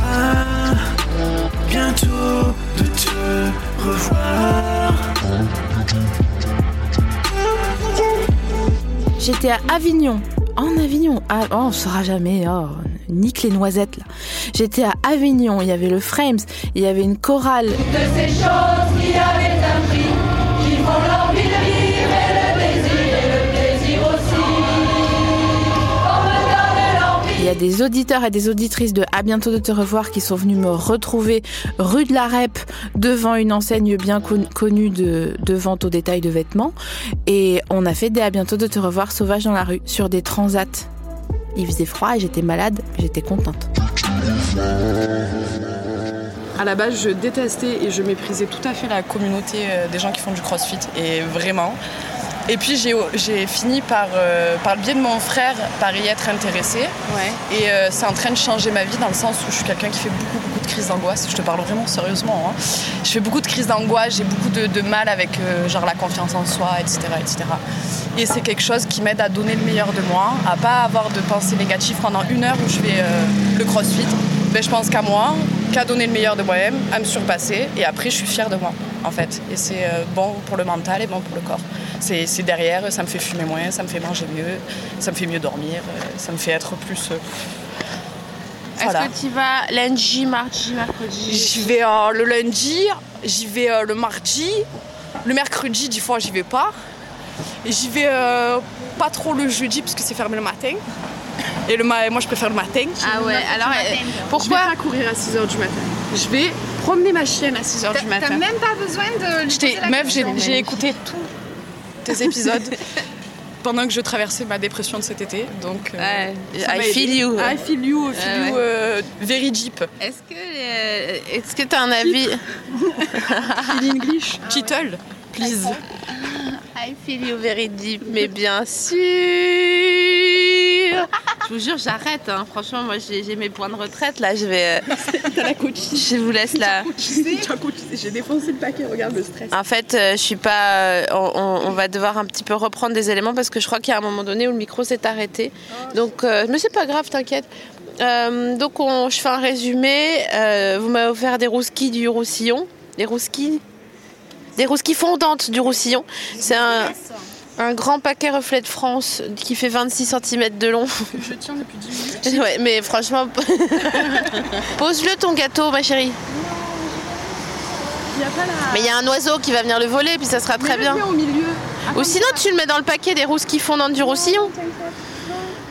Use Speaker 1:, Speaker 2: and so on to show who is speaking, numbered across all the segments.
Speaker 1: Ah, bientôt de te revoir.
Speaker 2: J'étais à Avignon. En Avignon. Ah, oh, on saura jamais. Oh, nique les noisettes là. J'étais à Avignon. Il y avait le Frames. Il y avait une chorale.
Speaker 3: de ces choses qui avaient un prix, qui font l'envie de vivre et le plaisir, et le plaisir aussi. On me donne l'envie.
Speaker 2: Il y a des auditeurs et des auditrices de À bientôt de te revoir qui sont venus me retrouver rue de la Rep devant une enseigne bien con- connue de, de vente au détail de vêtements. Et on a fait des À bientôt de te revoir sauvages dans la rue sur des transats. Il faisait froid et j'étais malade, mais j'étais contente.
Speaker 4: À la base, je détestais et je méprisais tout à fait la communauté euh, des gens qui font du crossfit, et vraiment. Et puis j'ai, j'ai fini par, euh, par le biais de mon frère, par y être intéressée. Et euh, c'est en train de changer ma vie dans le sens où je suis quelqu'un qui fait beaucoup, beaucoup de crises d'angoisse. Je te parle vraiment sérieusement. hein. Je fais beaucoup de crises d'angoisse, j'ai beaucoup de, de mal avec euh, genre la confiance en soi, etc., etc. Et c'est quelque chose qui m'aide à donner le meilleur de moi, à pas avoir de pensées négatives pendant une heure où je fais euh, le crossfit. Ben, je pense qu'à moi, qu'à donner le meilleur de moi-même, à me surpasser, et après je suis fière de moi, en fait. Et c'est euh, bon pour le mental et bon pour le corps. C'est c'est derrière, ça me fait fumer moins, ça me fait manger mieux, ça me fait mieux dormir, euh, ça me fait être plus. euh, voilà.
Speaker 5: Est-ce que tu vas lundi, mardi, mercredi
Speaker 4: J'y vais euh, le lundi, j'y vais euh, le mardi, le mercredi, dix fois, j'y vais pas. Et j'y vais euh, pas trop le jeudi parce que c'est fermé le matin. Et le ma- moi, je préfère le matin.
Speaker 5: Ah ouais, alors euh, pourquoi
Speaker 4: Je vais pas courir à 6h du matin. Je vais promener ma chienne à 6h du matin.
Speaker 6: même pas besoin de lui
Speaker 4: Je t'ai- meuf, j'ai j'ai écouté tous tes épisodes pendant que je traversais ma dépression de cet été. Donc, euh,
Speaker 5: Ouais,
Speaker 4: ça
Speaker 5: I
Speaker 4: m'a aidée.
Speaker 5: feel you.
Speaker 4: I feel you, I feel
Speaker 5: Ouais,
Speaker 4: you,
Speaker 5: ouais.
Speaker 4: euh, very deep.
Speaker 5: Est-ce que euh, est-ce que t'as un avis
Speaker 4: In English. Tittle, please.
Speaker 5: I feel you very deep, mais bien sûr. Je vous jure, j'arrête. hein. Franchement, moi, j'ai j'ai mes points de retraite. Là, je vais. euh,
Speaker 4: la coach.
Speaker 5: je vous laisse là.
Speaker 4: J'ai défoncé le paquet, regarde le stress.
Speaker 5: En fait, euh, je suis pas. euh, on, on- on va devoir un petit peu reprendre des éléments parce que je crois qu'il y a un moment donné où le micro s'est arrêté. Donc, euh, mais c'est pas grave, t'inquiète. Euh, donc, on- je fais un résumé. Euh, vous m'avez offert des rouskis du Roussillon, des rouskis, des rouskis fondantes du Roussillon. C'est un, un grand paquet reflet de France qui fait 26 cm de long.
Speaker 4: Je tiens depuis 10 minutes.
Speaker 5: Ouais, mais franchement, pose-le ton gâteau, ma chérie.
Speaker 4: Il n'y a pas la.
Speaker 5: Mais il y a un oiseau qui va venir le voler, puis ça sera très bien.
Speaker 4: au milieu.
Speaker 5: Ou sinon, tu le mets dans le paquet des rousses qui fondent du roussillon.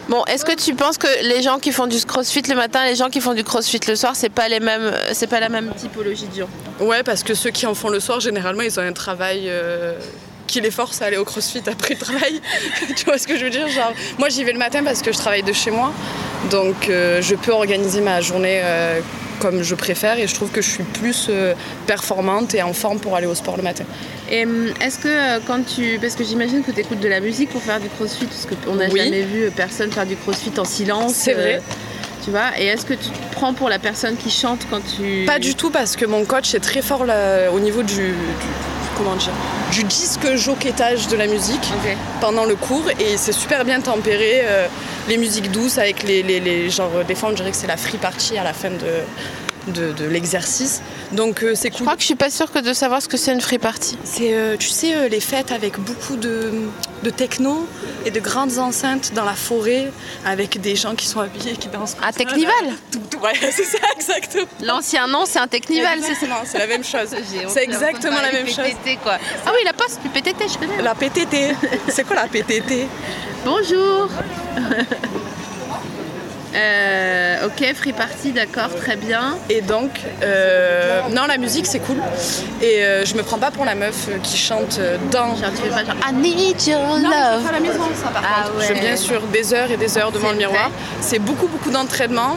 Speaker 5: Bon, est-ce que tu penses que les gens qui font du crossfit le matin, les gens qui font du crossfit le soir, c'est pas les mêmes, c'est pas la même typologie de gens
Speaker 4: Ouais, parce que ceux qui en font le soir, généralement, ils ont un travail euh, qui les force à aller au crossfit après le travail. tu vois ce que je veux dire Genre, Moi, j'y vais le matin parce que je travaille de chez moi. Donc, euh, je peux organiser ma journée euh, comme je préfère et je trouve que je suis plus euh, performante et en forme pour aller au sport le matin.
Speaker 5: Et hum, est-ce que euh, quand tu, parce que j'imagine que tu écoutes de la musique pour faire du crossfit, parce qu'on n'a
Speaker 4: Oui.
Speaker 5: jamais vu euh, personne faire du crossfit en silence. euh,
Speaker 4: C'est vrai.
Speaker 5: Tu vois Et est-ce que tu te prends pour la personne qui chante quand tu
Speaker 4: Pas du tout parce que mon coach est très fort là, au niveau du, du- comment dire du disque jockeyage de la musique
Speaker 5: Ok.
Speaker 4: pendant le cours et c'est super bien tempéré euh, les musiques douces avec les, les, les- genre euh, des fois on dirait que c'est la free party à la fin de, de, de l'exercice donc euh, c'est
Speaker 5: Je
Speaker 4: cool
Speaker 5: crois que je suis pas sûre que de savoir ce que c'est une free party.
Speaker 4: c'est euh, tu sais euh, les fêtes avec beaucoup de, de techno et de grandes enceintes dans la forêt avec des gens qui sont habillés qui dansent comme
Speaker 5: Un
Speaker 4: ça,
Speaker 5: technival.
Speaker 4: là. Tout- tout- ouais c'est ça exactement
Speaker 5: L'ancien nom, c'est un technival, c'est ça.
Speaker 4: Exactement, c'est la même chose
Speaker 5: J'ai honte,
Speaker 6: hein.
Speaker 4: c'est
Speaker 5: j'ai
Speaker 4: exactement
Speaker 5: honte de
Speaker 4: la
Speaker 5: parler
Speaker 4: même
Speaker 5: du
Speaker 4: chose
Speaker 5: PTT, quoi. Ah oui, la poste du PTT, je connais.
Speaker 4: La PTT. C'est quoi la PTT
Speaker 5: Bonjour. Euh, ok, free party, d'accord, très bien.
Speaker 4: Et donc, euh, non, la musique c'est cool. Et euh, je me prends pas pour la meuf euh, qui chante euh, dans.
Speaker 5: Genre, tu fais pas genre I need your love.
Speaker 4: la maison, ça par
Speaker 5: Ah
Speaker 4: contre.
Speaker 5: ouais.
Speaker 4: Je fais bien sûr des heures et des heures devant
Speaker 5: C'est
Speaker 4: le miroir.
Speaker 5: vrai.
Speaker 4: C'est beaucoup, beaucoup d'entraînement.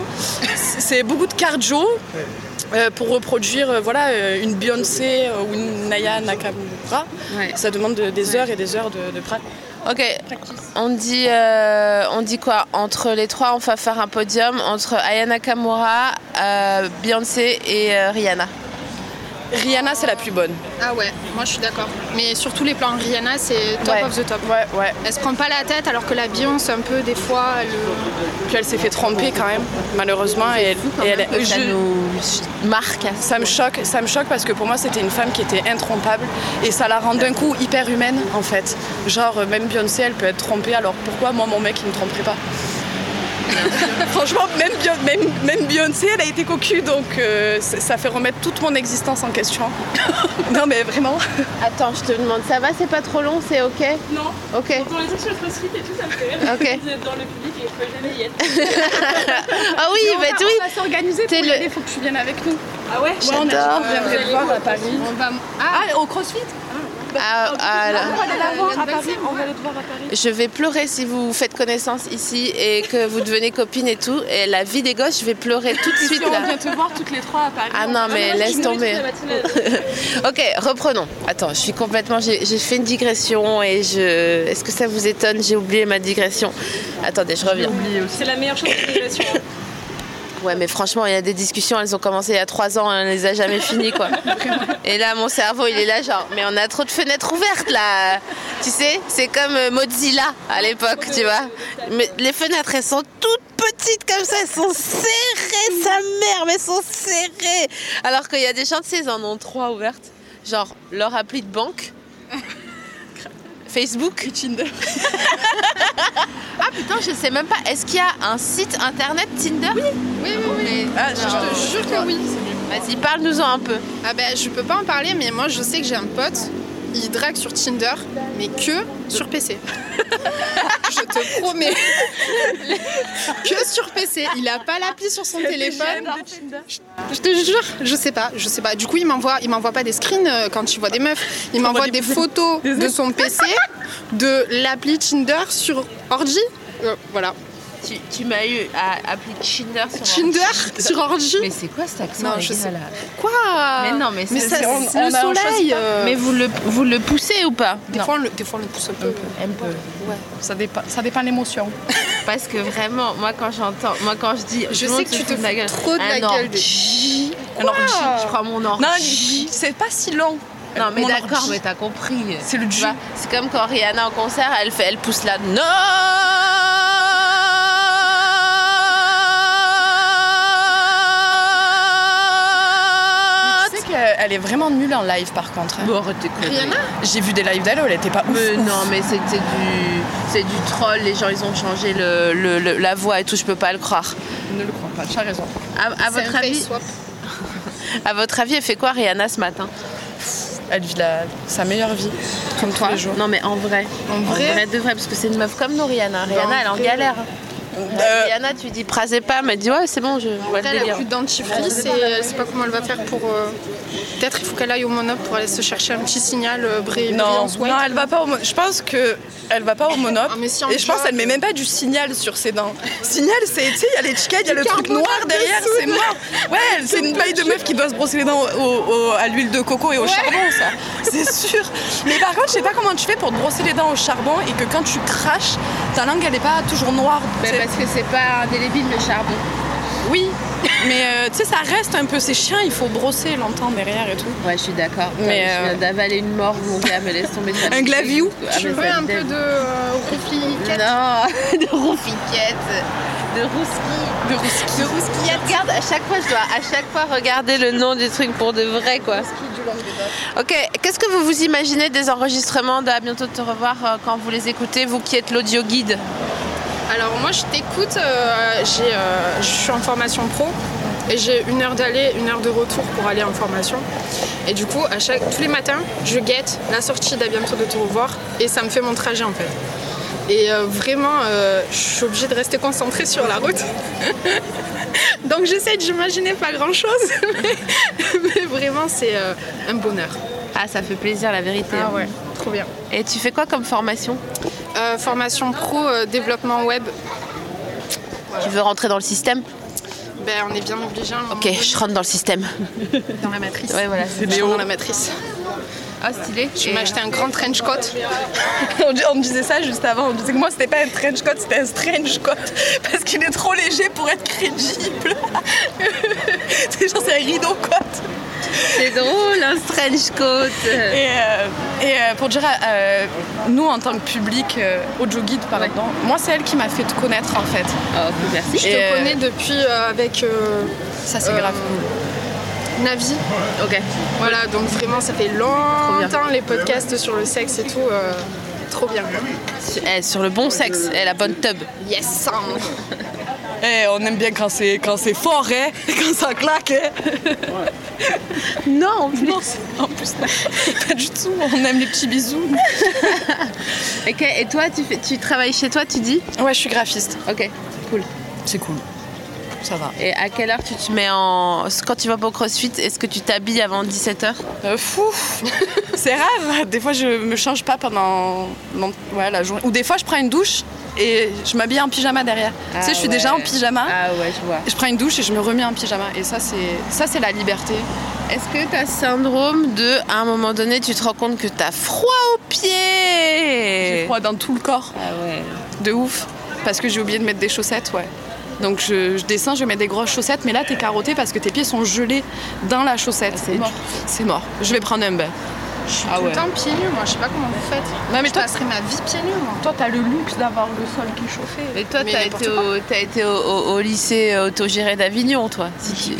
Speaker 4: c'est beaucoup de cardio. euh, pour reproduire euh, voilà, euh, une Beyoncé euh, ou une Naya Nakamura,
Speaker 5: Ouais.
Speaker 4: ça demande de- des heures et des heures de, de pra-
Speaker 5: Ok, on dit, euh, on dit quoi Entre les trois, on va faire un euh, podium entre Ayana Kamura, Beyoncé et euh, Rihanna.
Speaker 4: Rihanna, c'est la plus bonne.
Speaker 6: Ah ouais, moi je suis d'accord. Mais sur tous les plans, Rihanna, c'est top
Speaker 4: Ouais.
Speaker 6: of the top.
Speaker 4: Ouais, ouais.
Speaker 6: Elle se prend pas la tête alors que la Beyoncé, un peu, des fois, elle.
Speaker 4: Puis elle s'est fait tromper quand même, malheureusement. Et, et elle,
Speaker 5: que ça
Speaker 4: Euh, je-
Speaker 5: nous marque.
Speaker 4: Ça me choque, ça me choque parce que pour moi c'était une femme qui était intrompable et ça la rend d'un coup hyper humaine en fait. Genre euh, même Beyoncé elle peut être trompée alors pourquoi moi mon mec il me tromperait pas Franchement même, Bio- même- même Beyoncé elle a été cocu donc euh, c- ça fait remettre toute mon existence en question. non mais vraiment.
Speaker 5: Attends, je te demande, ça va, c'est pas trop long, c'est ok
Speaker 7: Non,
Speaker 5: Ok.
Speaker 7: on les trucs sur le crossfit et tout, ça me fait rire.
Speaker 5: Ok.
Speaker 7: Vous êtes dans le public et je peux jamais y être.
Speaker 5: Ah oui, bah
Speaker 6: va-
Speaker 5: oui.
Speaker 6: va s'organiser
Speaker 5: T'es le-
Speaker 6: il faut que tu viennes avec nous.
Speaker 7: Ah ouais
Speaker 5: J'adore.
Speaker 4: J'aimerais le voir à Paris.
Speaker 6: On va... Ah,
Speaker 4: au CrossFit
Speaker 5: Ah, ah, là.
Speaker 7: On va aller la voir à Paris.
Speaker 6: Maxime,
Speaker 7: On va aller te voir à Paris.
Speaker 5: Je vais pleurer si vous faites connaissance ici et que vous devenez copine et tout. Et la vie des gosses, je vais pleurer tout de suite
Speaker 7: On
Speaker 5: là.
Speaker 7: vient te voir toutes les trois à Paris.
Speaker 5: Ah non, mais
Speaker 7: moi, je
Speaker 5: laisse
Speaker 7: suis nourrie
Speaker 5: tomber.
Speaker 7: toute la matinée.
Speaker 5: Ok, reprenons. Attends, je suis complètement. J'ai j'ai fait une digression et je. Est-ce que ça vous étonne J'ai oublié ma digression. Attendez, je reviens.
Speaker 7: C'est la meilleure chose de l'évaluation.
Speaker 5: Ouais, mais franchement, il y a des discussions, elles ont commencé il y a trois ans, on les a jamais finies, quoi. Et là, mon cerveau, il est là, genre, mais on a trop de fenêtres ouvertes, là. Tu sais, c'est comme euh, Mozilla à l'époque, tu vois. Mais les fenêtres, elles sont toutes petites comme ça, elles sont serrées, sa mère, mais elles sont serrées. Alors qu'il y a des gens, tu sais, ils en ont trois ouvertes. Genre, leur appli de banque. Facebook Tinder. ah putain, je sais même pas. Est-ce qu'il y a un site internet Tinder
Speaker 6: oui, oui, oui.
Speaker 5: ah,
Speaker 6: Je te jure que oui.
Speaker 5: Vas-y, parle-nous-en un peu.
Speaker 6: Ah ben, je peux pas en parler, mais moi, je sais que j'ai un pote, il drague sur Tinder, mais que sur PC. je te promets. que sur PC. Il a pas l'appli sur son téléphone. Je te jure, je sais pas, je sais pas. Du coup, il m'envoie, il m'envoie pas des screens euh, quand il voit des meufs. Il m'envoie des photos de son PC, de l'appli Tinder sur orgy. Euh, voilà.
Speaker 5: Tu, tu m'as eu à appeler Tinder sur
Speaker 6: Tinder sur orgy.
Speaker 5: Mais c'est quoi cet accent
Speaker 6: Non, je sais
Speaker 5: dégueulasse
Speaker 6: Quoi
Speaker 5: Mais non, mais,
Speaker 6: Mais
Speaker 5: ça,
Speaker 6: ça,
Speaker 4: on-
Speaker 6: c'est le
Speaker 4: on a- on choisit
Speaker 6: soleil. euh,
Speaker 5: Mais vous le, vous le poussez ou pas
Speaker 6: Des fois, on le, des fois, on le pousse un peu.
Speaker 5: un peu.
Speaker 4: Ça dépend, ça dépend l'émotion.
Speaker 5: Parce que vraiment, moi quand j'entends, moi quand je dis,
Speaker 6: Je
Speaker 5: tout le
Speaker 6: sais
Speaker 5: monde
Speaker 6: que
Speaker 5: se
Speaker 6: tu te
Speaker 5: fout
Speaker 6: fous trop de
Speaker 5: Un
Speaker 6: la gueule des-
Speaker 5: orgie. Un orgie, je crois mon orgie.
Speaker 4: Non, c'est pas si long.
Speaker 5: Non, mais
Speaker 4: Mon
Speaker 5: d'accord,
Speaker 4: orgie.
Speaker 5: mais t'as compris.
Speaker 4: C'est le
Speaker 5: Tu
Speaker 4: jus.
Speaker 5: vois, Bah, C'est comme quand Rihanna en concert, elle, fait, elle pousse la note.
Speaker 4: Tu sais qu'elle est vraiment nulle en live par contre. hein.
Speaker 5: Bon, arrête tes conneries.
Speaker 6: Rihanna
Speaker 4: J'ai vu des lives d'elle, elle était pas
Speaker 5: Oh,
Speaker 4: ouf.
Speaker 5: Mais
Speaker 4: ouf.
Speaker 5: non, mais c'était du, c'est du troll. Les gens, ils ont changé le, le- le- la voix et tout. Je peux pas le croire.
Speaker 4: Ne le crois pas, tu as raison.
Speaker 5: À, à
Speaker 6: C'est
Speaker 5: votre
Speaker 6: un face
Speaker 5: avis,
Speaker 6: swap.
Speaker 5: à votre avis, elle fait quoi Rihanna ce matin
Speaker 4: Elle vit la- sa meilleure vie, comme toi.
Speaker 5: Non, mais en vrai, en
Speaker 6: vrai
Speaker 5: de vrai, parce que c'est une meuf comme nous, Rihanna. Rihanna, elle est en galère.
Speaker 4: Euh,
Speaker 5: Rihanna, tu dis prasez pas, mais dis ouais, c'est bon, je vois le
Speaker 6: Elle a
Speaker 5: délire.
Speaker 6: plus de dentifrice et elle sait pas comment elle va faire pour. euh, Peut-être il faut qu'elle aille au monop pour aller se chercher un petit signal euh, bré
Speaker 4: non,
Speaker 6: brillance white.
Speaker 4: non, elle va pas au mo- Je pense que elle va pas au monop.
Speaker 6: Ah, mais si, en
Speaker 4: et je pense
Speaker 6: jaune.
Speaker 4: qu'elle met même pas du signal sur ses dents. Signal, c'est, tu sais, il y a l'étiquette, il y a le truc
Speaker 6: carbonate
Speaker 4: noir
Speaker 6: de
Speaker 4: derrière,
Speaker 6: soude.
Speaker 4: c'est mort. Ouais, elle- c'est une paille de meuf qui doit se brosser les dents au- au- au- à l'huile de coco et au charbon, ça. C'est sûr. Mais par contre, je sais pas comment tu fais pour te brosser les dents au charbon et que quand tu craches, ta langue, elle est pas toujours noire. tu sais.
Speaker 5: Bah, parce que c'est pas indélébile le charbon.
Speaker 4: Oui, mais euh, tu sais, ça reste un peu, c'est chiant, il faut brosser longtemps derrière et tout.
Speaker 5: Ouais, je suis d'accord.
Speaker 4: Mais,
Speaker 5: Je
Speaker 4: euh,
Speaker 5: viens d'avaler une mort, mon gars, mais laisse tomber. ça
Speaker 4: Un
Speaker 5: me
Speaker 4: glaviou.
Speaker 5: dégoûte. Ah,
Speaker 6: Tu
Speaker 5: mais
Speaker 6: veux
Speaker 5: ça
Speaker 6: un
Speaker 5: me
Speaker 6: peu
Speaker 5: dégoûte.
Speaker 6: de euh, roufiquette
Speaker 5: Non, de roufiquette, de rouski, de rouski, de rouskillette. Regarde, à chaque fois, je dois à chaque fois regarder le nom du truc pour de vrai, quoi. Ok, qu'est-ce que vous vous imaginez des enregistrements d'À bientôt de te revoir euh, quand vous les écoutez, vous qui êtes l'audio guide
Speaker 6: Alors moi je t'écoute, euh, j'ai, euh, je suis en formation pro et j'ai une heure d'aller, une heure de retour pour aller en formation. Et du coup, à chaque, tous les matins, je guette la sortie d'À bientôt de te revoir et ça me fait mon trajet en fait. Et euh, vraiment, euh, je suis obligée de rester concentrée sur la route. Donc j'essaie d'imaginer pas grand-chose, mais, mais vraiment c'est euh, un bonheur.
Speaker 5: Ah, ça fait plaisir, la vérité.
Speaker 6: Ah
Speaker 5: hein.
Speaker 6: trop bien.
Speaker 5: Et tu fais quoi comme formation
Speaker 6: Euh, formation pro, euh, développement web,
Speaker 5: Tu veux rentrer dans le système
Speaker 6: ben, on est bien obligé. à un moment
Speaker 5: Ok,
Speaker 6: donné,
Speaker 5: je rentre dans le système.
Speaker 6: dans la matrice.
Speaker 5: Ouais, voilà. c'est-
Speaker 6: Je suis dans la matrice.
Speaker 5: Ah, stylé.
Speaker 6: Je
Speaker 5: Et-
Speaker 6: m'ai acheté un grand trench coat.
Speaker 4: On, dit- on me disait ça juste avant, on me disait que moi c'était pas un trench coat, c'était un strange coat parce qu'il est trop léger pour être crédible. c'est genre c'est un rideau coat.
Speaker 5: C'est drôle, un strange coat. euh.
Speaker 4: Et, euh, et, euh, pour dire, euh, nous en tant que public, euh, Audio Guide par exemple, moi c'est elle qui m'a fait te connaître en fait.
Speaker 5: Oh, merci.
Speaker 6: Je te
Speaker 4: Et, euh,
Speaker 6: connais depuis euh, avec euh,
Speaker 4: Ça c'est
Speaker 6: Euh,
Speaker 4: grave.
Speaker 6: Navi.
Speaker 5: Ok.
Speaker 6: Voilà, donc vraiment, ça fait longtemps les podcasts sur le sexe et tout. euh, trop bien.
Speaker 5: Sur, eh, sur le bon sexe,
Speaker 4: Euh,
Speaker 5: et la bonne tub.
Speaker 6: Yes, hein. ça.
Speaker 4: Eh, on aime bien quand c'est quand c'est fort, hein, quand ça claque. hein.
Speaker 5: Non, en plus.
Speaker 4: Non, c'est- en plus, pas du tout. On aime les petits bisous.
Speaker 5: Ok, et toi, tu, fais, tu travailles chez toi, tu dis
Speaker 4: Ouais, je suis graphiste.
Speaker 5: Ok, cool.
Speaker 4: C'est cool. Ça va.
Speaker 5: Et à quelle heure tu te mets en. Quand tu vas pas au crossfit, est-ce que tu t'habilles avant 17h
Speaker 4: Euh, fou C'est rare. Des fois, je me change pas pendant mon- ouais, la journée. Ou des fois, je prends une douche et je m'habille en pyjama derrière.
Speaker 5: Ah
Speaker 4: tu sais, je suis
Speaker 5: ouais.
Speaker 4: déjà en pyjama.
Speaker 5: Ah ouais, je vois.
Speaker 4: Je prends une douche et je me remets en pyjama. Et ça, c'est ça, c'est la liberté.
Speaker 5: Est-ce que t'as ce syndrome de, à un moment donné, tu te rends compte que t'as froid aux
Speaker 4: J'ai
Speaker 5: pieds
Speaker 4: froid dans tout le corps,
Speaker 5: Ah ouais.
Speaker 4: de ouf. Parce que j'ai oublié de mettre des chaussettes, ouais. Donc je, je descends, je mets des grosses chaussettes, mais là t'es carotté parce que tes pieds sont gelés dans la chaussette.
Speaker 5: Ah, c'est
Speaker 4: Et
Speaker 5: mort.
Speaker 4: tu- C'est mort. Je vais prendre un bain.
Speaker 6: Je suis
Speaker 4: Ah
Speaker 6: tout
Speaker 4: ouais.
Speaker 6: le temps pieds nus, moi. Je sais pas comment vous faites.
Speaker 4: Non mais
Speaker 6: Je
Speaker 4: toi,
Speaker 6: passerai ma vie pieds nus, moi.
Speaker 4: toi t'as le luxe d'avoir le sol qui est chauffé.
Speaker 5: Mais toi,
Speaker 6: Mais
Speaker 5: t'as
Speaker 6: n'importe
Speaker 5: été, au, t'as été au, au- au lycée autogéré d'Avignon, toi. Si tu...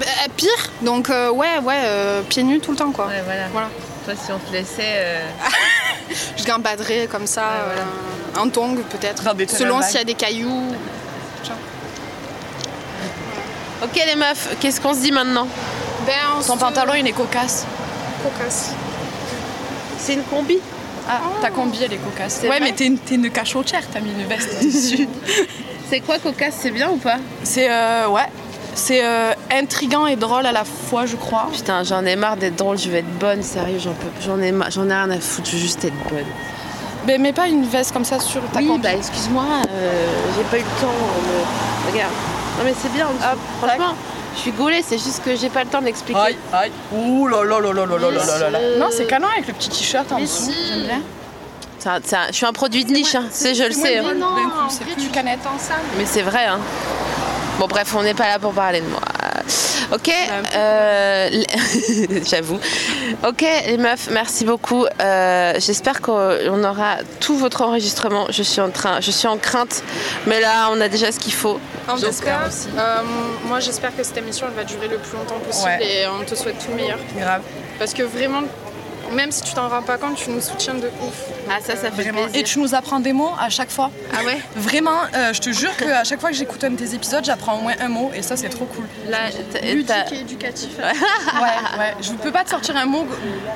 Speaker 6: Bah, pire. Donc, euh, ouais, ouais, euh, pieds nus tout le temps, quoi.
Speaker 5: voilà.
Speaker 6: Voilà.
Speaker 5: Toi, si on te laissait. euh,
Speaker 6: Je gambaderai comme ça,
Speaker 5: Ouais,
Speaker 6: euh, en tongue peut-être,
Speaker 4: Dans des
Speaker 6: selon
Speaker 4: terrains
Speaker 6: s'il y a des cailloux.
Speaker 5: Ok, les meufs, qu'est-ce qu'on se dit maintenant
Speaker 6: Ben, on
Speaker 4: Ton
Speaker 6: se-
Speaker 4: pantalon il est cocasse.
Speaker 6: cocasse.
Speaker 5: C'est une combi
Speaker 4: Ah, ta combi elle est cocasse.
Speaker 5: C'est
Speaker 4: Ouais
Speaker 5: vrai
Speaker 4: mais t'es une, t'es une cachotière, t'as mis une veste dessus.
Speaker 5: C'est quoi, cocasse C'est bien ou pas
Speaker 4: C'est euh, ouais. C'est euh, intriguant et drôle à la fois, je crois.
Speaker 5: Putain, j'en ai marre d'être drôle, je vais être bonne, sérieux, j'en peux j'en ai marre- j'en ai rien à foutre, je veux juste être bonne.
Speaker 4: Mais Ben, mets pas une veste comme ça sur ta
Speaker 5: oui,
Speaker 4: combi.
Speaker 5: bah excuse-moi, euh, j'ai pas eu le temps. on me- Regarde. Non mais c'est bien. en dessous. Franchement, je suis gaulée, c'est juste que j'ai pas le temps d'expliquer.
Speaker 4: Aïe, aïe. Ouh là là là là là là là là là.
Speaker 5: Monsieur.
Speaker 4: Non, c'est canon avec le petit t-shirt en
Speaker 5: euh, Mais
Speaker 4: dessous.
Speaker 5: si.
Speaker 4: J'aime bien.
Speaker 5: Ça, ça- je suis un produit de niche, hein. tu sais, je le sais. hein.
Speaker 6: Mais non,
Speaker 4: D'un coup,
Speaker 6: en
Speaker 4: c'est
Speaker 6: vrai,
Speaker 4: plus
Speaker 6: tu
Speaker 4: une canette.
Speaker 6: t'entends ça.
Speaker 5: Mais c'est vrai. Hein. Bon bref, on n'est pas là pour parler de moi. Ok, euh, les- j'avoue. Ok les meufs, merci beaucoup. Euh, J'espère qu'on aura tout votre enregistrement. Je suis en train, je suis en crainte, mais là on a déjà ce qu'il faut.
Speaker 6: En tout
Speaker 4: J'espère
Speaker 6: cas,
Speaker 4: aussi.
Speaker 6: euh, moi j'espère que cette émission elle va durer le plus longtemps possible
Speaker 4: Ouais.
Speaker 6: et on te souhaite tout le meilleur.
Speaker 4: Grave.
Speaker 6: Parce que vraiment, même si tu t'en rends pas compte, tu nous soutiens de ouf.
Speaker 5: Ah ça, ça fait
Speaker 4: Euh, Vraiment. Et
Speaker 5: plaisir.
Speaker 4: tu nous apprends des mots à chaque fois.
Speaker 5: Ah ouais.
Speaker 4: Vraiment, euh, je te jure qu'à chaque fois que j'écoute un de tes épisodes, j'apprends au moins un mot et ça, c'est trop cool.
Speaker 5: Là, t'as- t'as-
Speaker 6: Ludique et éducatif.
Speaker 4: Ouais, ouais. Je peux pas te sortir un mot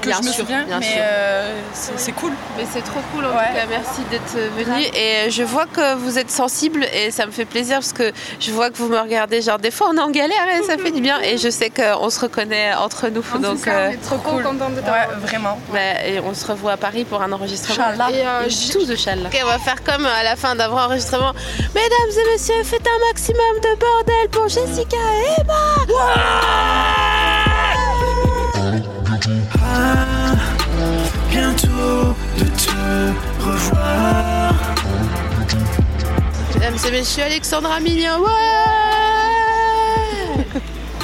Speaker 4: que
Speaker 5: Bien
Speaker 4: je me
Speaker 5: sûr,
Speaker 4: souviens,
Speaker 5: bien
Speaker 4: mais
Speaker 5: sûr.
Speaker 4: euh, c'est c'est cool.
Speaker 5: Mais c'est trop cool en
Speaker 4: Ouais.
Speaker 5: tout cas, merci d'être venu. Et euh, je vois que vous êtes sensible et ça me fait plaisir parce que je vois que vous me regardez genre des fois on est en galère et ça fait du bien. Et je sais qu'on se reconnaît entre nous.
Speaker 6: En tout
Speaker 5: donc
Speaker 6: cas,
Speaker 5: euh,
Speaker 6: on est trop, contente de
Speaker 4: Ouais,
Speaker 6: t'avoir.
Speaker 4: vraiment.
Speaker 5: bah, et on se revoit à Paris pour un enregistrement.
Speaker 4: Inch'Allah.
Speaker 6: Et euh,
Speaker 5: Et
Speaker 6: j-
Speaker 5: tout de challah. Ok, on va faire comme à la fin d'un vrai enregistrement. Mesdames et messieurs, faites un maximum de bordel pour Jessica et
Speaker 3: Ah, bientôt de te revoir.
Speaker 5: Mesdames et messieurs, Alexandra Mignon. Ouais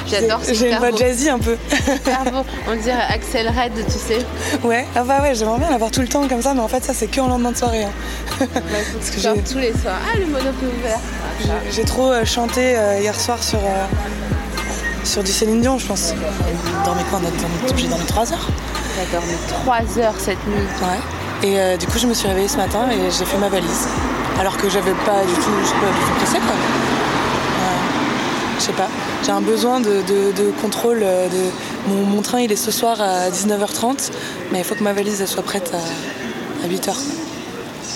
Speaker 5: J'adore ce
Speaker 1: J'ai une voix jazzy un peu.
Speaker 5: super beau. On dirait Axel Red, tu sais.
Speaker 1: Ouais, ah bah ouais, j'aimerais bien l'avoir tout le temps comme ça, mais en fait, ça c'est que en lendemain de soirée. hein.
Speaker 5: Parce
Speaker 1: que
Speaker 5: genre
Speaker 1: j'ai-
Speaker 5: tous les soirs. Ah, le monopole ouvert.
Speaker 1: J'ai- J'ai trop euh, chanté euh, hier soir sur, euh, sur du Céline Dion, je pense. On dormait quoi on a dormi- J'ai dormi 3 heures.
Speaker 5: J'ai dormi 3 heures cette nuit.
Speaker 1: Ouais. Et euh, du coup, je me suis réveillée ce matin et j'ai fait ma valise. Alors que j'avais pas du tout, je suis pas du tout pressée, quoi. Ouais. Je sais pas. J'ai un besoin de, de- de contrôle. euh, De... Mon, mon train, il est ce soir à 19h30, mais il faut que ma valise elle soit prête à, à 8h.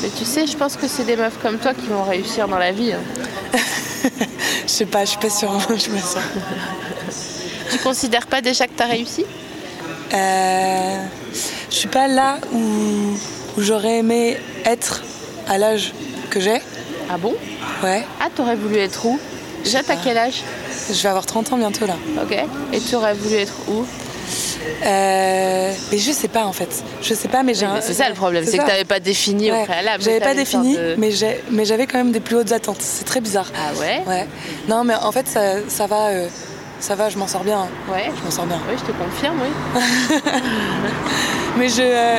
Speaker 5: Mais tu sais, je pense que c'est des meufs comme toi qui vont réussir dans la vie. hein.
Speaker 1: Je sais pas, je suis pas sûre. je suis pas sûre.
Speaker 5: Tu considères pas déjà que t'as réussi
Speaker 1: Euh, je suis pas là où, où j'aurais aimé être à l'âge que j'ai.
Speaker 5: Ah bon
Speaker 1: Ouais,
Speaker 5: Ah, t'aurais voulu être où Déjà, t'as quel âge
Speaker 1: je vais avoir 30 ans bientôt là.
Speaker 5: Ok. Et t'aurais voulu être où
Speaker 1: Euh, mais je sais pas en fait. Je sais pas, mais j'ai un-
Speaker 5: C'est ça le problème, c'est que
Speaker 1: ça.
Speaker 5: t'avais pas défini
Speaker 1: Ouais.
Speaker 5: au préalable.
Speaker 1: J'avais pas
Speaker 5: T'avais une
Speaker 1: défini,
Speaker 5: sorte de-
Speaker 1: mais j'ai- mais j'avais quand même des plus hautes attentes. C'est très bizarre.
Speaker 5: Ah ouais
Speaker 1: Ouais. Non, mais en fait, ça, ça va. euh, ça va, je m'en sors bien.
Speaker 5: Ouais.
Speaker 1: Je m'en sors bien.
Speaker 5: Oui, je te confirme, oui.
Speaker 1: Mais je, euh,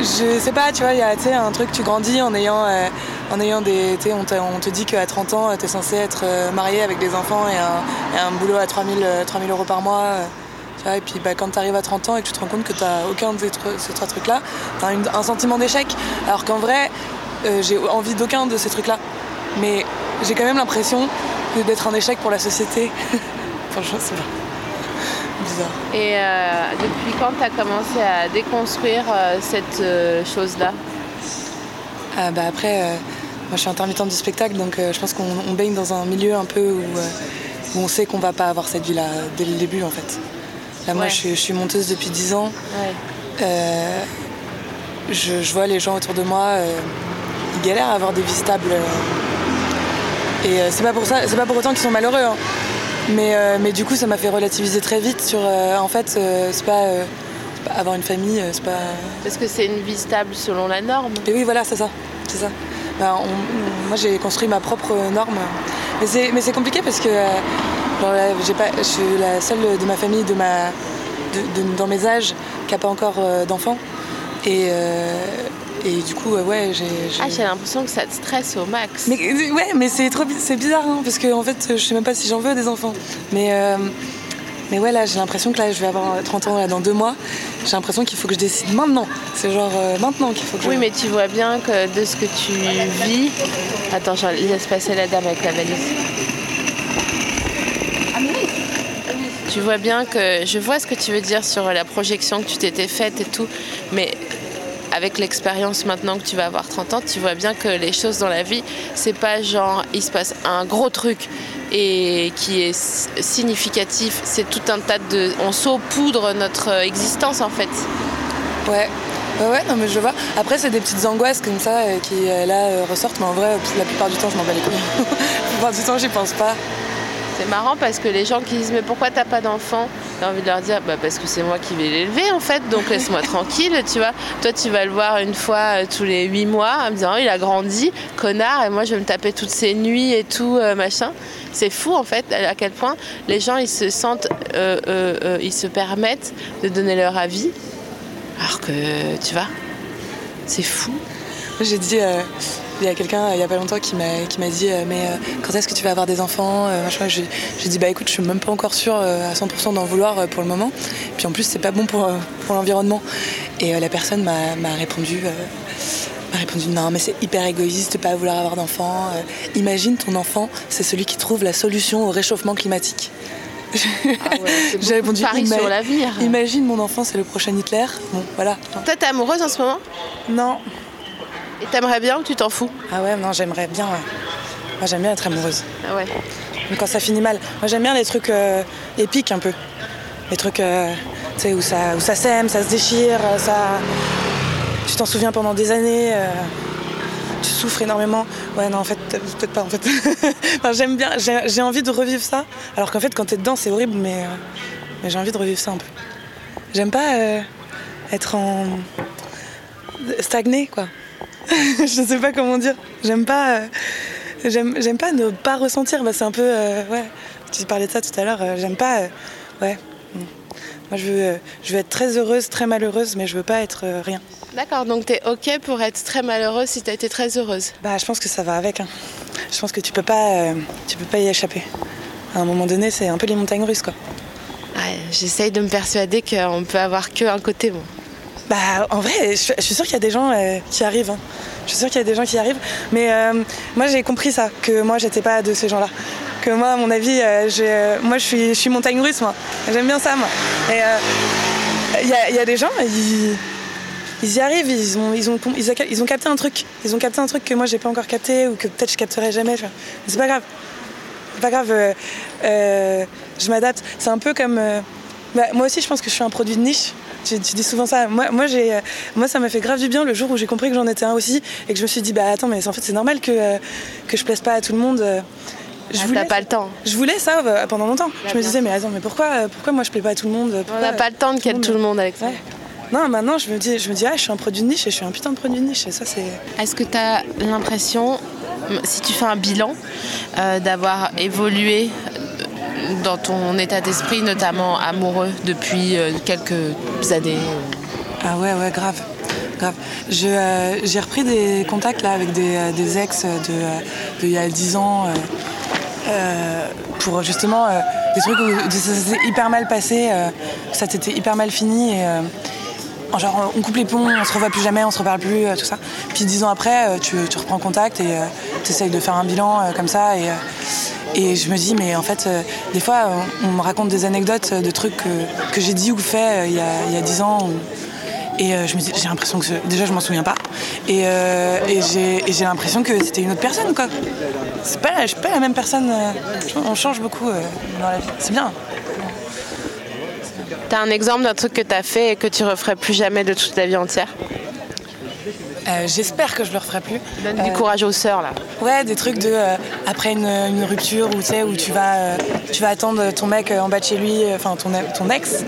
Speaker 1: je sais pas, tu vois, il y a tu sais, un truc, tu grandis en ayant, euh, en ayant des. tu sais, On, t'a- on te dit qu'à 30 ans, tu es censé être euh, marié avec des enfants et un, et un boulot à 3000, euh, 3000 euros par mois. euh, tu vois, et puis bah, quand tu arrives à 30 ans et que tu te rends compte que tu n'as aucun de ces tru- ces trois trucs-là, tu as un sentiment d'échec. Alors qu'en vrai, euh, j'ai envie d'aucun de ces trucs-là. Mais j'ai quand même l'impression que d'être un échec pour la société. Franchement, c'est bizarre.
Speaker 5: Et euh, depuis quand tu as commencé à déconstruire euh, cette euh, chose-là
Speaker 1: Ah bah après, euh, moi je suis intermittente du spectacle, donc euh, je pense qu'on on baigne dans un milieu un peu où, euh, où on sait qu'on va pas avoir cette vie-là dès le début en fait. Là, moi
Speaker 5: Ouais.
Speaker 1: je, suis- je suis monteuse depuis 10 ans.
Speaker 5: Ouais.
Speaker 1: Euh, je, je vois les gens autour de moi, euh, ils galèrent à avoir des vies stables. euh. et euh, c'est pas pour ça, c'est pas pour autant qu'ils sont malheureux. hein. Mais, euh, mais du coup, ça m'a fait relativiser très vite sur. euh, en fait, euh, c'est pas, euh, c'est pas avoir une famille, euh, c'est pas.
Speaker 5: Parce que c'est une vie stable selon la norme.
Speaker 1: Mais oui, voilà, c'est ça. C'est ça. Ben, on- on- moi, j'ai construit ma propre norme. Mais c'est, mais c'est compliqué parce que euh, genre, là, j'ai pas, je suis la seule de ma famille, de ma, de- de- dans mes âges, qui n'a pas encore euh, d'enfants. Et, euh, et du coup, euh, ouais, j'ai. j'ai-
Speaker 5: Ah, j'ai l'impression que ça te stresse au max.
Speaker 1: mais, euh, ouais, mais c'est trop bi- c'est bizarre hein, parce que en fait, je sais même pas si j'en veux des enfants. Mais euh, mais ouais, là, j'ai l'impression que là, je vais avoir euh, 30 ans là, dans deux mois. J'ai l'impression qu'il faut que je décide maintenant. C'est genre euh, maintenant qu'il faut que je.
Speaker 5: Oui, mais tu vois bien que de ce que tu vis. Attends, je laisse passer la dame avec la valise. Tu vois bien que je vois ce que tu veux dire sur la projection que tu t'étais faite et tout, mais avec l'expérience maintenant que tu vas avoir 30 ans, tu vois bien que les choses dans la vie, c'est pas genre il se passe un gros truc et qui est s- significatif, c'est tout un tas de on saupoudre notre existence en fait.
Speaker 1: Ouais. Ouais, ouais, non, mais je vois. Après, c'est des petites angoisses comme ça euh, qui, euh, là, euh, ressortent, mais en vrai, la plupart du temps, je m'en bats les couilles. la plupart du temps, j'y pense pas.
Speaker 5: C'est marrant parce que les gens qui disent mais pourquoi t'as pas d'enfant J'ai envie de leur dire bah parce que c'est moi qui vais l'élever en fait donc laisse-moi tranquille tu vois. Toi tu vas le voir une fois euh, tous les huit mois en me disant Oh, il a grandi connard et moi je vais me taper toutes ces nuits et tout euh, machin. C'est fou en fait à à quel point les gens ils se sentent euh, euh, euh, ils se permettent de donner leur avis alors que tu vois c'est fou.
Speaker 1: J'ai dit, euh, il y a quelqu'un, euh, il y a pas longtemps, qui m'a qui m'a dit, euh, mais euh, quand est-ce que tu vas avoir des enfants euh, machin. J'ai j'ai dit, bah écoute, je suis même pas encore sûre euh, à 100% d'en vouloir euh, pour le moment. Puis en plus, c'est pas bon pour, euh, pour l'environnement. Et euh, la personne m'a m'a répondu, euh, m'a répondu, non, mais c'est hyper égoïste de pas vouloir avoir d'enfants. Euh, imagine ton enfant, c'est celui qui trouve la solution au réchauffement climatique.
Speaker 5: c'est
Speaker 1: J'ai
Speaker 5: beaucoup de
Speaker 1: répondu,
Speaker 5: paris
Speaker 1: ima-
Speaker 5: sur l'avenir.
Speaker 1: Imagine mon enfant, c'est le prochain Hitler. Bon, voilà.
Speaker 5: Toi t'es amoureuse en ce moment
Speaker 1: Non.
Speaker 5: et t'aimerais bien ou tu t'en fous
Speaker 1: Ah ouais, non, j'aimerais bien. ouais. Moi, j'aime bien être amoureuse.
Speaker 5: Ah ouais.
Speaker 1: Mais quand ça finit mal. Moi, j'aime bien les trucs euh, épiques un peu. Les trucs, euh, tu sais, où ça, où ça sème, ça se déchire, euh, ça. Tu t'en souviens pendant des années. euh, Tu souffres énormément. Ouais, non, en fait, euh, peut-être pas, en fait. Enfin, j'aime bien, j'ai j'ai envie de revivre ça. Alors qu'en fait, quand t'es dedans, c'est horrible, mais, euh, mais j'ai envie de revivre ça un peu. J'aime pas euh, être en. stagné, quoi. je sais pas comment dire. J'aime pas. euh, J'aime j'aime pas ne pas ressentir. Bah, c'est un peu. euh, ouais. Tu parlais de ça tout à l'heure. euh, J'aime pas. euh, ouais. Mm. Moi, je veux, euh, je veux être très heureuse, très malheureuse, mais je veux pas être euh, rien.
Speaker 5: D'accord, donc t'es ok pour être très malheureuse si t'as été très heureuse.
Speaker 1: Bah, je pense que ça va avec. hein. Je pense que tu peux pas, euh, tu peux pas y échapper. À un moment donné, c'est un peu les montagnes russes, quoi.
Speaker 5: Ouais, j'essaye de me persuader qu'on peut avoir que un côté bon.
Speaker 1: Bah, en vrai, je, je suis sûre qu'il y a des gens euh, qui arrivent. hein. Je suis sûre qu'il y a des gens qui arrivent. Mais euh, moi, j'ai compris ça, que moi, j'étais pas de ces gens-là. Que moi, à mon avis, euh, j'ai, euh, moi, je suis, je suis montagne russe, moi. J'aime bien ça, moi. Et euh, il y, a, il y a des gens, ils, ils y arrivent, ils ont, ils, ont, com- ils, a- ils ont capté un truc. Ils ont capté un truc que moi, j'ai pas encore capté ou que peut-être je capterai jamais. tu vois. Mais c'est pas grave. C'est pas grave, euh, euh, je m'adapte. C'est un peu comme. euh, bah, moi aussi, je pense que je suis un produit de niche. Tu, tu dis souvent ça. Moi, moi, j'ai, euh, moi, ça m'a fait grave du bien le jour où j'ai compris que j'en étais un aussi et que je me suis dit, bah attends, mais en fait, c'est normal que, euh, que je plaise pas à tout le monde. euh. Je
Speaker 5: Ah,
Speaker 1: voulais,
Speaker 5: t'as pas le temps.
Speaker 1: je voulais ça euh, pendant longtemps. je me
Speaker 5: bien
Speaker 1: disais, mais attends, mais pourquoi, euh, pourquoi moi je plais pas à tout le monde
Speaker 5: On
Speaker 1: Pourquoi,
Speaker 5: n'a pas le temps de
Speaker 1: tout le
Speaker 5: quitter tout le monde,
Speaker 1: euh,
Speaker 5: Alexandre.
Speaker 1: ouais. Non, maintenant, je me dis, je me dis, ah, je suis un produit de niche et je suis un putain de produit de niche. Et ça, c'est.
Speaker 5: Est-ce que t'as l'impression, si tu fais un bilan, euh, d'avoir évolué dans ton état d'esprit, notamment amoureux, depuis euh, quelques années
Speaker 1: Ah ouais, ouais, grave. grave. Je, euh, j'ai repris des contacts là avec des, euh, des ex euh, de, euh, de il y a 10 ans euh, euh, pour justement euh, des trucs où ça s'était hyper mal passé, euh, ça s'était hyper mal fini et euh, genre on coupe les ponts, on se revoit plus jamais, on se reparle plus, euh, tout ça. Puis 10 ans après, euh, tu, tu reprends contact et tu essayes de faire un bilan euh, comme ça et, euh, et je me dis mais en fait euh, des fois on, on me raconte des anecdotes euh, de trucs que, que j'ai dit ou fait euh, il y, a, il y a 10 ans. ou- et euh, je me dis, j'ai l'impression que je- déjà je m'en souviens pas. Et, euh, et j'ai et j'ai l'impression que c'était une autre personne quoi. C'est pas, la- je suis pas la même personne. euh, on change beaucoup euh, dans la vie. C'est bien.
Speaker 5: T'as un exemple d'un truc que t'as fait et que tu referais plus jamais de toute ta vie entière
Speaker 1: Euh, J'espère que je le referai plus. Euh,
Speaker 5: Donne du courage aux sœurs là.
Speaker 1: Ouais, des trucs de euh, après une, une rupture où tu sais où tu vas euh, tu vas attendre ton mec euh, en bas de chez lui, euh, enfin ton, ton ex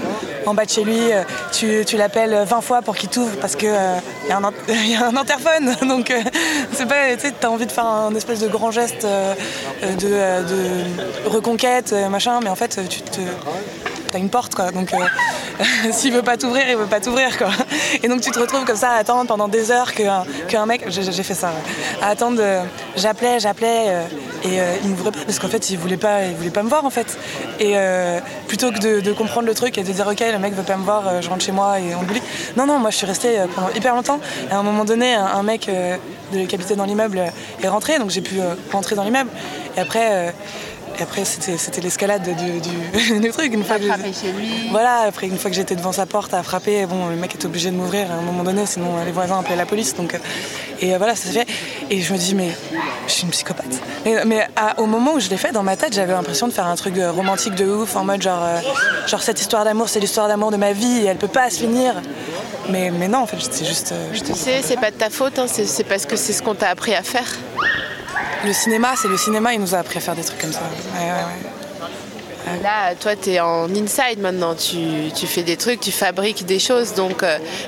Speaker 1: en bas de chez lui, euh, tu, tu l'appelles 20 fois pour qu'il t'ouvre parce que euh, y, a un int- y a un interphone, donc euh, c'est pas tu sais t'as envie de faire un espèce de grand geste euh, euh, de, euh, de reconquête euh, machin, mais en fait euh, tu te T'as une porte, quoi. Donc, euh, s'il veut pas t'ouvrir, il veut pas t'ouvrir, quoi. Et donc, tu te retrouves comme ça à attendre pendant des heures qu'un qu'un mec. J'ai j'ai fait ça. ouais. À attendre. euh, j'appelais, j'appelais. euh, et euh, il m'ouvrait pas parce qu'en fait, il voulait pas, il voulait pas me voir, en fait. Et euh, plutôt que de, de comprendre le truc et de dire, OK, le mec veut pas me voir, euh, je rentre chez moi et on oublie. Non, non, moi, je suis restée euh, pendant hyper longtemps. Et à un moment donné, un, un mec euh, de, qui habitait dans l'immeuble euh, est rentré. Donc, j'ai pu euh, rentrer dans l'immeuble. Et après. euh, et après, c'était c'était l'escalade du, du, du truc. Une fois que chez lui. Voilà, après, une fois que j'étais devant sa porte à frapper, bon, le mec est obligé de m'ouvrir à un moment donné, sinon euh, les voisins appelaient la police. Donc, euh, et euh, voilà, ça s'est fait. Et je me dis, mais je suis une psychopathe. Mais, mais à- au moment où je l'ai fait, dans ma tête, j'avais l'impression de faire un truc euh, romantique de ouf, en mode genre, euh, genre cette histoire d'amour, c'est l'histoire d'amour de ma vie, et elle peut pas se finir. Mais, mais non, en fait, c'est juste. euh,
Speaker 5: Tu sais, c'est pas de ta faute, hein, c'est c'est parce que c'est ce qu'on t'a appris à faire.
Speaker 1: le cinéma, c'est le cinéma, il nous a appris à faire des trucs comme ça. Ouais, ouais, ouais.
Speaker 5: Là, toi, tu es en inside maintenant. Tu, tu fais des trucs, tu fabriques des choses. Donc,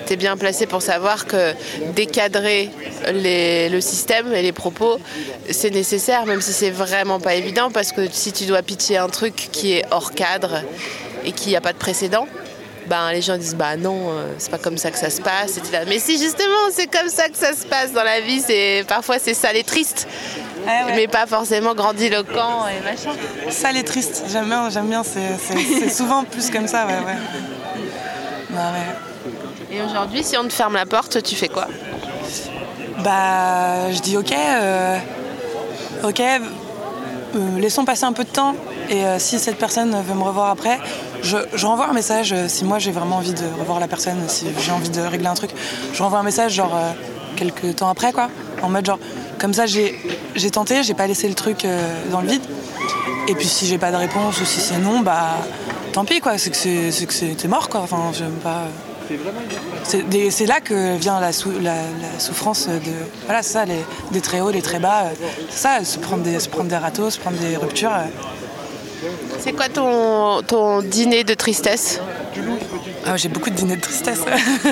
Speaker 5: tu es bien placé pour savoir que décadrer les- le système et les propos, c'est nécessaire, même si c'est vraiment pas évident. Parce que si tu dois pitcher un truc qui est hors cadre et qui n'y a pas de précédent, ben, les gens disent bah non, euh, c'est pas comme ça que ça se passe. Et t'es là, mais si, justement, c'est comme ça que ça se passe dans la vie. C'est Parfois, c'est sale et triste,
Speaker 1: Ah
Speaker 5: mais pas forcément grandiloquent et machin.
Speaker 1: Sale et triste, j'aime bien, j'aime bien, c'est- c'est c'est souvent plus comme ça, ouais, ouais. Non, ouais.
Speaker 5: Et aujourd'hui, si on te ferme la porte, tu fais quoi
Speaker 1: Bah, je dis ok, euh, ok, euh, laissons passer un peu de temps, et euh, si cette personne veut me revoir après, je, je renvoie un message, euh, si moi j'ai vraiment envie de revoir la personne, si j'ai envie de régler un truc, je renvoie un message, genre, euh, quelques temps après, quoi, en mode genre, comme ça j'ai j'ai tenté, j'ai pas laissé le truc euh, dans le vide, et puis si j'ai pas de réponse ou si c'est non, bah tant pis quoi, c'est que c'est c'est que c'est- t'es mort quoi. Enfin, j'aime pas. euh, C'est des- c'est là que vient la, sou- la- la souffrance de. Voilà, c'est ça, les, des très hauts, des très bas. euh, C'est ça, se prendre, des, se prendre des râteaux, se prendre des ruptures. euh.
Speaker 5: C'est quoi ton, ton dîner de tristesse
Speaker 1: Ah, j'ai beaucoup de dîners de tristesse.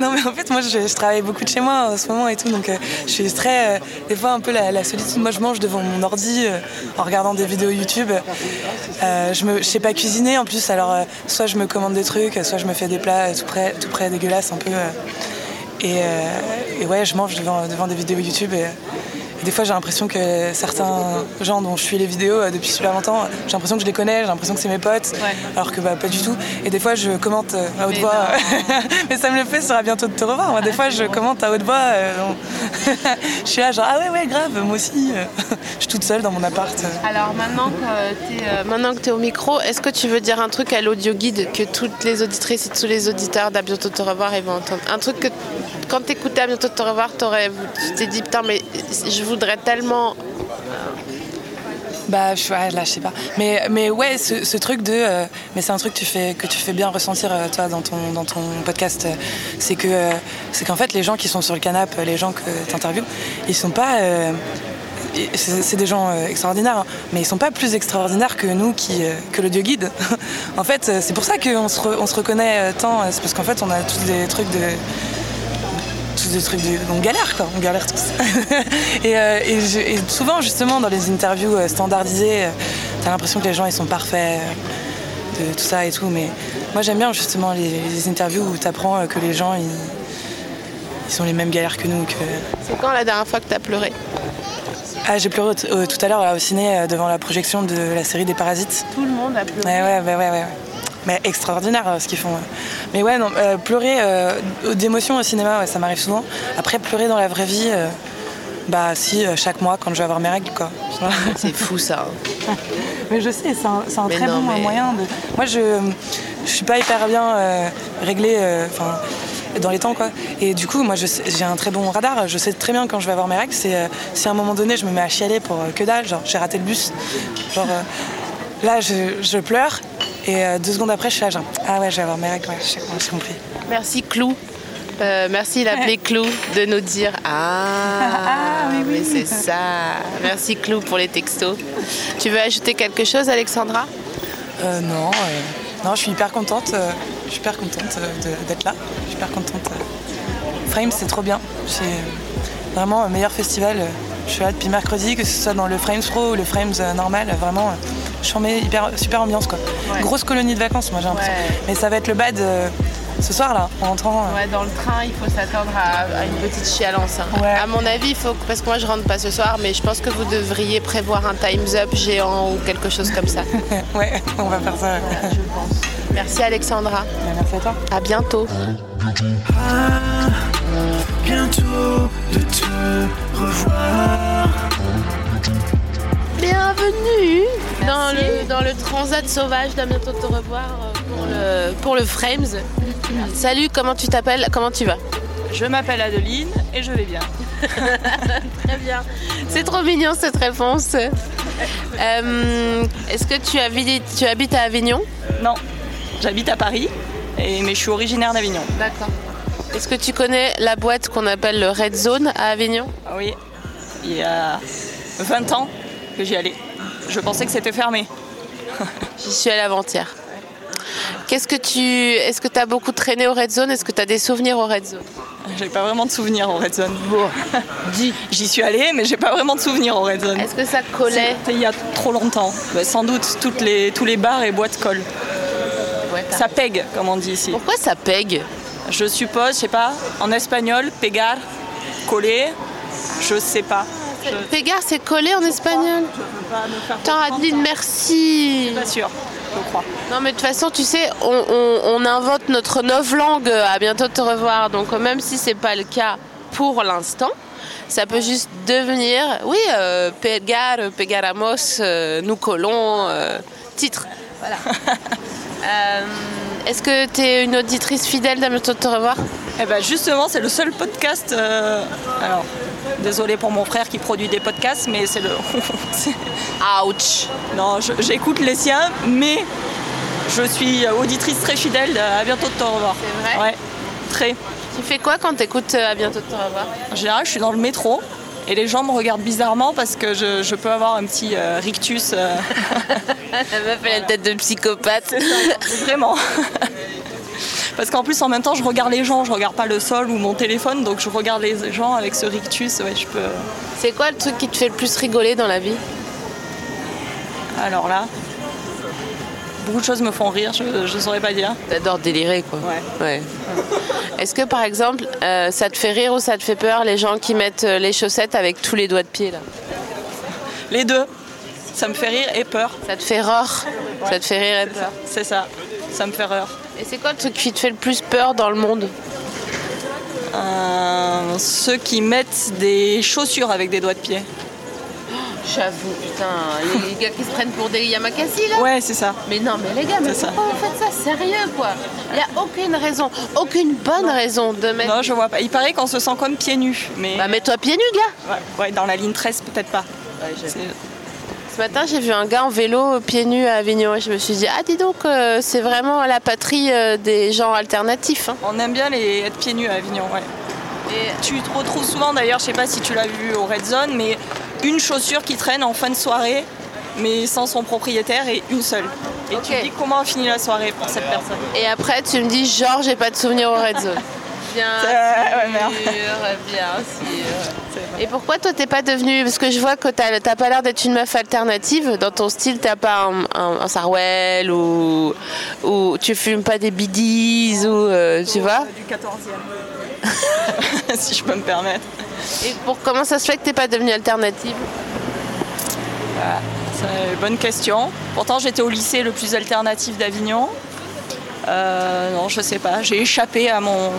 Speaker 1: non, mais en fait, moi, je, je travaille beaucoup de chez moi en ce moment et tout, donc euh, je suis très. euh, des fois, un peu la, la solitude. Moi, je mange devant mon ordi euh, en regardant des vidéos YouTube. Euh, je ne sais pas cuisiner en plus, alors euh, soit je me commande des trucs, soit je me fais des plats euh, tout près, tout près dégueulasses un peu. euh. et, euh, et ouais, je mange devant, devant des vidéos YouTube. Et, et des fois, j'ai l'impression que certains gens dont je suis les vidéos euh, depuis super longtemps, j'ai l'impression que je les connais, j'ai l'impression que c'est mes potes, alors que bah, pas du tout. Et des fois, je commente euh, à haute voix. Mais ça me le fait, ça sera bientôt de te revoir. Moi, des fois, je commente à haute voix. euh, on- je suis là, genre, ah ouais, ouais, grave, moi aussi. euh. je suis toute seule dans mon appart. euh.
Speaker 5: Alors maintenant que tu es, au micro, est-ce que tu veux dire un truc à l'audio guide que toutes les auditrices et tous les auditeurs d'À bientôt te revoir ils vont entendre Un truc que quand t'écoutais À bientôt te revoir, t'aurais- tu t'es dit putain mais je voudrais tellement...
Speaker 1: Bah, je, ouais, là, je sais pas. Mais, mais ouais, ce, ce truc de. euh, mais c'est un truc que tu fais, que tu fais bien ressentir, euh, toi, dans ton, dans ton podcast. euh, c'est que euh, c'est qu'en fait, les gens qui sont sur le canapé, les gens que tu interviews, ils sont pas. euh, et c'est c'est des gens euh, extraordinaires, hein, mais ils sont pas plus extraordinaires que nous, qui, euh, que le dieu guide. en fait, euh, c'est pour ça qu'on se, re- on se reconnaît euh, tant. euh, C'est parce qu'en fait, on a tous des trucs de tous des trucs de... on galère quoi, on galère tous. et, euh, et je- et souvent justement dans les interviews euh, standardisées, euh, T'as l'impression que les gens ils sont parfaits, euh, de tout ça et tout. Mais moi j'aime bien justement les, les interviews où t'apprends euh, que les gens ils, ils ont les mêmes galères que nous. que-
Speaker 5: C'est quand la dernière fois que t'as pleuré
Speaker 1: Ah j'ai pleuré au- au- tout à l'heure là, au ciné euh, devant la projection de la série des Parasites.
Speaker 2: Tout le monde a pleuré.
Speaker 1: Ouais, ouais, ouais, ouais, ouais. Mais extraordinaire euh, ce qu'ils font. ouais. Mais ouais, non, euh, pleurer euh, d'émotion au cinéma, ouais, ça m'arrive souvent. Après, pleurer dans la vraie vie, euh, bah si, euh, chaque mois quand je vais avoir mes règles, quoi.
Speaker 5: C'est fou ça.
Speaker 1: Mais je sais, c'est un, c'est un
Speaker 5: Mais
Speaker 1: très
Speaker 5: non,
Speaker 1: bon euh,
Speaker 5: mais-
Speaker 1: moyen de. Moi, je, je suis pas hyper bien euh, réglée, euh, enfin, dans les temps, quoi. Et du coup, moi, je sais- j'ai un très bon radar. Je sais très bien quand je vais avoir mes règles. C'est euh, si à un moment donné, je me mets à chialer pour euh, que dalle, genre, j'ai raté le bus. Genre, euh, là, je, je pleure. Et euh, deux secondes après, je suis là, genre, ah ouais, je vais avoir mes règles, ouais, je sais, ouais, j'ai compris.
Speaker 5: Merci Clou. Euh, merci l'appelé Clou de nous dire Ah, oui, c'est ça. Merci Clou pour les textos. Tu veux ajouter quelque chose, Alexandra
Speaker 1: Euh, non, euh, non, je suis hyper contente. euh, je suis hyper contente euh, de- d'être là. Je suis hyper contente. euh. Frame, c'est trop bien. C'est euh, vraiment le meilleur festival. euh, Je suis là depuis mercredi, que ce soit dans le Frames Pro ou le Frames euh, normal. euh, Vraiment, euh, je mets hyper, super ambiance. quoi. Grosse colonie de vacances, moi j'ai l'impression.
Speaker 5: Ouais.
Speaker 1: Mais ça va être le bad euh, ce soir là, en rentrant. euh.
Speaker 5: Ouais, Bah, dans le train, il faut s'attendre à, à une petite chialance. hein.
Speaker 1: Ouais.
Speaker 5: À mon avis, il faut que- parce que moi je rentre pas ce soir, mais je pense que vous devriez prévoir un times up géant ou quelque chose comme ça.
Speaker 1: Ouais. on va faire ça. Ah. ouais. Bah,
Speaker 5: Merci Alexandra.
Speaker 1: Merci à toi.
Speaker 5: À bientôt.
Speaker 3: Ah, bientôt de te revoir.
Speaker 5: Bienvenue dans le, dans le transat sauvage d'A bientôt de te revoir euh, pour le, pour le Frames. Salut, comment tu t'appelles Comment tu vas
Speaker 7: Je m'appelle Adeline et je vais bien.
Speaker 5: Très bien. C'est trop mignon cette réponse. Euh, Est-ce que tu habites, tu habites à Avignon
Speaker 7: Non, j'habite à Paris, et, mais je suis originaire d'Avignon.
Speaker 5: D'accord. Est-ce que tu connais la boîte qu'on appelle le Red Zone à Avignon
Speaker 7: Ah Oui, il y a 20 ans que j'y allais. Je pensais que c'était fermé.
Speaker 5: J'y suis allée avant-hier. Qu'est-ce que tu est-ce que tu as beaucoup traîné au Red Zone Est-ce que tu as des souvenirs au Red Zone
Speaker 7: J'ai pas vraiment de souvenirs au Red Zone. J'y suis allée, mais j'ai pas vraiment de souvenirs au Red Zone.
Speaker 5: Est-ce que ça collait
Speaker 7: C'était il y a trop longtemps. Bah, sans doute, toutes les, tous les bars et boîtes collent.
Speaker 5: Ouais, t'as-
Speaker 7: Ça pègue, comme on dit ici.
Speaker 5: Pourquoi ça pègue
Speaker 7: Je suppose, je sais pas, en espagnol, pegar, coller, je sais pas. Je
Speaker 5: Pégare, c'est collé en espagnol.
Speaker 7: peux pas me faire
Speaker 5: Attends,
Speaker 7: comprendre,
Speaker 5: Adeline,
Speaker 7: je
Speaker 5: merci.
Speaker 7: suis Pas sûr, je crois.
Speaker 5: Non, mais de toute façon, tu sais, on, on- on invente notre neuve langue. À bientôt de te revoir. Donc, euh, même si c'est pas le cas pour l'instant, ça peut juste devenir, oui, euh, Pegar, Pegaramos, euh, nous collons, euh, titre. Voilà. Euh, Est-ce que tu es une auditrice fidèle d'À bientôt de te revoir
Speaker 7: Eh ben justement, c'est le seul podcast. euh, Alors, désolé pour mon frère qui produit des podcasts, mais c'est le. c'est-
Speaker 5: Ouch
Speaker 7: non, je- j'écoute les siens, mais je suis auditrice très fidèle. euh, À bientôt de te revoir.
Speaker 5: C'est vrai
Speaker 7: Ouais, très.
Speaker 5: Tu fais quoi quand t'écoutes euh, À bientôt de te revoir
Speaker 7: En général, je suis dans le métro et les gens me regardent bizarrement parce que je, je peux avoir un petit euh, rictus. euh,
Speaker 5: La meuf, elle a une tête de psychopathe.
Speaker 7: Vraiment. Parce qu'en plus, en même temps, je regarde les gens, je regarde pas le sol ou mon téléphone, donc je regarde les gens avec ce rictus. Ouais, je peux.
Speaker 5: C'est quoi le truc qui te fait le plus rigoler dans la vie
Speaker 7: Alors là, beaucoup de choses me font rire, je, je saurais pas dire.
Speaker 5: T'adores délirer, quoi.
Speaker 7: Ouais.
Speaker 5: Est-ce que, par exemple, euh, ça te fait rire ou ça te fait peur les gens qui mettent euh, les chaussettes avec tous les doigts de pied, là
Speaker 7: Les deux, ça me fait rire et peur,
Speaker 5: Ça te fait rire Ça te fait rire et peur.
Speaker 7: c'est ça. Ça me fait rire.
Speaker 5: Et c'est quoi le truc qui te fait le plus peur dans le monde
Speaker 7: Euh, ceux qui mettent des chaussures avec des doigts de pied.
Speaker 5: J'avoue, putain, les gars qui se prennent pour des Yamakasi, là
Speaker 7: Ouais, c'est ça.
Speaker 5: Mais non, mais les gars, mais
Speaker 7: C'est ça.
Speaker 5: pourquoi vous faites ça Sérieux, quoi Il n'y a aucune raison, aucune bonne raison de mettre...
Speaker 7: Non, je vois pas. Il paraît qu'on se sent comme pieds nus, mais
Speaker 5: Bah mets-toi pieds nus, gars
Speaker 7: ouais, ouais, dans la ligne 13, peut-être pas. C'est-
Speaker 5: Ce matin, j'ai vu un gars en vélo euh, pieds nus à Avignon et je me suis dit, ah dis donc, euh, c'est vraiment la patrie euh, des gens alternatifs. hein.
Speaker 7: On aime bien les être pieds nus à Avignon, ouais. tu te retrouves souvent d'ailleurs, je sais pas si tu l'as vu au Red Zone, mais une chaussure qui traîne en fin de soirée, mais sans son propriétaire et une seule. Et tu
Speaker 5: Ok.
Speaker 7: te dis comment a fini la soirée pour cette personne.
Speaker 5: Et après, tu me dis, genre, j'ai pas de souvenir au Red Zone. Bien sûr,
Speaker 7: Euh, ouais, merde.
Speaker 5: bien sûr. Et pourquoi toi t'es pas devenue Parce que je vois que t'as t'as pas l'air d'être une meuf alternative. Dans ton style, t'as pas un, un, un Sarwell ou, ou tu fumes pas des bidis ou euh, tu vois.
Speaker 7: Du 14e. Ah. si je peux me permettre.
Speaker 5: Et pour comment ça se fait que t'es pas devenue alternative
Speaker 7: C'est une bonne question. Pourtant, j'étais au lycée le plus alternatif d'Avignon. Euh, non, je sais pas. J'ai échappé à mon,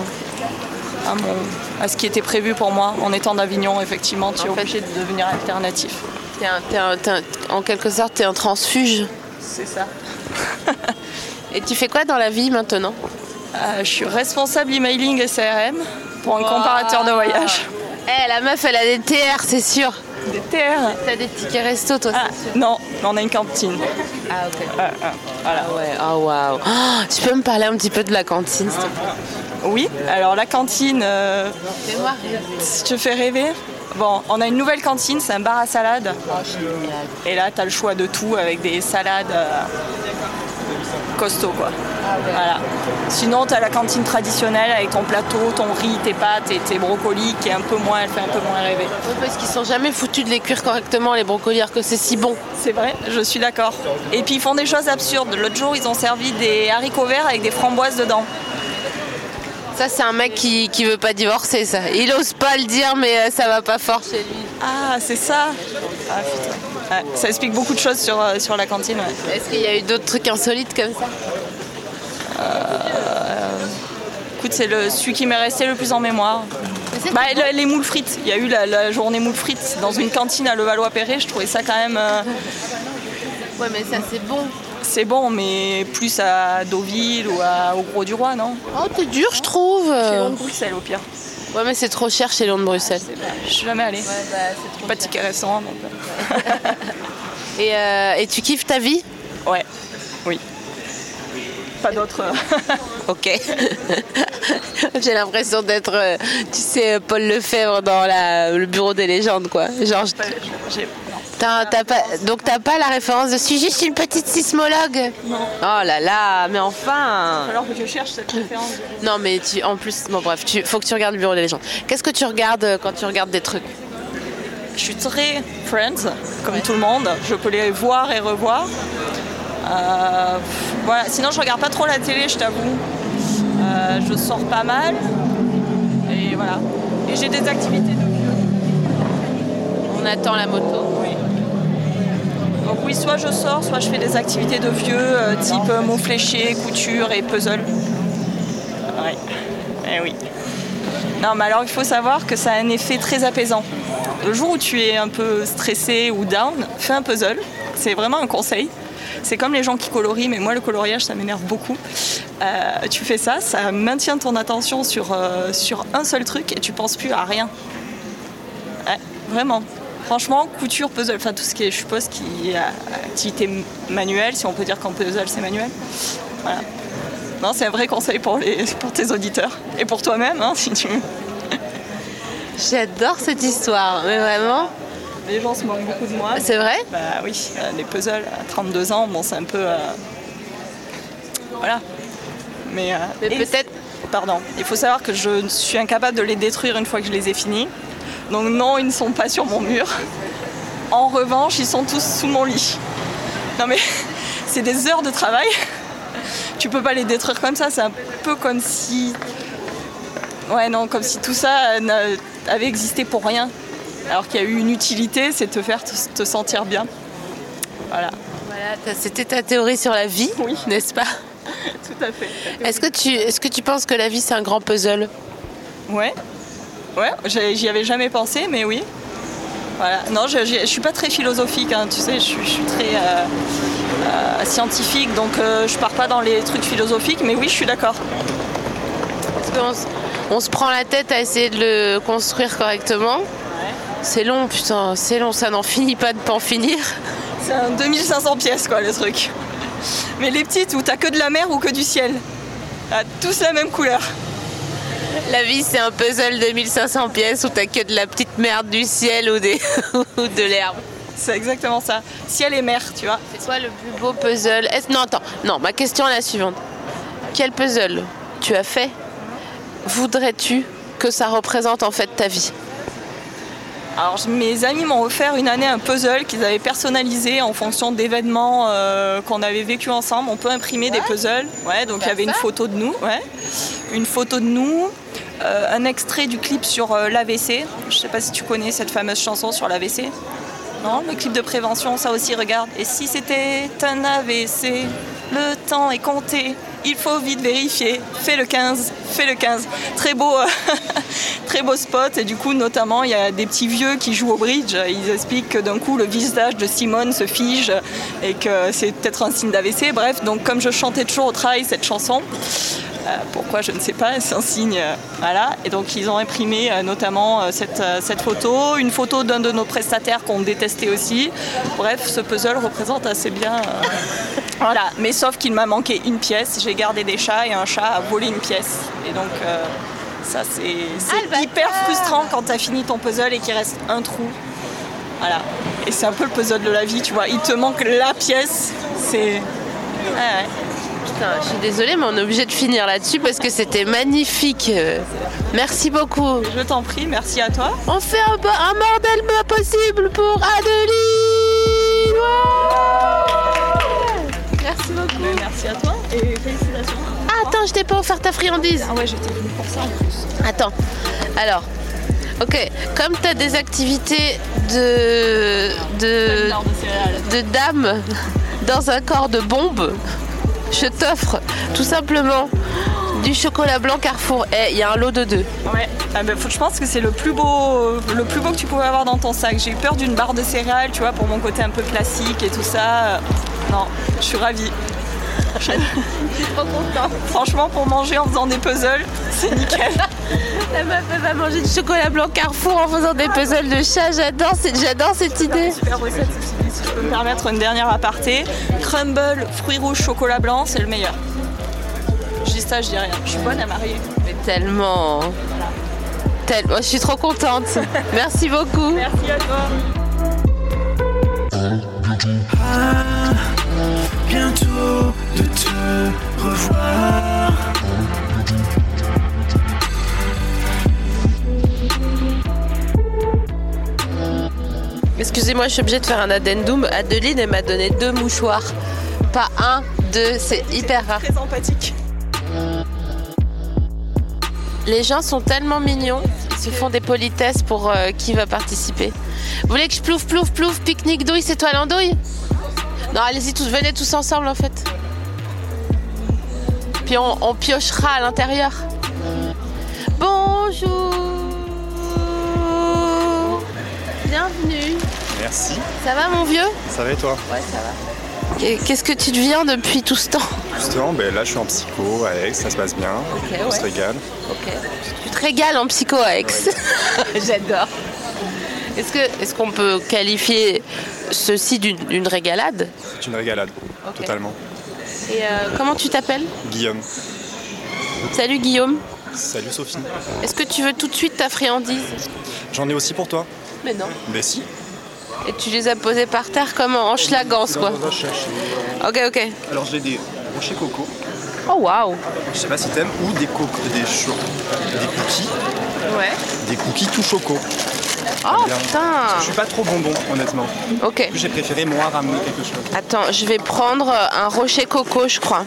Speaker 7: à mon, à ce qui était prévu pour moi en étant d'Avignon. Effectivement, tu es
Speaker 5: En fait,
Speaker 7: obligé de devenir alternatif.
Speaker 5: T'es un- t'es un- t'es un- En quelque sorte, t'es un transfuge.
Speaker 7: C'est ça.
Speaker 5: Et tu fais quoi dans la vie maintenant
Speaker 7: Euh, je suis responsable emailing et CRM pour un comparateur de voyage.
Speaker 5: Eh, la meuf, elle a des TR, c'est sûr.
Speaker 7: Des TR.
Speaker 5: T'as des tickets resto, toi.
Speaker 7: Ah, non, mais on a une cantine.
Speaker 5: Ah, ok.
Speaker 7: Euh, euh, voilà.
Speaker 5: Ah ouais, oh waouh. Oh, tu peux me parler un petit peu de la cantine, s'il te plaît
Speaker 7: Oui, alors la cantine, euh,
Speaker 5: Fais-moi
Speaker 7: Si tu fais rêver Bon, on a une nouvelle cantine, c'est un bar à salade. Et là, tu as le choix de tout avec des salades euh, costauds, quoi. Voilà. Sinon, tu as la cantine traditionnelle avec ton plateau, ton riz, tes pâtes et tes brocolis qui est un peu moins, elle fait un peu moins rêver.
Speaker 5: Parce qu'ils sont jamais foutus de les cuire correctement, les brocolis, alors que c'est si bon.
Speaker 7: C'est vrai, je suis d'accord. Et puis, ils font des choses absurdes. L'autre jour, ils ont servi des haricots verts avec des framboises dedans.
Speaker 5: Ça, c'est un mec qui, qui veut pas divorcer, ça. Il ose pas le dire, mais euh, ça va pas fort chez lui.
Speaker 7: Ah, c'est ça Ah, putain. Ouais, ça explique beaucoup de choses sur, euh, sur la cantine. ouais.
Speaker 5: Est-ce qu'il y a eu d'autres trucs insolites comme ça
Speaker 7: Écoute, c'est le, celui qui m'est resté le plus en mémoire. Bah, le- les moules frites. Il y a eu la, la journée moules frites dans une cantine à Levallois-Perret. Je trouvais ça quand même. euh,
Speaker 5: Ouais, mais ça, c'est bon.
Speaker 7: c'est bon, mais plus à Deauville ou à- au Gros du Roi, non
Speaker 5: Oh, t'es dur, je trouve.
Speaker 7: C'est
Speaker 5: euh.
Speaker 7: long de Bruxelles, au pire.
Speaker 5: Ouais, mais c'est trop cher chez Lyon de Bruxelles.
Speaker 7: Je suis jamais allée. pas de ticket restaurant, donc. euh,
Speaker 5: Et, euh, et tu kiffes ta vie
Speaker 7: euh, Ouais, oui. Pas euh. d'autre.
Speaker 5: Ok. J'ai l'impression d'être, euh, tu sais, Paul Lefebvre dans la- le bureau des légendes, quoi. Genre, je-
Speaker 7: J'ai-
Speaker 5: T'as- t'as pas- donc t'as pas la référence de « Je suis juste une petite sismologue ». Oh là là, mais enfin
Speaker 7: Alors que je cherche cette référence.
Speaker 5: Non mais tu, en plus, bon bref, tu, faut que tu regardes le bureau des légendes. Qu'est-ce que tu regardes euh, quand tu regardes des trucs
Speaker 7: Je suis très friends, comme tout le monde. Je peux les voir et revoir. Euh, voilà. Sinon, je regarde pas trop la télé, je t'avoue. Euh, je sors pas mal. Et voilà. Et j'ai des activités de vieux.
Speaker 5: On attend la moto.
Speaker 7: Oui. Donc oui, soit je sors, soit je fais des activités de vieux, euh, type euh, mots fléchés, couture et puzzle. Ouais. Eh oui. Non, mais alors il faut savoir que ça a un effet très apaisant. Le jour où tu es un peu stressé ou down, fais un puzzle. C'est vraiment un conseil. C'est comme les gens qui colorient, mais moi le coloriage ça m'énerve beaucoup. Euh, tu fais ça, ça maintient ton attention sur, euh, sur un seul truc et tu penses plus à rien. Ouais, vraiment. Franchement, couture, puzzle, enfin tout ce qui est, je suppose, qui est euh, activité m- manuelle, si on peut dire qu'en puzzle c'est manuel. Voilà. Non, c'est un vrai conseil pour, les, pour tes auditeurs et pour toi-même, hein, si tu
Speaker 5: J'adore cette histoire, mais vraiment,
Speaker 7: Les gens se moquent beaucoup de moi.
Speaker 5: c'est vrai
Speaker 7: Bah oui, euh, les puzzles à 32 ans, bon, c'est un peu. euh, Voilà. Mais, euh,
Speaker 5: Mais
Speaker 7: et-
Speaker 5: peut-être...
Speaker 7: Pardon. Il faut savoir que je suis incapable de les détruire une fois que je les ai finis. Donc non, ils ne sont pas sur mon mur. En revanche, ils sont tous sous mon lit. Non mais c'est des heures de travail. Tu peux pas les détruire comme ça. C'est un peu comme si, ouais non, comme si tout ça euh, n'a- avait existé pour rien. Alors qu'il y a eu une utilité, c'est de te faire te, te sentir bien. Voilà.
Speaker 5: Voilà, t'as- c'était ta théorie sur la vie,
Speaker 7: Oui.
Speaker 5: n'est-ce pas
Speaker 7: Tout à fait.
Speaker 5: Est-ce que, tu, est-ce que tu penses que la vie c'est un grand puzzle
Speaker 7: Ouais, ouais, j'ai- j'y avais jamais pensé, mais oui. Voilà. Non, je, je- je suis pas très philosophique, hein, tu sais, je, suis- je suis très euh, euh, scientifique, donc euh, je pars pas dans les trucs philosophiques, mais oui, je suis d'accord.
Speaker 5: Parce qu'on s- on se prend la tête à essayer de le construire correctement. C'est long, putain, c'est long, ça n'en finit pas de pas en finir.
Speaker 7: C'est un 2500 pièces, quoi, le truc. Mais les petites où t'as que de la mer ou que du ciel, T'as tous la même couleur.
Speaker 5: La vie, c'est un puzzle de 1500 pièces où t'as que de la petite merde du ciel ou, des... ou de l'herbe.
Speaker 7: C'est exactement ça. Ciel et mer, tu vois.
Speaker 5: C'est quoi le plus beau puzzle Est-ce- Non, attends, non, ma question est la suivante. Quel puzzle tu as fait voudrais-tu que ça représente en fait ta vie
Speaker 7: Alors je- mes amis m'ont offert une année un puzzle qu'ils avaient personnalisé en fonction d'événements euh, qu'on avait vécu ensemble. On peut imprimer des puzzles. Ouais, donc il y avait une photo de nous, ouais. une photo de nous, euh, un extrait du clip sur euh, l'AVC. Je sais pas si tu connais cette fameuse chanson sur l'AVC. Non, le clip de prévention, ça aussi, regarde. Et si c'était un AVC, le temps est compté. Il faut vite vérifier. Fais le 15, fais le 15. Très beau, euh, très beau spot. Et du coup, notamment, il y a des petits vieux qui jouent au bridge. Ils expliquent que d'un coup, le visage de Simone se fige et que c'est peut-être un signe d'AVC. Bref, donc comme je chantais toujours au travail cette chanson, euh, pourquoi je ne sais pas, c'est un signe. euh, voilà. Et donc ils ont imprimé euh, notamment euh, cette, euh, cette photo, une photo d'un de nos prestataires qu'on détestait aussi. Bref, ce puzzle représente assez bien. euh, voilà. Mais sauf qu'il m'a manqué une pièce. J'ai gardé des chats et un chat a volé une pièce. Et donc euh, ça c'est c'est hyper frustrant quand t'as fini ton puzzle et qu'il reste un trou. Voilà. Et c'est un peu le puzzle de la vie, tu vois. Il te manque la pièce. C'est. Ouais, ouais.
Speaker 5: Putain, je suis désolée, mais on est obligé de finir là-dessus parce que c'était magnifique. Euh, Merci beaucoup.
Speaker 7: Je t'en prie, merci à toi.
Speaker 5: On fait un, bo- un bordel pas possible pour Adeline Ouais Merci beaucoup.
Speaker 7: Merci à toi et félicitations.
Speaker 5: Ah, attends, je t'ai pas offert ta friandise.
Speaker 7: Ah ouais, j'étais venue pour ça en plus.
Speaker 5: Attends. Alors, ok, comme tu as des activités de, de, de dame dans un corps de bombe, je t'offre tout simplement du chocolat blanc Carrefour. Eh, il y a un lot de deux.
Speaker 7: Ouais, Ah ben, faut- je pense que c'est le plus beau le plus beau que tu pouvais avoir dans ton sac. J'ai eu peur d'une barre de céréales, tu vois, pour mon côté un peu classique et tout ça. Euh, Non, je suis ravie. Je suis trop contente. Franchement, pour manger en faisant des puzzles, c'est nickel.
Speaker 5: La meuf elle va manger du chocolat blanc Carrefour en faisant des puzzles de chat. J'adore, cette- j'adore cette idée.
Speaker 7: Super recette, si je peux me permettre une dernière aparté. Crumble, fruits rouges, chocolat blanc, c'est le meilleur. Je dis ça, je dis rien. Je suis bonne à marier.
Speaker 5: Mais tellement. Tel... oh, je suis trop contente. Merci beaucoup.
Speaker 7: Merci à toi.
Speaker 3: Ah, bientôt de te revoir.
Speaker 5: Excusez-moi, je suis obligée de faire un addendum. Adeline, elle m'a donné deux mouchoirs. Pas un, deux, c'est hyper rare.
Speaker 7: Très empathique.
Speaker 5: Les gens sont tellement mignons, ils se font des politesses pour euh, qui va participer. Vous voulez que je plouf, plouf, plouf, pique-nique douille, c'est toi l'andouille Non, allez-y, tous, venez tous ensemble en fait. Puis on, on piochera à l'intérieur. Bonjour Bienvenue
Speaker 8: Merci.
Speaker 5: Ça va mon vieux
Speaker 8: Ça va et toi
Speaker 5: Qu'est- Qu'est-ce que tu deviens depuis tout ce temps
Speaker 8: Justement, ben là je suis en psycho avec, ça se passe bien, on se régale.
Speaker 5: Tu te régales en psycho ex. J'adore. Est-ce que est-ce qu'on peut qualifier ceci d'une d'une régalade
Speaker 8: C'est une régalade, totalement.
Speaker 5: Et euh, comment tu t'appelles
Speaker 8: Guillaume,
Speaker 5: Salut Guillaume.
Speaker 8: salut Sophie.
Speaker 5: Est-ce que tu veux tout de suite ta friandise
Speaker 8: J'en ai aussi pour toi.
Speaker 5: Mais non.
Speaker 8: Mais si.
Speaker 5: Et tu les as posées par terre comme en schlagance quoi. Ok ok.
Speaker 8: Alors j'ai des rochers coco,
Speaker 5: Oh waouh.
Speaker 8: je sais pas si t'aimes, ou des coco, des cho- des cookies,
Speaker 5: Ouais.
Speaker 8: des cookies tout choco.
Speaker 5: Oh
Speaker 8: Bien.
Speaker 5: putain.
Speaker 8: Je suis pas trop bonbon honnêtement.
Speaker 5: Ok.
Speaker 8: J'ai préféré moi ramener quelque chose.
Speaker 5: Attends, je vais prendre un rocher coco je crois.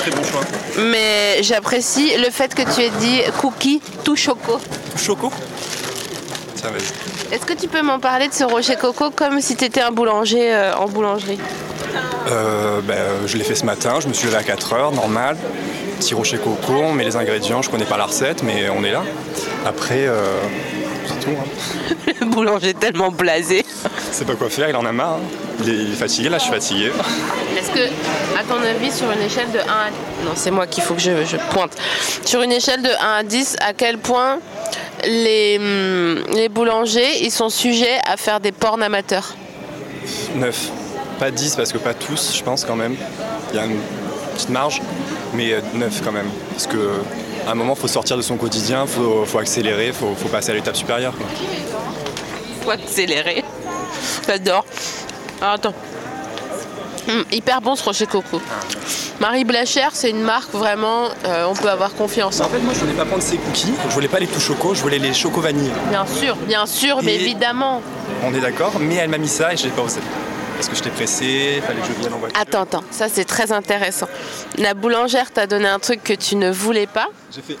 Speaker 8: Très bon choix.
Speaker 5: Mais j'apprécie le fait que tu aies dit cookie tout choco.
Speaker 8: Tout choco Tiens vas-y.
Speaker 5: Est-ce que tu peux m'en parler de ce rocher coco comme si tu étais un boulanger euh, en boulangerie
Speaker 8: Euh, ben, euh, je l'ai fait ce matin, je me suis levé à 4h, normal. Petit rocher coco, on met les ingrédients, je connais pas la recette, mais on est là. Après, euh, c'est tout. hein.
Speaker 5: Le boulanger tellement blasé.
Speaker 8: C'est pas quoi faire, il en a marre. hein. Il, est, il est fatigué, là je suis fatigué.
Speaker 5: Est-ce que, à ton avis, sur une échelle de 1 à... Non, c'est moi qu'il faut que je, je pointe. Sur une échelle de 1 à 10, à quel point les, hum, les boulangers, ils sont sujets à faire des pornes amateurs
Speaker 8: 9. Pas 10 parce que pas tous, je pense quand même. Il y a une petite marge, mais 9 quand même. Parce que euh, à un moment, faut sortir de son quotidien, faut, faut accélérer, faut, faut passer à l'étape supérieure. quoi.
Speaker 5: Ah, Faut accélérer. J'adore. Alors, attends. Hum, hyper bon ce rocher coco. Marie Blacher, c'est une marque vraiment, euh, on peut avoir confiance.
Speaker 8: En fait, moi, je voulais pas prendre ces cookies, je voulais pas les tout chocos, je voulais les choco vanille.
Speaker 5: Bien sûr, bien sûr, mais
Speaker 8: Et-
Speaker 5: évidemment.
Speaker 8: On est d'accord, mais elle m'a mis ça et je l'ai pas osé. Parce que j'étais pressé, fallait que je vienne en voiture.
Speaker 5: Attends, attends, ça c'est très intéressant. La boulangère t'a donné un truc que tu ne voulais pas.
Speaker 8: J'ai fait.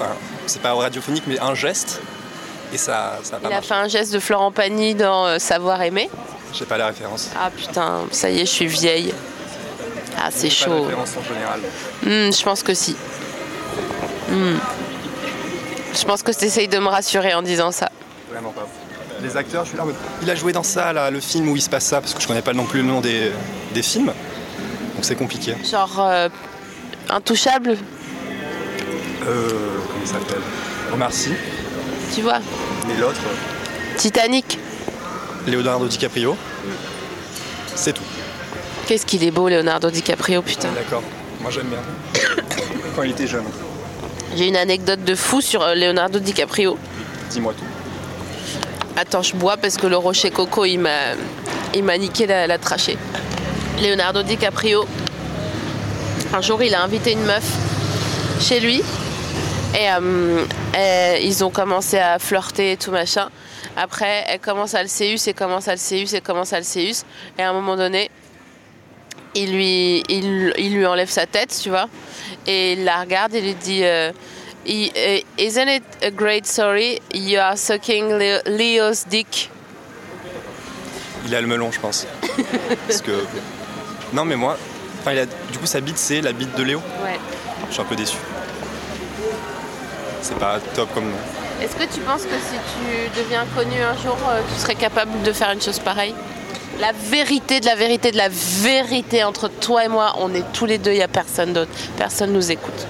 Speaker 8: Enfin, c'est pas radiophonique, mais un geste. Et ça, ça a pas
Speaker 5: Il a
Speaker 8: marché.
Speaker 5: fait un geste de Florent Pagny dans euh, Savoir aimer.
Speaker 8: J'ai pas la référence.
Speaker 5: Ah putain, ça y est, je suis vieille. Ah, c'est
Speaker 8: J'ai pas la
Speaker 5: chaud.
Speaker 8: référence en général.
Speaker 5: Hmm, je pense que si. Hmm. Je pense que tu essayes de me rassurer en disant ça.
Speaker 8: Vraiment pas. Les acteurs, je suis là en mode, Il a joué dans ça, là, le film où il se passe ça, parce que je connais pas non plus le nom des, des films. Donc c'est compliqué.
Speaker 5: Genre, euh, intouchable,
Speaker 8: Euh. Comment il s'appelle Omar Sy.
Speaker 5: tu vois.
Speaker 8: Et l'autre
Speaker 5: Titanic.
Speaker 8: Leonardo DiCaprio. C'est tout.
Speaker 5: Qu'est-ce qu'il est beau, Leonardo DiCaprio, putain.
Speaker 8: D'accord. Moi j'aime bien. Quand il était jeune.
Speaker 5: J'ai une anecdote de fou sur euh, Leonardo DiCaprio.
Speaker 8: Dis-moi tout.
Speaker 5: Attends, je bois parce que le rocher coco, il m'a, Ben, il m'a niqué la, la trachée. Leonardo DiCaprio, un jour, il a invité une meuf chez lui. Et, euh, et ils ont commencé à flirter et tout machin. Après, elle commence à le séus et commence à le séus et commence à le séus. Et à un moment donné, il lui, il, il lui enlève sa tête, tu vois. Et il la regarde et lui dit euh, I- eh, Isn't it a great story? You are sucking Leo- Leo's dick.
Speaker 8: Il a le melon, je pense. parce que. Non, mais moi. Enfin, il a... Du coup, sa bite, c'est la bite de Léo.
Speaker 5: Ouais.
Speaker 8: Je suis un peu déçu. C'est pas top comme nom.
Speaker 5: Est-ce que tu penses que si tu deviens connu un jour, euh, tu serais capable de faire une chose pareille La vérité de la vérité de la vérité entre toi et moi, on est tous les deux, il n'y a personne d'autre. Personne nous écoute.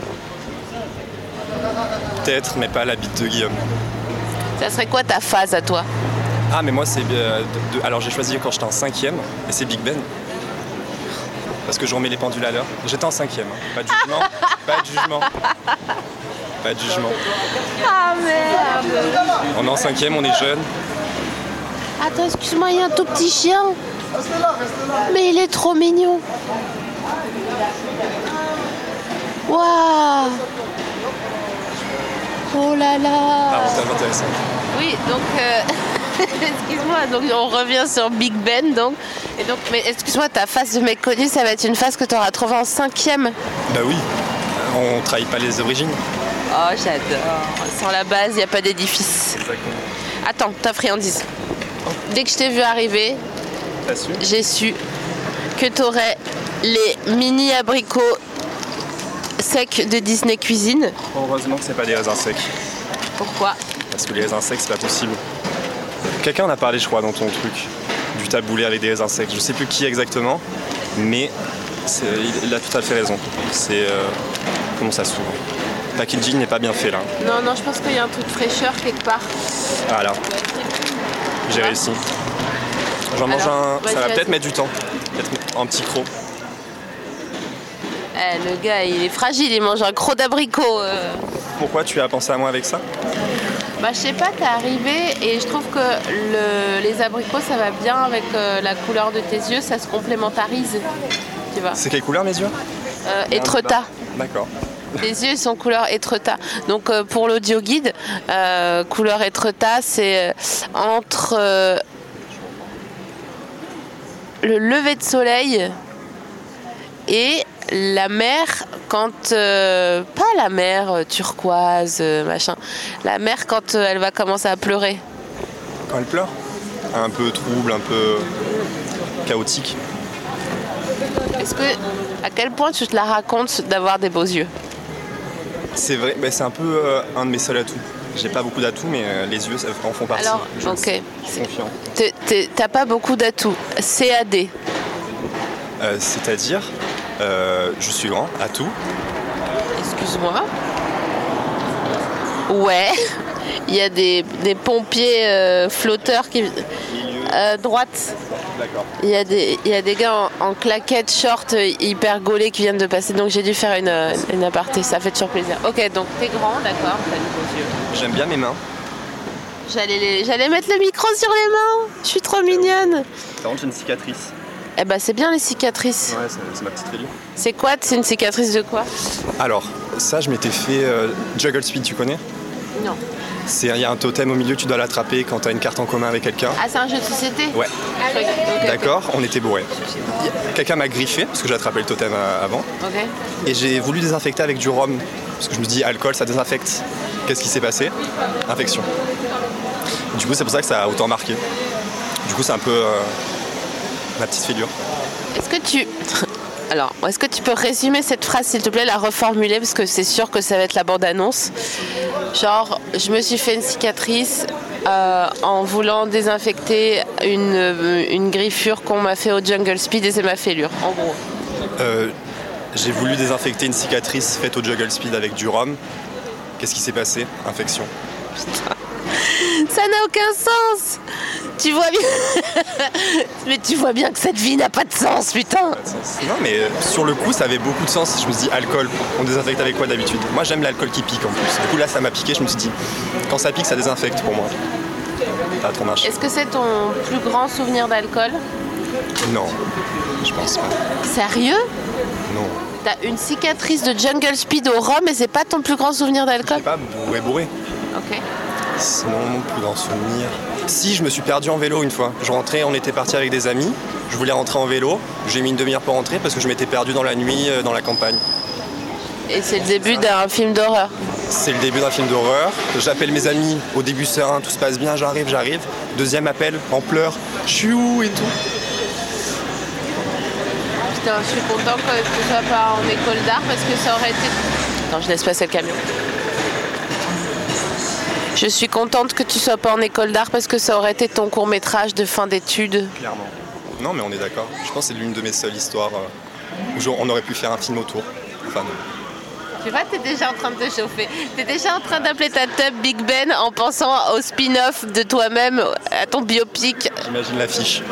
Speaker 8: Peut-être, mais pas la bite de Guillaume.
Speaker 5: Ça serait quoi ta phase à toi
Speaker 8: Ah, mais moi, c'est. euh, de- de- Alors, j'ai choisi quand j'étais en cinquième, et c'est Big Ben. Parce que je remets les pendules à l'heure. J'étais en cinquième. hein. Pas de jugement. pas de jugement. Pas de jugement.
Speaker 5: Ah merde
Speaker 8: On est en cinquième, on est jeune.
Speaker 5: Attends, excuse-moi, il y a un tout petit chien. Mais il est trop mignon. Waouh Oh là
Speaker 8: Ah,
Speaker 5: là
Speaker 8: c'est très intéressant.
Speaker 5: Oui, donc... euh, excuse-moi, donc on revient sur Big Ben, donc... Et donc mais excuse-moi, ta face de méconnu, ça va être une face que tu auras trouvée en cinquième.
Speaker 8: Bah oui. Euh, On trahit pas les origines.
Speaker 5: Oh, j'adore. Sans la base, il n'y a pas d'édifice.
Speaker 8: Exactement.
Speaker 5: Attends, ta friandise. Dès que je t'ai vu arriver,
Speaker 8: T'as su
Speaker 5: j'ai su que t'aurais les mini abricots secs de Disney Cuisine.
Speaker 8: Heureusement que c'est pas des raisins secs.
Speaker 5: Pourquoi
Speaker 8: Parce que les raisins secs, c'est pas possible. Quelqu'un en a parlé, je crois, dans ton truc, du taboulé avec des raisins secs. Je sais plus qui exactement, mais c'est- il- il a tout à fait raison. C'est. euh, comment ça s'ouvre Le packaging n'est pas bien fait là.
Speaker 5: Non, non, je pense qu'il y a un truc de fraîcheur quelque part.
Speaker 8: Ah là. J'ai réussi. J'en mange
Speaker 5: Alors,
Speaker 8: un. Ça
Speaker 5: vas-y,
Speaker 8: va
Speaker 5: vas-y.
Speaker 8: peut-être mettre du temps. Peut-être un petit croc.
Speaker 5: Eh, le gars, il est fragile, il mange un croc d'abricot. euh.
Speaker 8: Pourquoi tu as pensé à moi avec ça
Speaker 5: Bah, je sais pas, t'es arrivé et je trouve que le- les abricots, ça va bien avec euh, la couleur de tes yeux, ça se complémentarise. Tu vois
Speaker 8: C'est quelle couleur mes yeux
Speaker 5: Euh,
Speaker 8: bah,
Speaker 5: Étretat.
Speaker 8: D'accord.
Speaker 5: Les yeux ils sont couleur étretat. Donc euh, pour l'audio guide, euh, couleur étretat, c'est euh, entre euh, le lever de soleil et la mer quand euh, pas la mer euh, turquoise euh, machin, la mer quand euh, elle va commencer à pleurer.
Speaker 8: Quand elle pleure Un peu trouble, un peu chaotique.
Speaker 5: Est-ce que à quel point tu te la racontes d'avoir des beaux yeux
Speaker 8: C'est vrai, mais c'est un peu euh, un de mes seuls atouts. J'ai pas beaucoup d'atouts, mais euh, les yeux ça en font partie.
Speaker 5: Alors,
Speaker 8: je le
Speaker 5: ok.
Speaker 8: sais. Je suis confiant.
Speaker 5: T'es- t'es- T'as pas beaucoup d'atouts. CAD.
Speaker 8: Euh, C'est-à-dire, euh, je suis grand, atout.
Speaker 5: Excuse-moi. Ouais. Il y a des, des pompiers euh, flotteurs qui. Euh, droite.
Speaker 8: D'accord.
Speaker 5: Il y, a des, il y a des gars en, en claquettes, short euh, hyper gaulés qui viennent de passer. Donc j'ai dû faire une, euh, une aparté. Ça fait toujours plaisir. Ok, donc t'es grand, d'accord. t'as des beaux yeux.
Speaker 8: J'aime bien mes mains.
Speaker 5: J'allais les- j'allais mettre le micro sur les mains. Je suis trop mignonne.
Speaker 8: Par contre, j'ai une cicatrice.
Speaker 5: Eh ben, c'est bien les cicatrices.
Speaker 8: Ouais, c'est c'est ma petite review.
Speaker 5: C'est quoi C'est une cicatrice de quoi
Speaker 8: Alors, ça, je m'étais fait euh, Juggle Speed, tu connais
Speaker 5: Non.
Speaker 8: C'est- Il y a un totem au milieu, tu dois l'attraper quand t'as une carte en commun avec quelqu'un.
Speaker 5: Ah, c'est un jeu de société
Speaker 8: Ouais.
Speaker 5: Ok, ok.
Speaker 8: D'accord, on était bourrés. Quelqu'un m'a griffé, parce que j'ai attrapé le totem euh, avant,
Speaker 5: Ok.
Speaker 8: et j'ai voulu désinfecter avec du rhum, parce que je me dis, alcool, ça désinfecte. Qu'est-ce qui s'est passé Infection. Du coup, c'est pour ça que ça a autant marqué. Du coup, c'est un peu euh, ma petite figure.
Speaker 5: Est-ce que tu. Alors, est-ce que tu peux résumer cette phrase, s'il te plaît, la reformuler Parce que c'est sûr que ça va être la bande-annonce. Genre, je me suis fait une cicatrice euh, en voulant désinfecter une, euh, une griffure qu'on m'a fait au Jungle Speed et c'est ma fêlure, en gros.
Speaker 8: Euh, j'ai voulu désinfecter une cicatrice faite au juggle speed avec du rhum. Qu'est-ce qui s'est passé Infection.
Speaker 5: Ça n'a aucun sens Tu vois bien. Mais tu vois bien que cette vie n'a pas de sens, putain
Speaker 8: Non mais euh, sur le coup ça avait beaucoup de sens. Je me suis dit alcool, on désinfecte avec quoi d'habitude Moi j'aime l'alcool qui pique en plus. Du coup là ça m'a piqué, je me suis dit quand ça pique ça désinfecte pour moi. Pas trop marché.
Speaker 5: Est-ce que c'est ton plus grand souvenir d'alcool
Speaker 8: Non, je pense pas.
Speaker 5: Sérieux
Speaker 8: Non.
Speaker 5: T'as une cicatrice de Jungle Speed au rhum et c'est pas ton plus grand souvenir d'alcool
Speaker 8: Pas bourré bourré.
Speaker 5: Ok.
Speaker 8: Sinon mon plus grand souvenir. Si je me suis perdu en vélo une fois. Je rentrais, on était parti avec des amis. Je voulais rentrer en vélo. J'ai mis une demi-heure pour rentrer parce que je m'étais perdu dans la nuit euh, dans la campagne.
Speaker 5: Et c'est le début d'un film d'horreur.
Speaker 8: C'est le début d'un film d'horreur. J'appelle mes amis. Au début, serein, tout se passe bien, j'arrive, j'arrive. Deuxième appel, en pleurs, je suis où et tout.
Speaker 5: Putain, je suis content que ce soit pas en école d'art parce que ça aurait été. Non, je laisse passer le camion. Je suis contente que tu sois pas en école d'art parce que ça aurait été ton court métrage de fin d'études.
Speaker 8: Clairement. Non, mais on est d'accord. Je pense que c'est l'une de mes seules histoires euh, où je- on aurait pu faire un film autour. Enfin, non.
Speaker 5: Tu vois, t'es déjà en train de te chauffer. T'es déjà en train d'appeler ta tub Big Ben en pensant au spin-off de toi-même, à ton biopic.
Speaker 8: j'imagine l'affiche.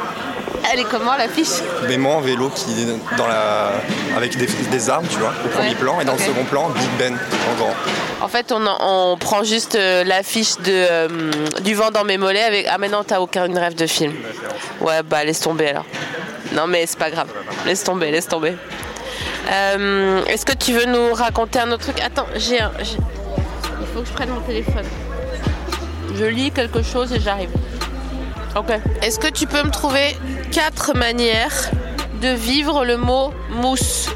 Speaker 5: Elle est comment l'affiche
Speaker 8: Bémant en vélo qui est dans la... avec des, des arbres, tu vois, au premier
Speaker 5: Ouais.
Speaker 8: plan. Et dans
Speaker 5: Ok.
Speaker 8: le second plan, Big Ben en grand.
Speaker 5: En fait, on, en- on prend juste euh, l'affiche de euh, du vent dans mes mollets avec ah mais non t'as aucun rêve de film. Ouais bah laisse tomber alors. Non mais c'est pas grave. Laisse tomber, laisse tomber. Euh, Est-ce que tu veux nous raconter un autre truc Attends, j'ai un. j'ai- Il faut que je prenne mon téléphone. Je lis quelque chose et j'arrive. Ok. Est-ce que tu peux me trouver quatre manières de vivre le mot mousse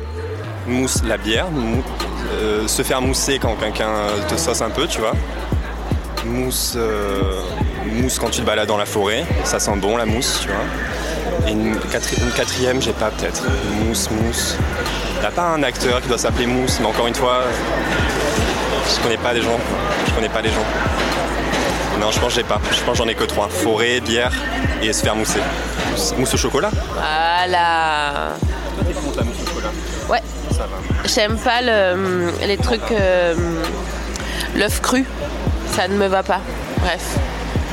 Speaker 8: Mousse la bière, mou- euh, se faire mousser quand quelqu'un euh, te sauce un peu, tu vois. Mousse, euh, mousse quand tu te balades dans la forêt, ça sent bon la mousse, tu vois. Et une, quatri- une quatrième, j'ai pas peut-être. Mousse, mousse. T'as pas un acteur qui doit s'appeler Mousse, mais encore une fois, je connais pas les gens. Je connais pas les gens. Non, je pense que j'ai pas. Je pense que j'en ai que trois. Forêt, bière et se faire mousser. Mousse- Mousse au chocolat
Speaker 5: Voilà. Ouais. J'aime pas le- les trucs. euh, L'œuf cru, ça ne me va pas. Bref.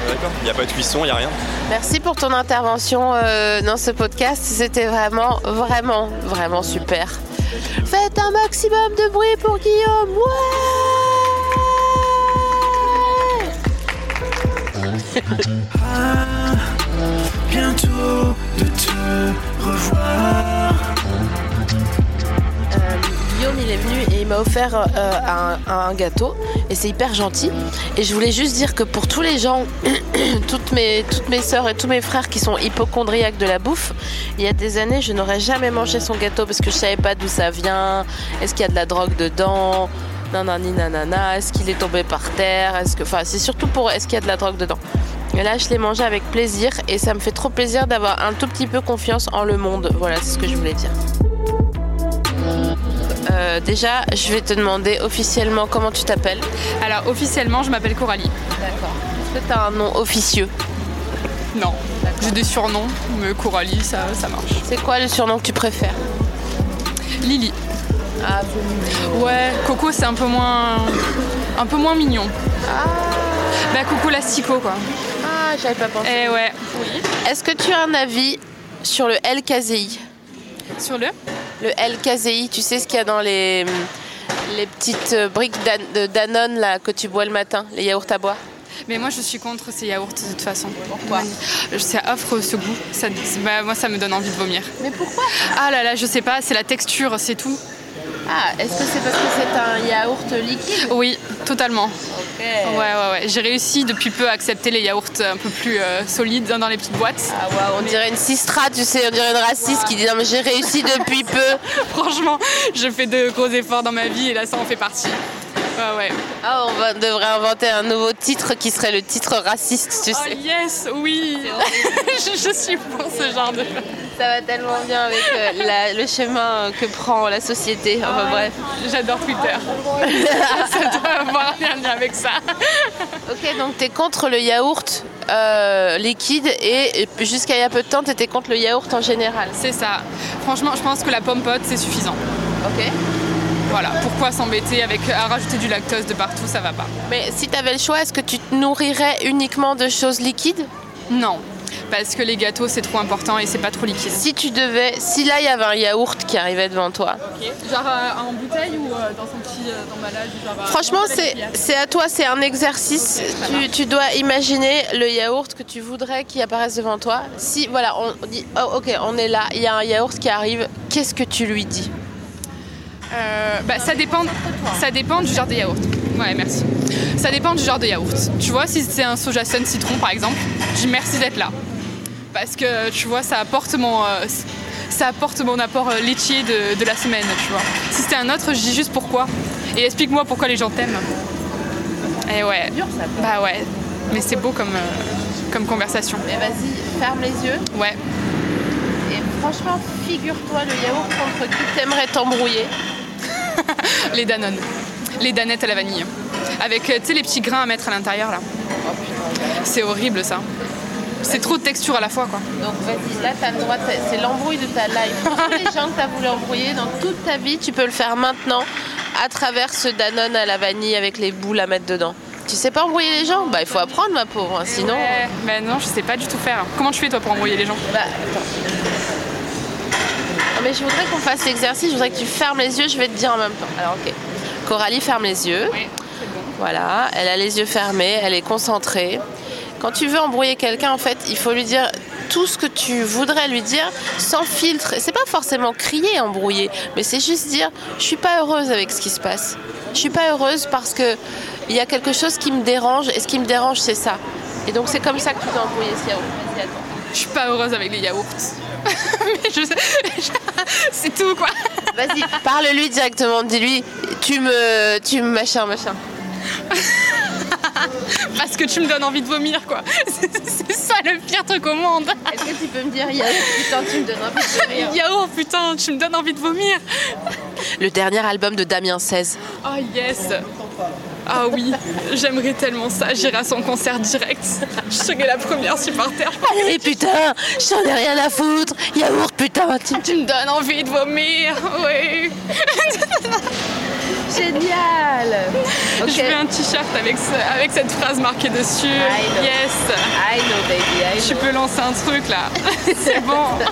Speaker 8: D'accord. Y a pas de cuisson, y a rien.
Speaker 5: Merci pour ton intervention euh, dans ce podcast. C'était vraiment, vraiment, vraiment super. Faites un maximum de bruit pour Guillaume. Ouais
Speaker 3: Ah, bientôt de te revoir.
Speaker 2: Euh, Guillaume, il est venu et il m'a offert euh, un, un gâteau et c'est hyper gentil.
Speaker 5: Et je voulais juste dire que pour tous les gens, toutes mes toutes mes sœurs et tous mes frères qui sont hypochondriaques de la bouffe, il y a des années, je n'aurais jamais mangé son gâteau parce que je savais pas d'où ça vient, est-ce qu'il y a de la drogue dedans, nanani nanana, est-ce qu'il est tombé par terre, est-ce que enfin, c'est surtout pour est-ce qu'il y a de la drogue dedans. Et là, je l'ai mangé avec plaisir et ça me fait trop plaisir d'avoir un tout petit peu confiance en le monde. Voilà, c'est ce que je voulais dire. Euh, déjà, je vais te demander officiellement comment tu t'appelles.
Speaker 9: Alors officiellement, je m'appelle Coralie.
Speaker 5: D'accord. Est-ce que t'as un nom officieux
Speaker 9: Non, j'ai des surnoms, mais Coralie, ça, ça marche.
Speaker 5: C'est quoi le surnom que tu préfères
Speaker 9: Lily.
Speaker 5: Ah,
Speaker 9: Ouais, Coco, c'est un peu moins, un peu moins mignon. Bah Coco l'astico quoi.
Speaker 5: Ah, j'avais pas pensé.
Speaker 9: Eh ouais.
Speaker 5: Est-ce que tu as un avis sur le LKZI
Speaker 9: Sur le
Speaker 5: Le LKZI, tu sais ce qu'il y a dans les, les petites euh, briques d'an- de Danone là, que tu bois le matin, les yaourts à boire
Speaker 4: Mais moi, je suis contre ces yaourts de toute façon. Pourquoi Ça offre ce goût. Ça- bah, moi, ça me donne envie de vomir.
Speaker 5: Mais pourquoi
Speaker 4: Ah là là, je sais pas, c'est la texture, c'est tout.
Speaker 5: Ah, est-ce que c'est parce que c'est un yaourt liquide
Speaker 4: Oui, totalement.
Speaker 5: Ok.
Speaker 4: Ouais, ouais, ouais. J'ai réussi depuis peu à accepter les yaourts un peu plus euh, solides dans les petites boîtes.
Speaker 5: Ah waouh, on dirait une sistra, tu sais, on dirait une raciste qui dit non mais j'ai réussi depuis peu.
Speaker 4: Franchement, je fais de gros efforts dans ma vie et là, ça en fait partie. Ouais, ouais.
Speaker 5: Ah, on va- devrait inventer un nouveau titre qui serait le titre raciste, tu
Speaker 4: Oh
Speaker 5: sais.
Speaker 4: yes, oui je, je suis pour ce genre de...
Speaker 5: Ça va tellement bien avec euh, la- le chemin euh, que prend la société. Enfin bref.
Speaker 4: J'adore Twitter. ça doit avoir un lien avec ça.
Speaker 5: Ok, donc t'es contre le yaourt euh, liquide et et jusqu'à il y a peu de temps, t'étais contre le yaourt en général.
Speaker 4: C'est ça. Franchement, je pense que la pomme pote, c'est suffisant.
Speaker 5: Ok.
Speaker 4: Voilà, pourquoi s'embêter avec à rajouter du lactose de partout, ça va pas.
Speaker 5: Mais si t'avais le choix, est-ce que tu te nourrirais uniquement de choses liquides
Speaker 4: Non, parce que les gâteaux, c'est trop important et c'est pas trop liquide.
Speaker 5: Si tu devais, si là il y avait un yaourt qui arrivait devant toi,
Speaker 4: Genre euh, en bouteille ou dans son petit euh, emballage
Speaker 5: Franchement, c'est c'est à toi, c'est un exercice. tu, tu dois imaginer le yaourt que tu voudrais qui apparaisse devant toi. Si, voilà, on dit, oh, ok, on est là, il y a un yaourt qui arrive, qu'est-ce que tu lui dis
Speaker 4: Euh, bah, ça dépend, ça dépend du genre de yaourt. Ouais, merci. Ça dépend du genre de yaourt. Tu vois, si c'est un soja sun citron par exemple, je dis merci d'être là. Parce que tu vois, ça apporte mon, euh, ça apporte mon apport euh, laitier de, de la semaine, tu vois. Si c'était un autre, je dis juste pourquoi. Et explique-moi pourquoi les gens t'aiment. Et ouais. Bah ouais. Mais c'est beau comme, euh, comme conversation.
Speaker 5: Mais vas-y, ferme les yeux
Speaker 4: Ouais.
Speaker 5: et franchement, figure-toi le yaourt contre qui t'aimerais t'embrouiller.
Speaker 4: Les Danones. Les danettes à la vanille. Avec, euh, tu sais, les petits grains à mettre à l'intérieur, là. C'est horrible, ça. C'est trop de texture à la fois, quoi.
Speaker 5: Donc vas-y, là t'as le droit, t'as- c'est l'embrouille de ta life. Tous les gens que t'as voulu embrouiller dans toute ta vie, tu peux le faire maintenant à travers ce Danone à la vanille avec les boules à mettre dedans. Tu sais pas embrouiller les gens Bah il faut apprendre ma pauvre, hein, sinon...
Speaker 4: Ouais, mais Eh, ben non, je sais pas du tout faire. Comment tu fais, toi, pour embrouiller les gens
Speaker 5: Bah, attends. Non, mais je voudrais qu'on fasse l'exercice, je voudrais que tu fermes les yeux, je vais te dire en même temps. Alors, ok. Coralie ferme les yeux.
Speaker 4: Oui, c'est bon.
Speaker 5: Voilà, elle a les yeux fermés, elle est concentrée. Quand tu veux embrouiller quelqu'un, en fait, il faut lui dire tout ce que tu voudrais lui dire sans filtre. Et c'est pas forcément crier, embrouiller, mais c'est juste dire je suis pas heureuse avec ce qui se passe. Je suis pas heureuse parce que il y a quelque chose qui me dérange et ce qui me dérange, c'est ça. Et donc c'est comme ça que tu dois embrouiller Siao. Vas-y, attends.
Speaker 4: Je suis pas heureuse avec les yaourts. mais je sais... c'est tout, quoi.
Speaker 5: Vas-y, parle-lui directement, dis-lui, tu me. tu me machin, machin.
Speaker 4: Parce que tu me donnes envie de vomir, quoi. C'est- c'est ça, le pire truc au monde.
Speaker 5: Est-ce que tu peux me dire, Yann, putain, tu me donnes un peu de rire
Speaker 4: Yaourt, putain, tu me donnes envie de vomir.
Speaker 5: Le dernier album de Damien 16.
Speaker 4: Ah yes Ah oui, j'aimerais tellement ça, j'irai à son concert direct. Je serai la première supporter.
Speaker 5: Allez, putain, j'en ai rien à foutre, yaourt, putain, tu me
Speaker 4: Tu me donnes envie de vomir, oui.
Speaker 5: Génial
Speaker 4: Je veux un t-shirt avec, ce- avec cette phrase marquée dessus.
Speaker 5: know.
Speaker 4: Yes
Speaker 5: I know, baby,
Speaker 4: Tu peux lancer un truc là. C'est bon.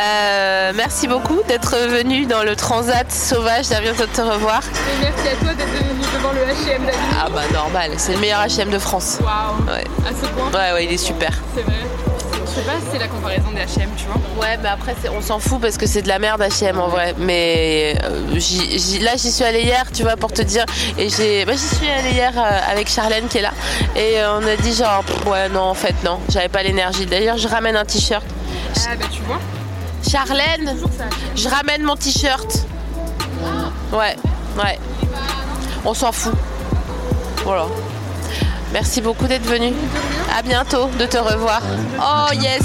Speaker 5: Euh, merci beaucoup d'être venu dans le transat sauvage d'un bientôt de te revoir.
Speaker 4: merci à toi d'être venu devant le HM d'Avignon.
Speaker 5: Ah bah normal, c'est le meilleur HM de France.
Speaker 4: Waouh
Speaker 5: Ouais.
Speaker 4: À ce point,
Speaker 5: Ouais, ouais, il est super.
Speaker 4: c'est vrai. Je sais pas si c'est la comparaison des HM, tu vois.
Speaker 5: Ouais, mais après, c'est- on s'en fout parce que c'est de la merde HM en vrai. Mais euh, j'y- j'y- là, j'y suis allée hier, tu vois, pour te dire. Et j'ai, bah, j'y suis allée hier euh, avec Charlène qui est là. Et euh, on a dit genre, pff, ouais, non, en fait, non, j'avais pas l'énergie. D'ailleurs, je ramène un t-shirt.
Speaker 4: Ah bah tu vois.
Speaker 5: Charlène, je ramène mon t-shirt. Ouais, ouais. On s'en fout. Voilà. Merci beaucoup d'être venu. À bientôt, de te revoir. Oh yes.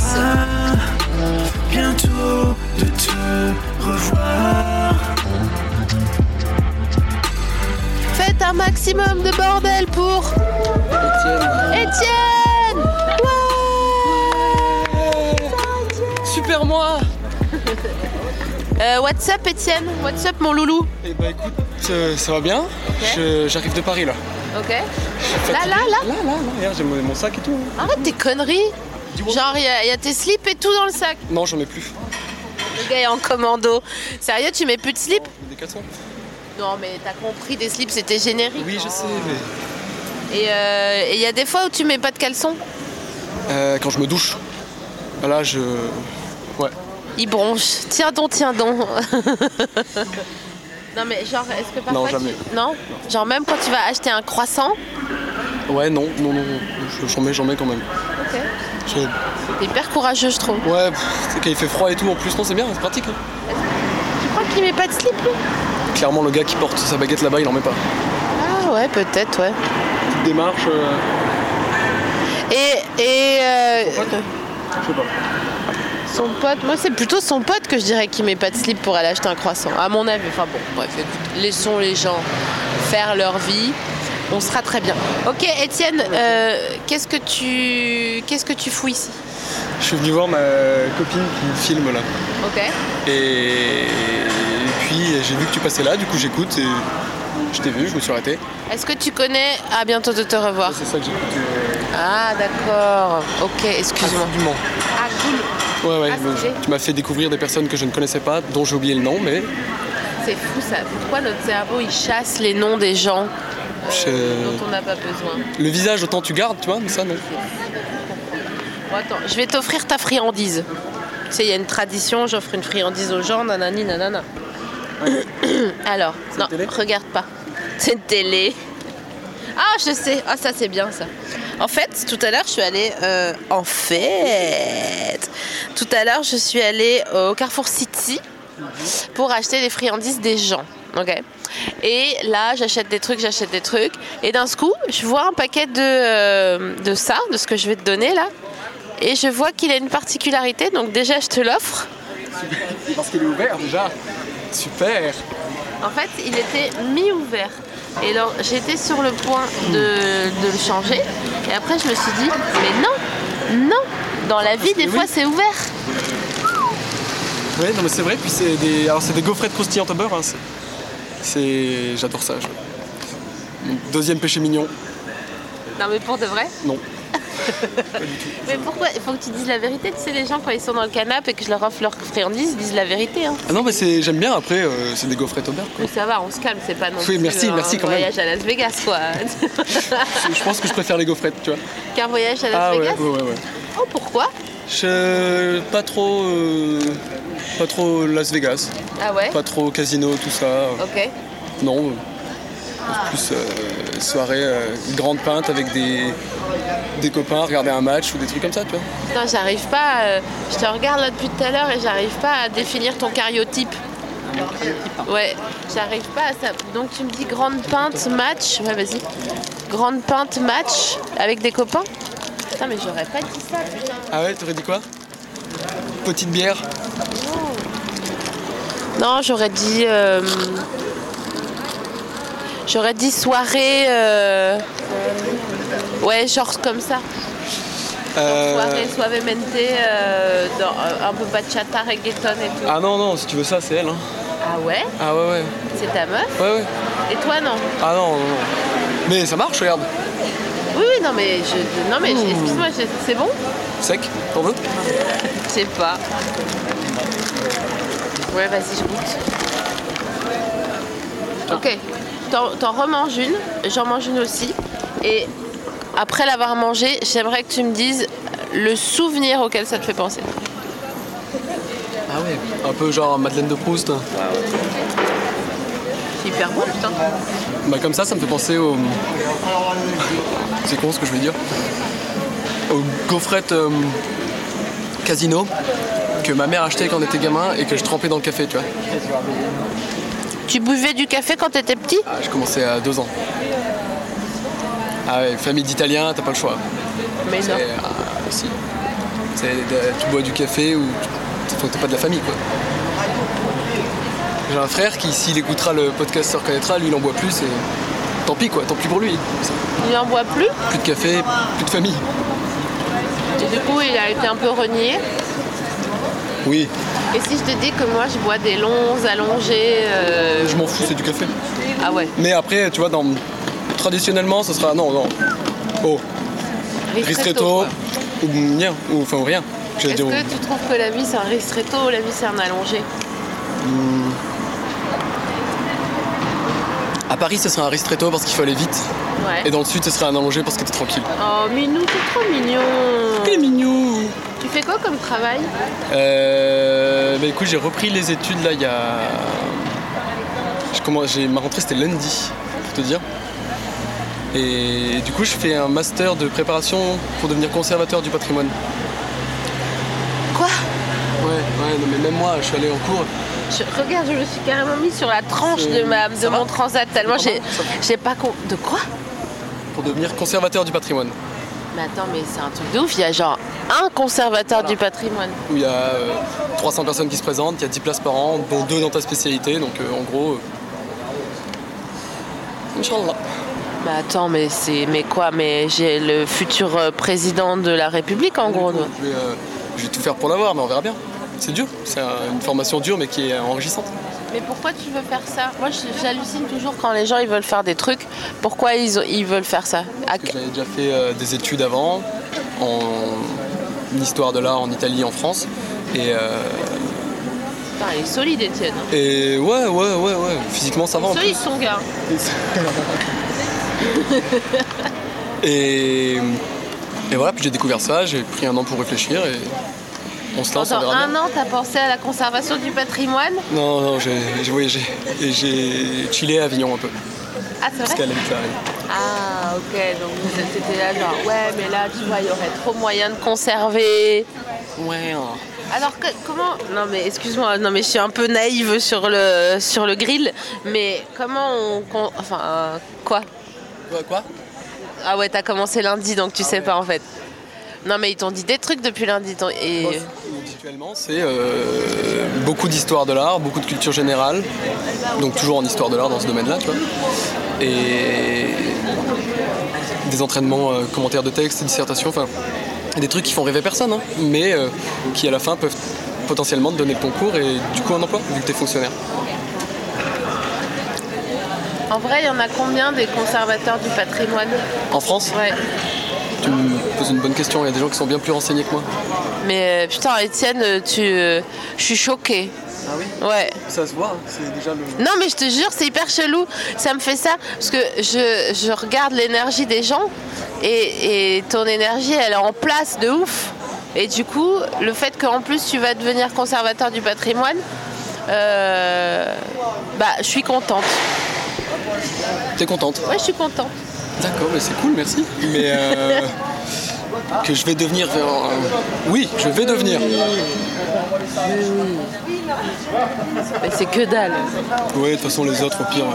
Speaker 3: bientôt de te revoir.
Speaker 5: Faites un maximum de bordel pour Étienne.
Speaker 10: Super moi
Speaker 5: Euh, what's up Étienne What's up mon loulou
Speaker 11: Eh bah écoute, euh, ça va bien. Je- J'arrive de Paris là.
Speaker 5: Ok.
Speaker 11: Là,
Speaker 5: là, là
Speaker 11: Là, là, là. Regarde, j'ai mon, mon sac et tout. hein.
Speaker 5: Arrête tes conneries Genre il y, a- y a tes slips et tout dans le sac.
Speaker 11: Non, j'en ai plus.
Speaker 5: Le gars est en commando. Sérieux tu mets plus de slips
Speaker 11: Des 400.
Speaker 5: Non mais t'as compris des slips c'était générique.
Speaker 11: Oui, je sais, mais.
Speaker 5: Et il y a des fois où tu mets pas de caleçon.
Speaker 11: Euh, quand je me douche, là je. Ouais.
Speaker 5: Il bronche. Tiens donc, tiens donc. non mais genre, est-ce que parfois
Speaker 11: Non,
Speaker 5: tu-
Speaker 11: jamais.
Speaker 5: Non Genre même quand tu vas acheter un croissant,
Speaker 11: Ouais, non, non, non, je- j'en mets, j'en mets quand même.
Speaker 5: Ok.
Speaker 11: Je-
Speaker 5: t'es hyper courageux je trouve.
Speaker 11: Ouais, pff, c'est quand il fait froid et tout en plus, non, c'est bien, c'est pratique. hein.
Speaker 5: Je crois qu'il met pas de slip lui.
Speaker 11: Clairement, le gars qui porte sa baguette là-bas, il en met pas.
Speaker 5: Ah ouais, peut-être, ouais.
Speaker 11: Petite démarche, euh,
Speaker 5: Et, et euh,
Speaker 11: je sais pas.
Speaker 5: son pote, moi c'est plutôt son pote que je dirais qui met pas de slip pour aller acheter un croissant, à mon avis. Enfin bon, bref, écoute, laissons les gens faire leur vie. On sera très bien. Ok, Étienne, euh, qu'est-ce que tu qu'est-ce que tu fous ici
Speaker 11: Je suis venu voir ma copine qui me filme là.
Speaker 5: Ok.
Speaker 11: Et, et puis j'ai vu que tu passais là, du coup j'écoute et je t'ai vu, je me suis arrêté.
Speaker 5: Est-ce que tu connais À bientôt de te revoir.
Speaker 11: C'est ça que j'écoute.
Speaker 5: Ah d'accord. Ok, excuse-moi.
Speaker 11: Absolument.
Speaker 5: Ah cool.
Speaker 11: Ouais, ouais,
Speaker 5: Ah,
Speaker 11: mais
Speaker 5: stylé.
Speaker 11: tu m'as fait découvrir des personnes que je ne connaissais pas, dont j'ai oublié le nom, mais
Speaker 5: C'est fou ça. Pourquoi notre cerveau il chasse les noms des gens euh,
Speaker 11: Je-
Speaker 5: dont on n'a pas besoin
Speaker 11: le visage autant tu gardes, tu vois, mais ça non.
Speaker 5: Bon, attends, je vais t'offrir ta friandise. Tu sais, il y a une tradition, j'offre une friandise aux gens, nanani, nanana. Alors, non, regarde pas. C'est une télé. Ah, je sais. Ah, ça, c'est bien, ça. En fait, tout à l'heure, je suis allée... euh, en fait... Tout à l'heure, je suis allée au Carrefour City pour acheter les friandises des gens. ok et là, j'achète des trucs, j'achète des trucs. Et d'un coup, je vois un paquet de, euh, de ça, de ce que je vais te donner là. Et je vois qu'il a une particularité, donc déjà je te l'offre.
Speaker 11: Parce qu'il est ouvert déjà. Super.
Speaker 5: En fait, il était mi-ouvert. Et alors, j'étais sur le point de, de le changer. Et après, je me suis dit, mais non, non, dans la vie, des fois, c'est ouvert.
Speaker 11: Ouais, non mais c'est vrai, puis c'est des. Alors c'est des gaufrettes croustillantes au beurre, hein, c'est- C'est. J'adore ça. je- Mon Deuxième péché mignon,
Speaker 5: Non, mais pour de vrai.
Speaker 11: non.
Speaker 5: Mais pourquoi Il faut que tu dises la vérité. Tu sais, les gens, quand ils sont dans le canapé et que je leur offre leur friandise, ils disent la vérité. hein.
Speaker 11: Ah non mais c'est. j'aime bien après, euh, c'est des gaufrettes au beurre. quoi.
Speaker 5: Mais ça va, on se calme, c'est pas non
Speaker 11: Oui,
Speaker 5: plus
Speaker 11: merci,
Speaker 5: un
Speaker 11: merci quand même.
Speaker 5: voyage à Las Vegas, quoi.
Speaker 11: Je pense que je préfère les gaufrettes, tu vois.
Speaker 5: Qu'un voyage à Las
Speaker 11: Ah ouais,
Speaker 5: Vegas
Speaker 11: ouais, ouais, ouais.
Speaker 5: Oh, pourquoi
Speaker 11: Je. pas trop. euh, Pas trop Las Vegas,
Speaker 5: Ah ouais
Speaker 11: pas trop casino, tout ça.
Speaker 5: Ok.
Speaker 11: Non. euh, Plus euh, soirée euh, grande peinte avec des, des copains, regarder un match ou des trucs comme ça, tu vois.
Speaker 5: Putain, j'arrive pas. euh, je te regarde là depuis tout à l'heure et j'arrive pas à définir ton cariotype. Ouais, j'arrive pas à ça. Donc tu me dis grande peinte, match. Ouais, vas-y. Grande peinte, match avec des copains Putain, mais j'aurais pas dit ça, putain.
Speaker 11: Ah ouais, t'aurais dit quoi Petite bière.
Speaker 5: Non, j'aurais dit. euh, J'aurais dit soirée. euh, Ouais, genre comme ça.
Speaker 11: Euh,
Speaker 5: Soirée, suavemente, euh, dans, euh, un peu bachata, reggaeton et tout.
Speaker 11: Ah non, non, si tu veux ça, c'est elle. Hein.
Speaker 5: Ah ouais
Speaker 11: Ah ouais, ouais.
Speaker 5: C'est ta meuf
Speaker 11: Ouais, ouais.
Speaker 5: Et toi, non
Speaker 11: Ah non, non, non. Mais ça marche, regarde.
Speaker 5: Oui, oui, non, mais je. Non, mais je- excuse-moi, je- c'est bon
Speaker 11: Sec, t'en veux
Speaker 5: Je sais pas. Ouais, vas-y, je goûte. Ok, t'en t'en remanges une, j'en mange une aussi. Et après l'avoir mangée, j'aimerais que tu me dises le souvenir auquel ça te fait penser.
Speaker 11: Ah ouais. Un peu genre Madeleine de Proust.
Speaker 5: C'est hyper bon, putain.
Speaker 11: Bah comme ça, ça me fait penser au... C'est con ce que je veux dire. Aux gaufrettes euh, casino que ma mère achetait quand on était gamin et que je trempais dans le café, tu vois.
Speaker 5: Tu buvais du café quand t'étais petit
Speaker 11: Ah, je commençais à deux ans. Ah ouais, famille d'Italiens, t'as pas le choix.
Speaker 5: Mais non.
Speaker 11: C'est- ah, si. C'est- euh, tu bois du café ou tu- faut que t'es pas de la famille quoi. J'ai un frère qui s'il écoutera le podcast se reconnaîtra, lui il en boit plus et tant pis quoi, tant pis pour lui.
Speaker 5: Il n'en boit plus
Speaker 11: Plus de café, plus de famille.
Speaker 5: et du coup il a été un peu renié.
Speaker 11: Oui.
Speaker 5: Et si je te dis que moi je bois des longs allongés. euh,
Speaker 11: Je m'en fous, c'est du café.
Speaker 5: Ah ouais,
Speaker 11: Mais après, tu vois, dans... traditionnellement ce sera non non. Oh, ristretto,
Speaker 5: ristretto. quoi.
Speaker 11: ou rien, ou enfin rien. J'allais
Speaker 5: Est-ce
Speaker 11: dire,
Speaker 5: que tu trouves que la vie c'est un ristretto ou la vie c'est un allongé
Speaker 11: À À Paris, ce serait un ristretto parce qu'il fallait vite.
Speaker 5: Ouais.
Speaker 11: Et dans le sud, ce serait un allongé parce que t'es tranquille.
Speaker 5: Oh, Minou, t'es trop mignon.
Speaker 11: Quel mignon
Speaker 5: Tu fais quoi comme travail
Speaker 11: Euh, bah écoute, j'ai repris les études là il y a. Je commence- j'ai- Ma rentrée c'était lundi, pour te dire. Et du coup, je fais un master de préparation pour devenir conservateur du patrimoine.
Speaker 5: Quoi
Speaker 11: Ouais, ouais, non, mais même moi, je suis allé en cours.
Speaker 5: Je- Regarde, je me suis carrément mis sur la tranche
Speaker 11: C'est-
Speaker 5: de, ma, de mon transat tellement j'ai j'ai pas con... De quoi
Speaker 11: Pour devenir conservateur du patrimoine.
Speaker 5: Mais attends, mais c'est un truc de ouf. Il y a genre un conservateur du patrimoine.
Speaker 11: Où il y a euh, 300 personnes qui se présentent, il y a 10 places par an, dont 2 dans ta spécialité. Donc euh, en gros. euh, Inch'Allah.
Speaker 5: Mais attends, mais c'est mais quoi Mais j'ai le futur euh, président de la République en gros. non
Speaker 11: Je vais, euh, je vais tout faire pour l'avoir, mais on verra bien. C'est dur, c'est euh, une formation dure mais qui est enrichissante.
Speaker 5: Mais pourquoi tu veux faire ça Moi, je- j'hallucine toujours quand les gens ils veulent faire des trucs. Pourquoi ils, ont- ils veulent faire ça À-
Speaker 11: J'avais déjà fait euh, des études avant, en en histoire de l'art en Italie, en France. Et, euh,
Speaker 5: Putain, il est solide, Étienne.
Speaker 11: et ouais, ouais, ouais, ouais, physiquement ça va. en
Speaker 5: Solide son gars.
Speaker 11: plus. Et, et voilà, puis j'ai découvert ça, j'ai pris un an pour réfléchir et on se lance, on
Speaker 5: Pendant
Speaker 11: verra bien.
Speaker 5: un an, t'as pensé à la conservation du patrimoine
Speaker 11: Non, non, j'ai j'ai voyagé et j'ai chillé à Avignon un peu.
Speaker 5: Ah, c'est
Speaker 11: Parce
Speaker 5: vrai
Speaker 11: qu'elle habite là. elle.
Speaker 5: Ah, ok. Donc vous êtes- c'était là genre ouais, mais là tu vois, il y aurait trop moyen de conserver.
Speaker 11: Ouais, hein.
Speaker 5: Alors que- comment Non mais excuse-moi, non mais je suis un peu naïve sur le sur le grill, mais comment on con- enfin euh, quoi
Speaker 11: Ouais, Quoi
Speaker 5: Ah ouais, t'as commencé lundi donc
Speaker 11: Ah
Speaker 5: tu sais pas en fait. Non mais ils t'ont dit des trucs depuis lundi t'ont-
Speaker 11: Moi,
Speaker 5: et
Speaker 11: ce qui me dit actuellement, c'est euh, beaucoup d'histoire de l'art, beaucoup de culture générale, donc toujours en histoire de l'art dans ce domaine-là, tu vois. Et des entraînements euh, commentaires de textes, dissertations, enfin des trucs qui font rêver personne, hein, mais euh, qui à la fin peuvent potentiellement te donner le concours et du coup un emploi, vu que t'es fonctionnaire.
Speaker 5: en vrai, il y en a combien des conservateurs du patrimoine
Speaker 11: En France,
Speaker 5: Ouais.
Speaker 11: tu me poses une bonne question, il y a des gens qui sont bien plus renseignés que moi.
Speaker 5: Mais euh, putain Étienne, euh, tu euh, je suis choquée.
Speaker 11: Ah oui
Speaker 5: Ouais.
Speaker 11: Ça se voit, hein, c'est déjà le...
Speaker 5: Non mais je te jure, c'est hyper chelou. Ça me fait ça parce que je, je regarde l'énergie des gens et, et ton énergie, elle est en place de ouf. Et du coup, le fait qu'en plus tu vas devenir conservateur du patrimoine, euh, bah je suis contente.
Speaker 11: T'es contente
Speaker 5: Ouais, je suis contente.
Speaker 11: D'accord, mais c'est cool, merci. Mais euh, que je vais devenir. euh, oui, je vais devenir.
Speaker 5: Mais c'est que dalle.
Speaker 11: Ouais, de toute façon, les autres, au pire, ouais,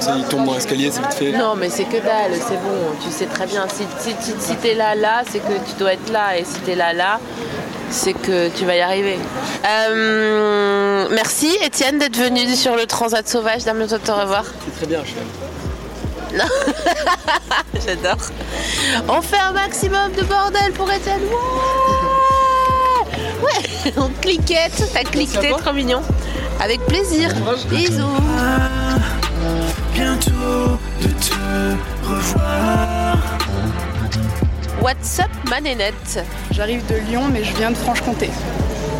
Speaker 11: ça, ils tombent dans l'escalier, c'est vite fait.
Speaker 5: Non mais c'est que dalle, c'est bon. Tu sais très bien. Si, si, si, si t'es là là, c'est que tu dois être là. Et si t'es là là, c'est que tu vas y arriver. Euh, merci Étienne d'être venu sur le Transat Sauvage. Dame, toi de te revoir.
Speaker 11: C'est très bien, je suis
Speaker 5: J'adore. On fait un maximum de bordel pour Étienne. Ouais, ouais on cliquette. T'as cliqueté, trop mignon. Avec plaisir. Bisous.
Speaker 3: bientôt de te revoir.
Speaker 5: What's up, ma nénette
Speaker 4: J'arrive de Lyon, mais je viens de Franche-Comté.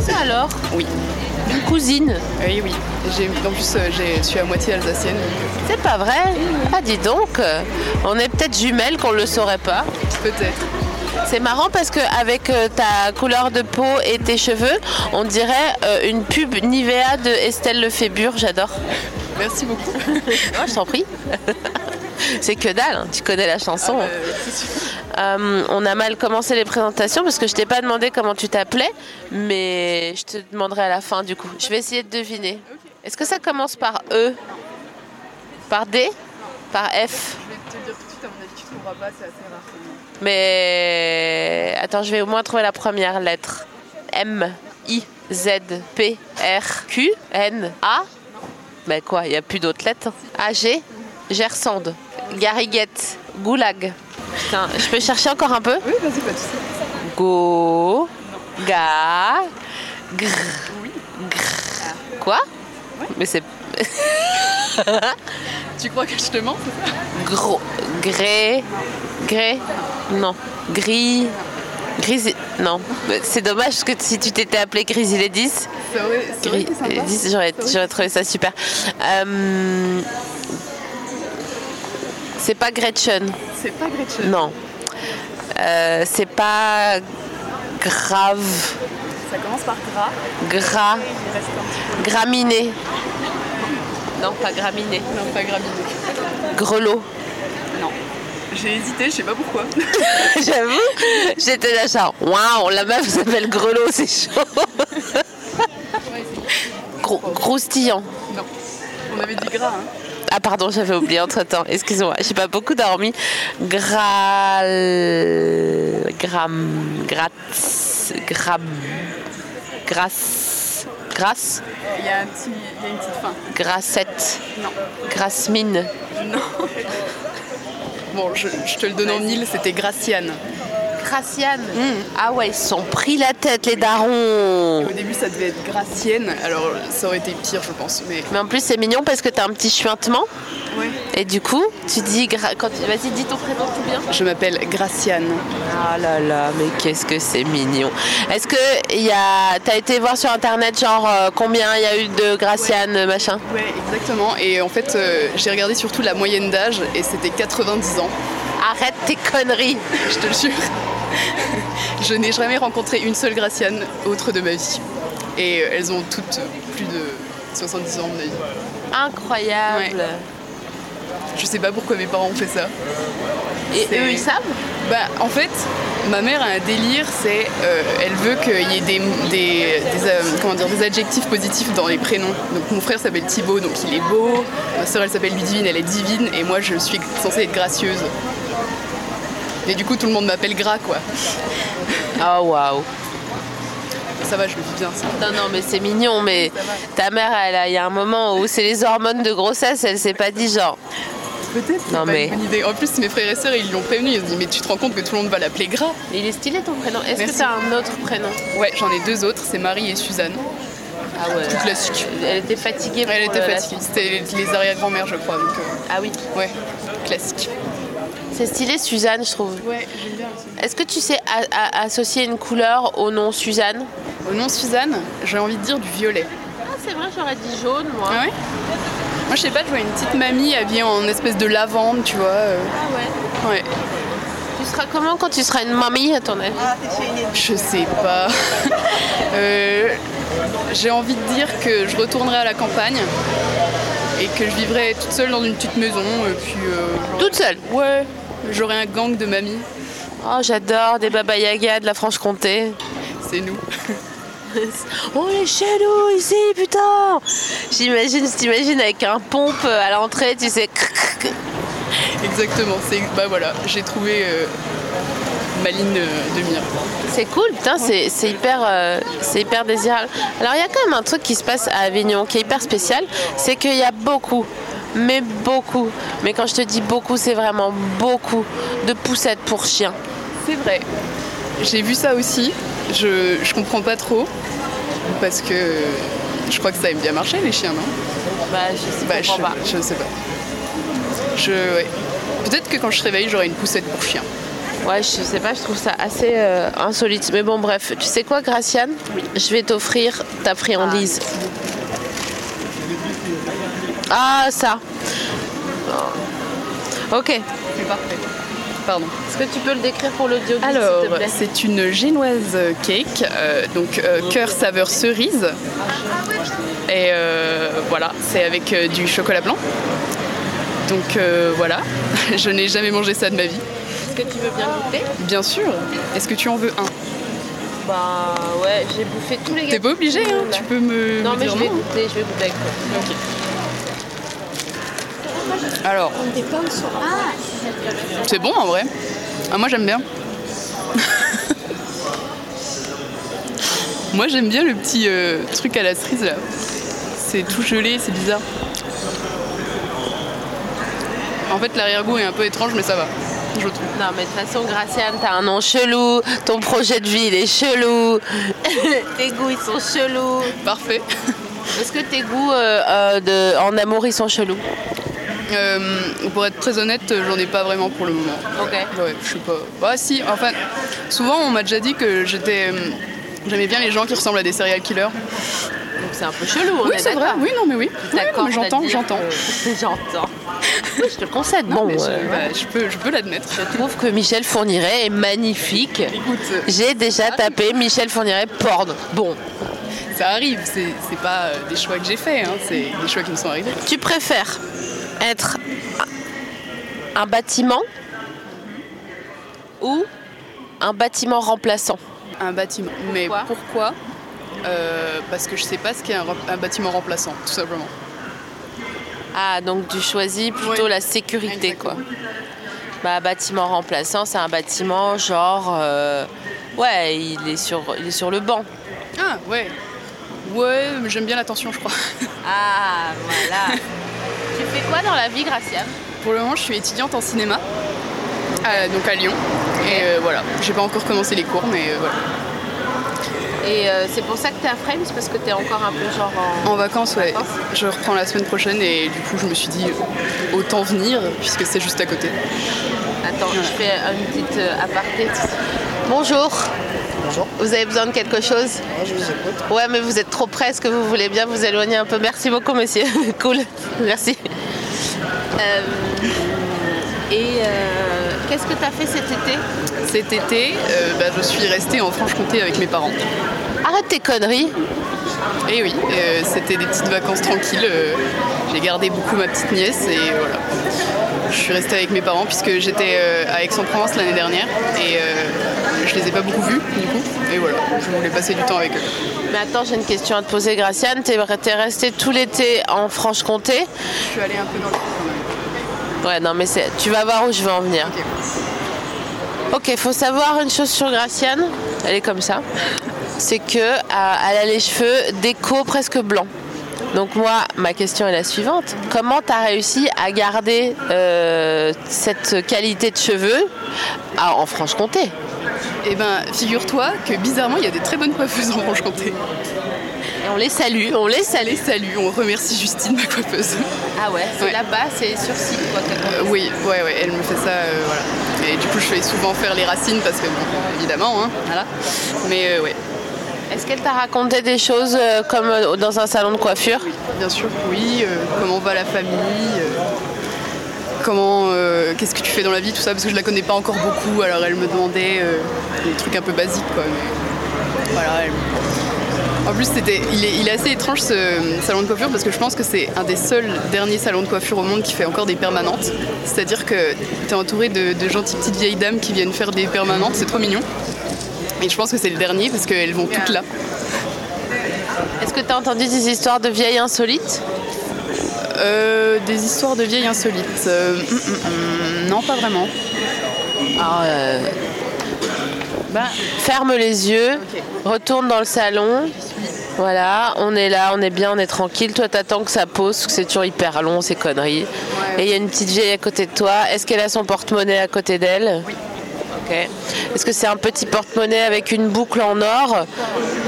Speaker 5: Ça alors
Speaker 4: Oui.
Speaker 5: Une cousine.
Speaker 4: Eh Oui, oui. J'ai- En plus, euh, j'ai- je suis à moitié alsacienne. donc,
Speaker 5: C'est pas vrai Ah, dis donc. On est peut-être jumelles qu'on le saurait pas.
Speaker 4: euh, Peut-être.
Speaker 5: C'est marrant parce que avec euh, ta couleur de peau et tes cheveux, on dirait euh, une pub Nivea de Estelle Lefébure. J'adore.
Speaker 4: Merci beaucoup.
Speaker 5: Moi, je t'en prie. C'est que dalle, hein. tu connais la chanson.
Speaker 4: Ah,
Speaker 5: hein. Euh, on a mal commencé les présentations parce que je t'ai pas demandé comment tu t'appelais, mais je te demanderai à la fin du coup. Je vais essayer de deviner. Est-ce que ça commence par E Par D Par F
Speaker 4: Je vais te dire tout de suite, à mon avis, tu trouveras pas, c'est assez rare.
Speaker 5: Mais attends, je vais au moins trouver la première lettre. M, I, Z, P, R, Q, N, A. Mais quoi, il n'y a plus d'autres lettres. AG, Gersande, Gariguette, Goulag. Putain, je peux chercher encore un peu
Speaker 4: Oui, vas-y, pas de soucis.
Speaker 5: Go, ga, gr, gr. Quoi Mais c'est
Speaker 4: Tu crois que je te mens c'est ça
Speaker 5: gros, gré, gré, non, gris, gris, non. Mais C'est dommage parce que si tu t'étais appelé Grisilé 10,
Speaker 4: C'est vrai,
Speaker 5: euh,
Speaker 4: c'est vrai que c'est sympa.
Speaker 5: Grisilé 10 j'aurais,
Speaker 4: C'est vrai.
Speaker 5: j'aurais trouvé ça super. Euh, C'est pas Gretchen.
Speaker 4: C'est pas Gretchen.
Speaker 5: Non. Euh, c'est pas grave.
Speaker 4: Ça commence par gras.
Speaker 5: Gras. Graminé. Non, pas graminé.
Speaker 4: Non, pas graminé.
Speaker 5: Grelot.
Speaker 4: Non. J'ai hésité, je sais pas pourquoi.
Speaker 5: J'avoue, j'étais là genre, waouh, la meuf s'appelle Grelot, c'est chaud. Grou- croustillant.
Speaker 4: Non. On avait dit gras, hein.
Speaker 5: Ah pardon, j'avais oublié entre temps. Excusez-moi, j'ai pas beaucoup dormi. Gral, gram, gratz, grab, grasse, grasse,
Speaker 4: Il y a un petit- il y a une petite fin.
Speaker 5: grassette,
Speaker 4: Non.
Speaker 5: grassmine.
Speaker 4: Non. Bon, je, je te le donne en mille, c'était Graciane.
Speaker 5: Graciane Ah ouais, ils se sont pris la tête, les darons
Speaker 4: Au début, ça devait être Gracienne, alors ça aurait été pire, je pense. Mais
Speaker 5: Mais en plus, c'est mignon parce que t'as un petit chuintement.
Speaker 4: Ouais.
Speaker 5: Et du coup, tu dis. gra- quand tu- Vas-y, dis ton prénom tout bien.
Speaker 4: je m'appelle Graciane.
Speaker 5: Ah là là, mais qu'est-ce que c'est mignon. Est-ce que il y a... t'as été voir sur internet, genre euh, combien il y a eu de Graciane, machin
Speaker 4: Ouais, exactement. Et en fait, euh, j'ai regardé surtout la moyenne d'âge et c'était 90 ans.
Speaker 5: Arrête tes conneries
Speaker 4: Je te le jure. je n'ai jamais rencontré une seule Graciane autre de ma vie. Et euh, elles ont toutes euh, plus de 70 ans, à mon avis. bah,
Speaker 5: Incroyable
Speaker 4: Je sais pas pourquoi mes parents ont fait ça.
Speaker 5: Et
Speaker 4: C'est-
Speaker 5: eux, ils savent
Speaker 4: Bah, en fait, ma mère a un délire, c'est euh, elle veut qu'il y ait des, des- des, euh, comment dire, des adjectifs positifs dans les prénoms. Donc mon frère s'appelle Thibaut, donc il est beau. Ma soeur, elle s'appelle Ludivine, elle est divine. Et moi, je suis censée être gracieuse. Mais du coup, tout le monde m'appelle Gras, quoi.
Speaker 5: Oh waouh
Speaker 4: Ça va, je le vis bien, ça.
Speaker 5: Non, non, mais c'est mignon, mais ta mère, elle a- il y a un moment où c'est les hormones de grossesse, elle s'est pas dit genre.
Speaker 4: Peut-être c'est
Speaker 5: Non,
Speaker 4: pas
Speaker 5: mais-
Speaker 4: une bonne idée. En plus, mes frères et sœurs, ils l'ont prévenu. Ils se disent, mais tu te rends compte que tout le monde va l'appeler Gras
Speaker 5: Il est stylé ton prénom. Est-ce
Speaker 4: Merci.
Speaker 5: que t'as un autre prénom
Speaker 4: Ouais, j'en ai deux autres, c'est Marie et Suzanne.
Speaker 5: Ah ouais.
Speaker 4: Tout classique.
Speaker 5: Elle était fatiguée.
Speaker 4: Elle
Speaker 5: pour
Speaker 4: était
Speaker 5: le- la-
Speaker 4: fatiguée. C'était les- les arrière-grand-mères, je crois. Donc, euh,
Speaker 5: Ah oui.
Speaker 4: ouais, classique.
Speaker 5: C'est stylé Suzanne, je trouve.
Speaker 4: Ouais, j'aime bien aussi.
Speaker 5: Est-ce que tu sais a- a- associer une couleur au nom Suzanne
Speaker 4: Au nom de Suzanne, j'ai envie de dire du violet.
Speaker 5: Ah, c'est vrai, j'aurais dit jaune, moi.
Speaker 4: ouais Moi, je sais pas, je vois une petite mamie habillée en espèce de lavande, tu vois. euh,
Speaker 5: Ah ouais.
Speaker 4: Ouais.
Speaker 5: Tu seras comment quand tu seras une mamie, à ton avis
Speaker 4: Je sais pas. Euh, j'ai envie de dire que je retournerai à la campagne et que je vivrai toute seule dans une petite maison. Et puis, euh, j'aurai-
Speaker 5: Toute seule
Speaker 4: Ouais, j'aurai un gang de mamies.
Speaker 5: Oh, j'adore des Baba Yaga de la Franche-Comté.
Speaker 4: C'est nous.
Speaker 5: On est chez nous ici, putain J'imagine, si t'imagines avec un pompe à l'entrée, tu sais. cric, cric, cric.
Speaker 4: Exactement. C'est bah voilà, j'ai trouvé euh, ma ligne euh, de mire.
Speaker 5: C'est cool, putain, c'est c'est hyper, euh, c'est hyper désirable. Alors, il y a quand même un truc qui se passe à Avignon qui est hyper spécial, c'est qu'il y a beaucoup, mais beaucoup, mais quand je te dis beaucoup, c'est vraiment beaucoup de poussettes pour chiens.
Speaker 4: C'est vrai. J'ai vu ça aussi. Je, je comprends pas trop parce que je crois que ça aime bien marcher les chiens, non
Speaker 5: Bah, je sais
Speaker 4: Bah, je, je sais pas. Je, ouais. Peut-être que quand je réveille, j'aurai une poussette pour chien.
Speaker 5: Ouais, je sais pas, je trouve ça assez euh, insolite. Mais bon, bref, tu sais quoi, Graciane Je vais t'offrir ta friandise. Ah, ça Oh. Ok.
Speaker 4: C'est parfait. Pardon.
Speaker 5: Est-ce que tu peux le décrire pour l'audio
Speaker 4: Alors,
Speaker 5: s'il te plaît
Speaker 4: c'est une génoise cake, euh, donc euh, cœur saveur cerise. Et euh, voilà, c'est avec euh, du chocolat blanc. Donc euh, voilà, je n'ai jamais mangé ça de ma vie.
Speaker 5: Est-ce que tu veux bien goûter
Speaker 4: Bien sûr. Est-ce que tu en veux un
Speaker 5: Bah, ouais, j'ai bouffé tous les
Speaker 4: T'es pas obligé, hein,
Speaker 5: Là.
Speaker 4: tu peux me.
Speaker 5: Non,
Speaker 4: me
Speaker 5: mais
Speaker 4: dire
Speaker 5: je vais
Speaker 4: non.
Speaker 5: goûter, je vais goûter avec toi.
Speaker 4: Alors. C'est bon en vrai. Ah, moi j'aime bien. moi j'aime bien le petit euh, truc à la cerise là. C'est tout gelé, c'est bizarre. En fait l'arrière-goût est un peu étrange mais ça va. Je trouve.
Speaker 5: Non, mais de toute façon, Graciane, t'as un nom chelou, ton projet de vie, il est chelou, tes goûts, ils sont chelous.
Speaker 4: Parfait.
Speaker 5: Est-ce que tes goûts euh, euh, de, en amour, ils sont chelous
Speaker 4: Euh, pour être très honnête, j'en ai pas vraiment pour le moment.
Speaker 5: Ok.
Speaker 4: Ouais, je sais pas. Ah si, enfin, souvent on m'a déjà dit que j'étais. euh, J'aimais bien les gens qui ressemblent à des serial killers.
Speaker 5: Donc c'est un peu chelou. on
Speaker 4: Oui,
Speaker 5: est
Speaker 4: c'est vrai.
Speaker 5: d'accord.
Speaker 4: Oui, non, mais oui. Oui,
Speaker 5: D'accord,
Speaker 4: non, mais j'entends,
Speaker 5: c'est-à-dire
Speaker 4: j'entends.
Speaker 5: que- J'entends. Oui, je te le concède.
Speaker 4: Non,
Speaker 5: Bon,
Speaker 4: mais je-
Speaker 5: euh,
Speaker 4: bah, je peux, je peux l'admettre.
Speaker 5: Je trouve que Michel Fourniret est magnifique.
Speaker 4: euh,
Speaker 5: J'ai
Speaker 4: Ah
Speaker 5: déjà tapé Michel Fourniret porno. Bon.
Speaker 4: Ça arrive, c'est c'est pas euh, des choix que j'ai faits, hein, c'est des choix qui me sont arrivés.
Speaker 5: Tu préfères être un- un bâtiment ou un bâtiment remplaçant
Speaker 4: Un bâtiment. Mais pourquoi Euh, Parce que je sais pas ce qu'est un, rem- un bâtiment remplaçant, tout simplement.
Speaker 5: Ah, donc tu choisis plutôt la sécurité, quoi. Bah, bâtiment remplaçant, c'est un bâtiment genre. euh, ouais, il est, sur, il est sur le banc.
Speaker 4: Ah, ouais. Ouais, mais j'aime bien l'attention, je crois.
Speaker 5: Ah, voilà. tu fais quoi dans la vie, Gracia
Speaker 4: Pour le moment, je suis étudiante en cinéma, euh, donc à Lyon. Et euh, voilà, j'ai pas encore commencé les cours, mais euh, voilà.
Speaker 5: Et euh, c'est pour ça que t'es à Frames, parce que t'es encore un peu genre en.
Speaker 4: En vacances, ouais. Je reprends la semaine prochaine et du coup, je me suis dit euh, autant venir puisque c'est juste à côté.
Speaker 5: Attends, je fais une petite euh, aparté. Bonjour. Bonjour. Vous avez besoin de quelque chose Ouais, je vous écoute. Ouais, mais vous êtes trop près. Est-ce que vous voulez bien vous éloigner un peu Merci beaucoup, monsieur. cool. Merci. Euh, et euh, qu'est-ce que t'as fait cet été
Speaker 4: Cet été, euh, bah, je suis restée en Franche-Comté avec mes parents.
Speaker 5: Arrête tes conneries
Speaker 4: Et oui, euh, c'était des petites vacances tranquilles. euh, j'ai gardé beaucoup ma petite nièce et voilà. Je suis restée avec mes parents puisque j'étais euh, à Aix-en-Provence l'année dernière et euh, je les ai pas beaucoup vus du coup. Et voilà, je voulais passer du temps avec eux.
Speaker 5: Mais attends, j'ai une question à te poser, Graciane. T'es es restée tout l'été en Franche-Comté.
Speaker 4: Je suis allée un peu dans le
Speaker 5: Ouais, non, mais c'est- tu vas voir où je veux en venir. Ok, faut savoir une chose sur Graciane, elle est comme ça, c'est que euh, elle a les cheveux déco presque blancs. Donc moi, ma question est la suivante comment t'as réussi à garder euh, cette qualité de cheveux à- en Franche-Comté
Speaker 4: Et ben, figure-toi que bizarrement, il y a des très bonnes coiffeuses en Franche-Comté.
Speaker 5: Et on les salue, on les salue.
Speaker 4: salue, on remercie Justine, ma coiffeuse.
Speaker 5: Ah ouais, c'est là-bas, c'est sur site quoi.
Speaker 4: Euh, oui, ouais, ouais, elle me fait ça, euh, voilà. Et du coup, je fais souvent faire les racines parce que, bon, évidemment, hein, voilà. Mais euh, ouais,
Speaker 5: Est-ce qu'elle t'a raconté des choses euh, comme euh, dans un salon de coiffure
Speaker 4: bien sûr, oui, euh, comment va la famille, euh, comment, euh, qu'est-ce que tu fais dans la vie, tout ça, parce que je la connais pas encore beaucoup, alors elle me demandait euh, des trucs un peu basiques, quoi. mais voilà, elle- En plus, c'était, il, est, il est assez étrange ce salon de coiffure parce que je pense que c'est un des seuls derniers salons de coiffure au monde qui fait encore des permanentes. C'est-à-dire que tu es entouré de, de gentilles petites vieilles dames qui viennent faire des permanentes, c'est trop mignon. Et je pense que c'est le dernier parce qu'elles vont toutes là.
Speaker 5: Est-ce que t'as entendu des histoires de vieilles insolites
Speaker 4: Euh, des histoires de vieilles insolites. Euh, hum, hum, hum, non, pas vraiment.
Speaker 5: Alors, euh, Bah. ferme les yeux, retourne dans le salon. Voilà, on est là, on est bien, on est tranquille. Toi, t'attends que ça pose, parce que c'est toujours hyper long, ces conneries. Et il y a une petite vieille à côté de toi. Est-ce qu'elle a son porte-monnaie à côté d'elle Ok. Est-ce que c'est un petit porte-monnaie avec une boucle en or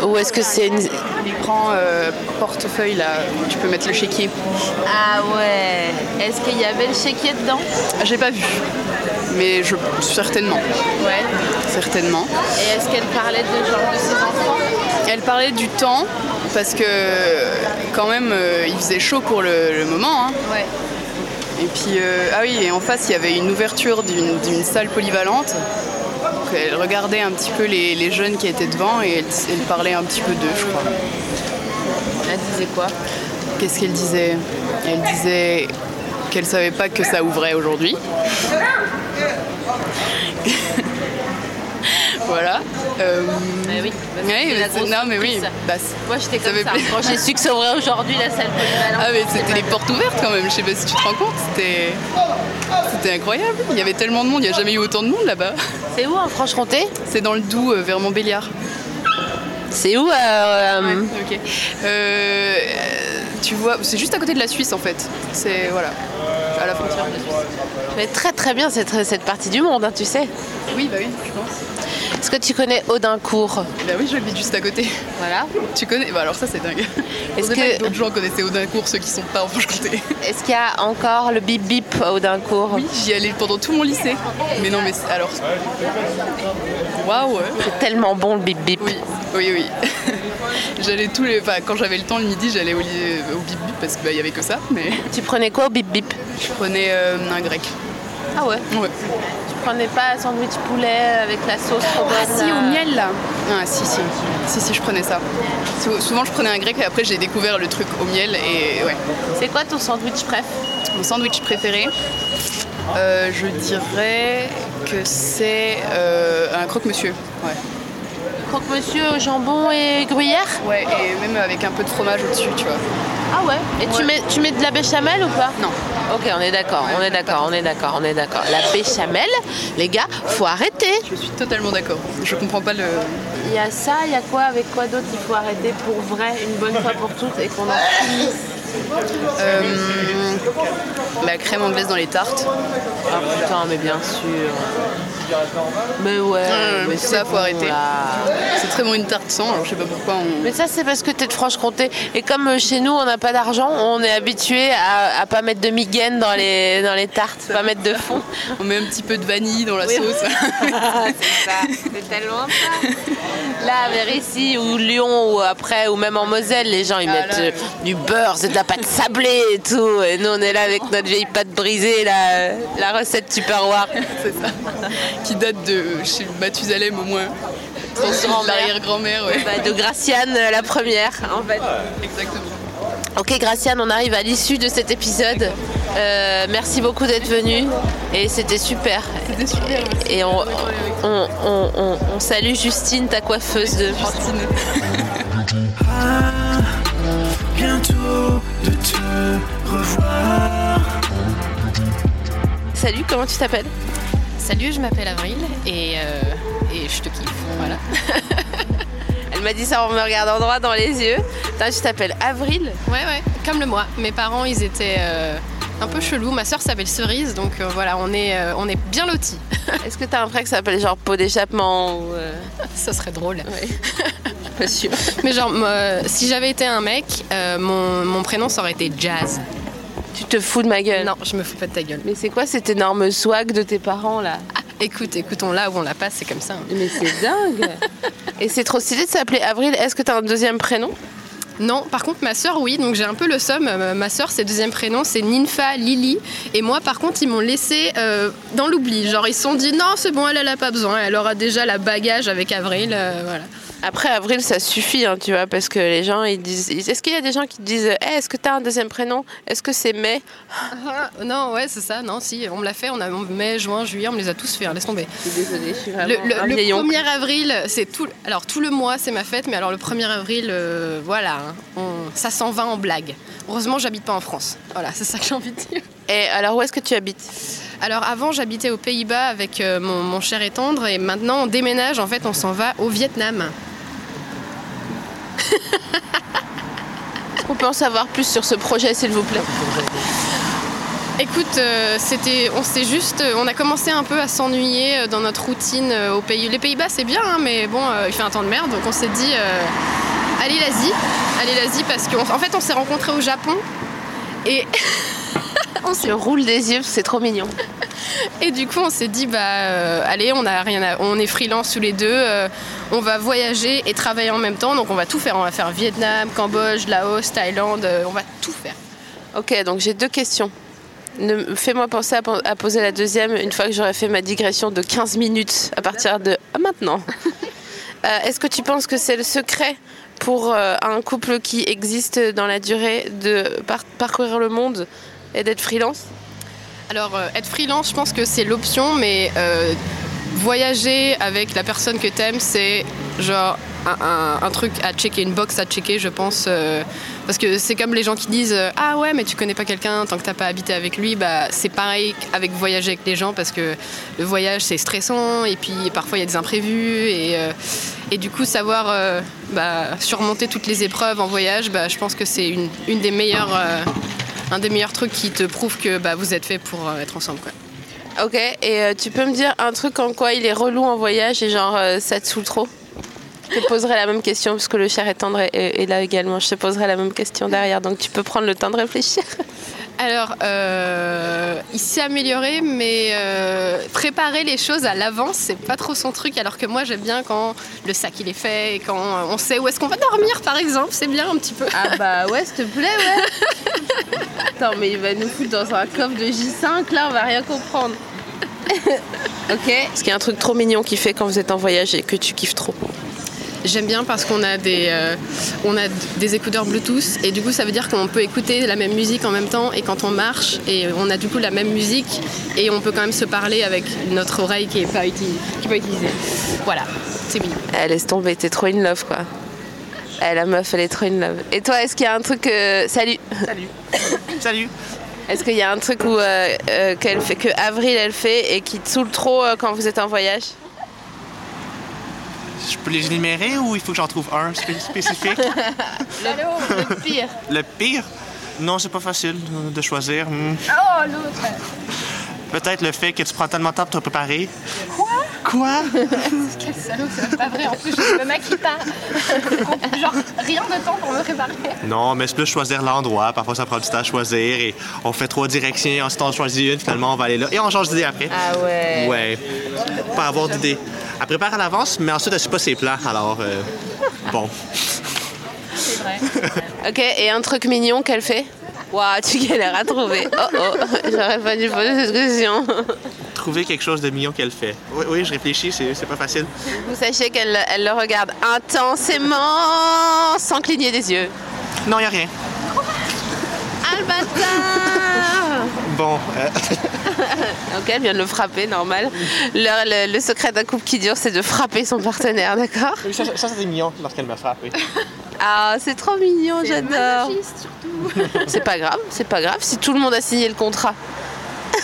Speaker 5: Ou est-ce que c'est une.
Speaker 4: Il prend euh, portefeuille là, où tu peux mettre le chéquier.
Speaker 5: Ah ouais Est-ce qu'il y avait le chéquier dedans
Speaker 4: J'ai pas vu, mais je certainement,
Speaker 5: Ouais.
Speaker 4: certainement.
Speaker 5: Et est-ce qu'elle parlait de genre de ses enfants
Speaker 4: Elle parlait du temps parce que quand même euh, il faisait chaud pour le, le moment. hein.
Speaker 5: Ouais.
Speaker 4: Et puis euh, ah oui, et en face il y avait une ouverture d'une d'une salle polyvalente. Donc, elle regardait un petit peu les, les jeunes qui étaient devant et elle, elle parlait un petit peu d'eux, je crois.
Speaker 5: Elle disait quoi
Speaker 4: Qu'est-ce qu'elle disait Elle disait qu'elle savait pas que ça ouvrait aujourd'hui. voilà. Euh,
Speaker 5: oui,
Speaker 4: ouais, mais
Speaker 5: la
Speaker 4: c'est-
Speaker 5: grosse
Speaker 4: non mais oui.
Speaker 5: surprise.
Speaker 4: Bah, c'est-
Speaker 5: Moi, j'étais
Speaker 4: Ça
Speaker 5: comme
Speaker 4: fait
Speaker 5: ça.
Speaker 4: plaisir.
Speaker 5: Quand j'ai su que ça ouvrait aujourd'hui la salle polyvalente.
Speaker 4: Ah mais c'était les portes ouvertes quand même, je sais pas si tu te rends compte, c'était c'était incroyable. Il y avait tellement de monde, il n'y a jamais eu autant de monde là-bas.
Speaker 5: C'est où en Franche-Comté
Speaker 4: C'est dans le Doubs, euh, vers Montbéliard.
Speaker 5: C'est où euh, euh,
Speaker 4: Ok. Euh, tu vois, c'est juste à côté de la Suisse en fait. C'est voilà, à la frontière de la Suisse.
Speaker 5: Mais très très bien cette, cette partie du monde, hein, tu sais.
Speaker 4: Oui, bah oui, je pense.
Speaker 5: Est-ce que tu connais Audincourt
Speaker 4: Bah oui, j'habite juste à côté.
Speaker 5: Voilà.
Speaker 4: Tu connais Bah alors ça c'est dingue.
Speaker 5: Est-ce
Speaker 4: Est-ce que
Speaker 5: que-
Speaker 4: d'autres gens connaissaient Audincourt, ceux qui sont pas en Franche-Comté
Speaker 5: Est-ce qu'il y a encore le bip bip à Audincourt
Speaker 4: Oui, j'y allais pendant tout mon lycée. Mais non, mais c'est- alors. Waouh
Speaker 5: C'est tellement bon le bip bip.
Speaker 4: Oui, oui. J'allais tous les. Enfin, quand j'avais le temps le midi, j'allais au, li- au bip bip parce qu'il n'y avait que ça. Mais...
Speaker 5: Tu prenais quoi au bip bip
Speaker 4: Je prenais euh, un grec.
Speaker 5: Ah ouais
Speaker 4: Ouais.
Speaker 5: Tu prenais pas sandwich poulet avec la sauce euh, trop bonne
Speaker 4: Ah si,
Speaker 5: là.
Speaker 4: au miel là Ah si, si, si, si, je prenais ça. Sou- Souvent je prenais un grec et après j'ai découvert le truc au miel et ouais.
Speaker 5: C'est quoi ton sandwich préf
Speaker 4: Mon sandwich préféré Euh, Je dirais que c'est euh, un croque-monsieur. Ouais.
Speaker 5: Croque-monsieur au jambon et gruyère
Speaker 4: Ouais, et même avec un peu de fromage au-dessus, tu vois.
Speaker 5: Ah ouais Et Tu, mets, tu mets de la béchamel ou pas
Speaker 4: Non.
Speaker 5: Ok, on est d'accord, on est d'accord, on est d'accord, on est d'accord. La béchamel, les gars, faut arrêter.
Speaker 4: Je suis totalement d'accord. Je comprends pas le.
Speaker 5: Il y a ça, il y a quoi avec quoi d'autre il faut arrêter pour vrai, une bonne fois pour toutes et qu'on en finisse
Speaker 4: Euh, la crème anglaise dans les tartes.
Speaker 5: Ah putain, mais bien sûr. Mais ouais,
Speaker 4: Euh,
Speaker 5: mais
Speaker 4: ça,
Speaker 5: c'est
Speaker 4: faut
Speaker 5: bon,
Speaker 4: arrêter.
Speaker 5: là.
Speaker 4: C'est très bon une tarte sans, alors je sais pas pourquoi on.
Speaker 5: Mais ça, c'est parce que t'es de Franche-Comté. Et comme euh, chez nous, on n'a pas d'argent, on est habitué à, à pas mettre de migaine dans les, dans les tartes, pas mettre de fond.
Speaker 4: On met un petit peu de vanille dans la
Speaker 5: Oui.
Speaker 4: sauce. hein,
Speaker 5: Ah bah, c'est tellement ça. Là, vers ici, ou Lyon, ou après, ou même en Moselle, les gens, ils mettent euh, du beurre, c'est de la pâte sablée et tout. Et nous, on est là avec notre vieille pâte brisée, la, la recette Tupperware.
Speaker 4: C'est ça. Qui date de chez Mathusalem au moins.
Speaker 5: Grand-mère.
Speaker 4: L'arrière-grand-mère, ouais.
Speaker 5: Bah, de Graciane, euh, la première, en fait.
Speaker 4: Exactement.
Speaker 5: Ok Graciane, on arrive à l'issue de cet épisode. Euh, merci beaucoup d'être venu et c'était super. Et on, on- on- on- on salue Justine, ta coiffeuse de
Speaker 3: Ah, bientôt de te revoir.
Speaker 5: Salut, comment tu t'appelles
Speaker 6: Salut, je m'appelle Avril et, euh, et je te kiffe. Voilà.
Speaker 5: Elle m'a dit ça en me regardant droit dans les yeux. Putain, tu t'appelles Avril
Speaker 6: Ouais, ouais, comme le mois. Mes parents, ils étaient euh, un peu chelous. Ma soeur s'appelle Cerise, donc euh, voilà, on est, euh, on est bien lotis.
Speaker 5: Est-ce que t'as un frère qui s'appelle genre pot d'échappement ou euh
Speaker 6: Ça serait drôle.
Speaker 5: Pas sûr.
Speaker 6: Mais genre, moi, si j'avais été un mec, euh, mon, mon prénom, ça aurait été Jazz.
Speaker 5: Tu te fous de ma gueule
Speaker 6: Non, je me fous pas de ta gueule. Ah,
Speaker 5: Mais c'est quoi cet énorme swag de tes parents là
Speaker 6: Écoute, écoute, on l'a ou on l'a pas, c'est comme ça. hein.
Speaker 5: Mais c'est dingue Et c'est trop stylé de s'appeler Avril. Est-ce que t'as un deuxième prénom
Speaker 6: Non, par contre, ma sœur, oui, donc j'ai un peu le somme. Euh, Ma sœur, ses deuxièmes prénoms, c'est Ninfa, Lily. Et moi, par contre, ils m'ont laissé euh, dans l'oubli. Genre, ils se sont dit, non, c'est bon, elle, elle a pas besoin. Elle aura déjà la bagage avec Avril. euh, voilà.
Speaker 5: Après avril, ça suffit, hein, tu vois, parce que les gens, ils disent. ils- Est-ce qu'il y a des gens qui te disent Eh, Est-ce que t'as un deuxième prénom Est-ce que c'est mai
Speaker 6: Ah, non, ouais, c'est ça. Non, si, on me l'a fait. On a on- mai, juin, juillet, on me les a tous fait. hein, laisse tomber.
Speaker 5: Je suis désolée, je suis
Speaker 6: Le,
Speaker 5: vraiment un
Speaker 6: le- le
Speaker 5: vieil oncle.
Speaker 6: 1er avril, c'est tout. Alors, tout le mois, c'est ma fête, mais alors le 1er avril, euh, voilà, hein, on- ça s'en va en blague. Heureusement, j'habite pas en France. Voilà, c'est ça que j'ai envie de dire.
Speaker 5: Et alors, où est-ce que tu habites
Speaker 6: Alors avant j'habitais aux Pays-Bas avec euh, mon, mon cher et tendre et maintenant on déménage en fait on s'en va au Vietnam.
Speaker 5: Est-ce qu'on peut en savoir plus sur ce projet, s'il vous plaît
Speaker 6: Écoute, euh, c'était, on s'est juste, euh, on a commencé un peu à s'ennuyer euh, dans notre routine euh, aux pays. Les Pays-Bas c'est bien, hein, mais bon, euh, il fait un temps de merde, donc on s'est dit, euh, allez l'Asie, allez l'Asie parce qu'en fait on s'est rencontrés au Japon et on s'est
Speaker 5: Je roule des yeux, parce que c'est trop mignon.
Speaker 6: Et du coup, on s'est dit, bah, euh, allez, on a rien, à- on est freelance tous les deux, euh, on va voyager et travailler en même temps, donc on va tout faire. On va faire Vietnam, Cambodge, Laos, Thaïlande, euh, on va tout faire.
Speaker 5: Ok, donc j'ai deux questions. Ne- Fais-moi penser à, pen- à poser la deuxième une fois que j'aurai fait ma digression de 15 minutes à partir de ah, maintenant. Euh, Est-ce que tu penses que c'est le secret pour euh, un couple qui existe dans la durée de par- parcourir le monde et d'être freelance
Speaker 6: Alors, euh, être freelance, je pense que c'est l'option, mais euh, voyager avec la personne que t'aimes, c'est genre un, un- un truc à checker, une box à checker, je pense. euh, parce que c'est comme les gens qui disent euh, Ah ouais, mais tu connais pas quelqu'un, tant que t'as pas habité avec lui, bah c'est pareil avec voyager avec les gens, parce que le voyage c'est stressant, et puis parfois il y a des imprévus, et, euh, et du coup, savoir euh, bah, surmonter toutes les épreuves en voyage, bah, je pense que c'est une, une des meilleures. euh, un des meilleurs trucs qui te prouve que bah, vous êtes fait pour euh, être ensemble. Quoi.
Speaker 5: Ok, et euh, tu peux me dire un truc en quoi il est relou en voyage et genre euh, ça te saoule trop Je te poserai la même question parce que le cher est tendre est, est- est là également. Je te poserai la même question derrière, donc tu peux prendre le temps de réfléchir.
Speaker 6: Alors, euh, il s'est amélioré, mais euh, préparer les choses à l'avance, c'est pas trop son truc. Alors que moi, j'aime bien quand le sac il est fait et quand on sait où est-ce qu'on va dormir, par exemple. C'est bien un petit peu.
Speaker 12: Ah bah ouais, s'il te plaît, ouais. Attends, mais il va nous foutre dans un coffre de J5, là, on va rien comprendre. ok.
Speaker 5: Parce qu'il y a un truc trop mignon qui fait quand vous êtes en voyage et que tu kiffes trop.
Speaker 6: J'aime bien parce qu'on a des euh, on a des écouteurs Bluetooth et du coup ça veut dire qu'on peut écouter la même musique en même temps et quand on marche et on a du coup la même musique et on peut quand même se parler avec notre oreille qui est pas, uti- qui est pas utilisée. Voilà, c'est mignon.
Speaker 5: Elle Eh, laisse tomber, t'es trop in love quoi. Eh, la meuf, elle est trop in love. Et toi, est-ce qu'il y a un truc. euh, Salut Salut
Speaker 13: Salut
Speaker 5: Est-ce qu'il y a un truc où, euh, euh, qu'elle fait, que Avril elle fait et qui te saoule trop euh, quand vous êtes en voyage
Speaker 13: Je peux les énumérer ou il faut que j'en trouve un spé- spécifique
Speaker 12: Le, le pire.
Speaker 13: Le pire Non, c'est pas facile euh, de choisir. Hmm.
Speaker 12: Oh, l'autre.
Speaker 13: Peut-être le fait que tu prends tellement de temps pour te préparer.
Speaker 12: Quoi
Speaker 13: Quoi
Speaker 12: Quel salaud, c'est pas vrai. En plus, je me maquille pas. Genre, rien de temps pour me préparer.
Speaker 13: Non, mais c'est plus choisir l'endroit. Parfois, ça prend du temps à choisir et on fait trois directions. Ensuite, on choisit une. Finalement, on va aller là et on change d'idée après.
Speaker 12: Ah ouais.
Speaker 13: Ouais. Pas avoir d'idée. Elle prépare à l'avance, mais ensuite, elle suit pas ses plans. Alors, euh, bon.
Speaker 5: C'est vrai. ok, et un truc mignon qu'elle fait Waouh, tu galères à trouver. Oh oh, j'aurais pas dû poser cette question.
Speaker 13: Trouver quelque chose de mignon qu'elle fait. Oui, oui, je réfléchis, c'est c'est pas facile.
Speaker 5: Vous sachez qu'elle elle le regarde intensément sans cligner des yeux.
Speaker 13: Non, y a rien.
Speaker 5: Albatard
Speaker 13: Bon, euh,
Speaker 5: Ok, elle vient de le frapper, normal. Le, le- le secret d'un couple qui dure, c'est de frapper son partenaire, d'accord
Speaker 13: ça, ça, ça, c'est mignon lorsqu'elle me frappe, oui.
Speaker 5: Ah, c'est trop mignon,
Speaker 12: C'est
Speaker 5: j'adore.
Speaker 12: masochiste,
Speaker 5: C'est pas grave, c'est pas grave si tout le monde a signé le contrat.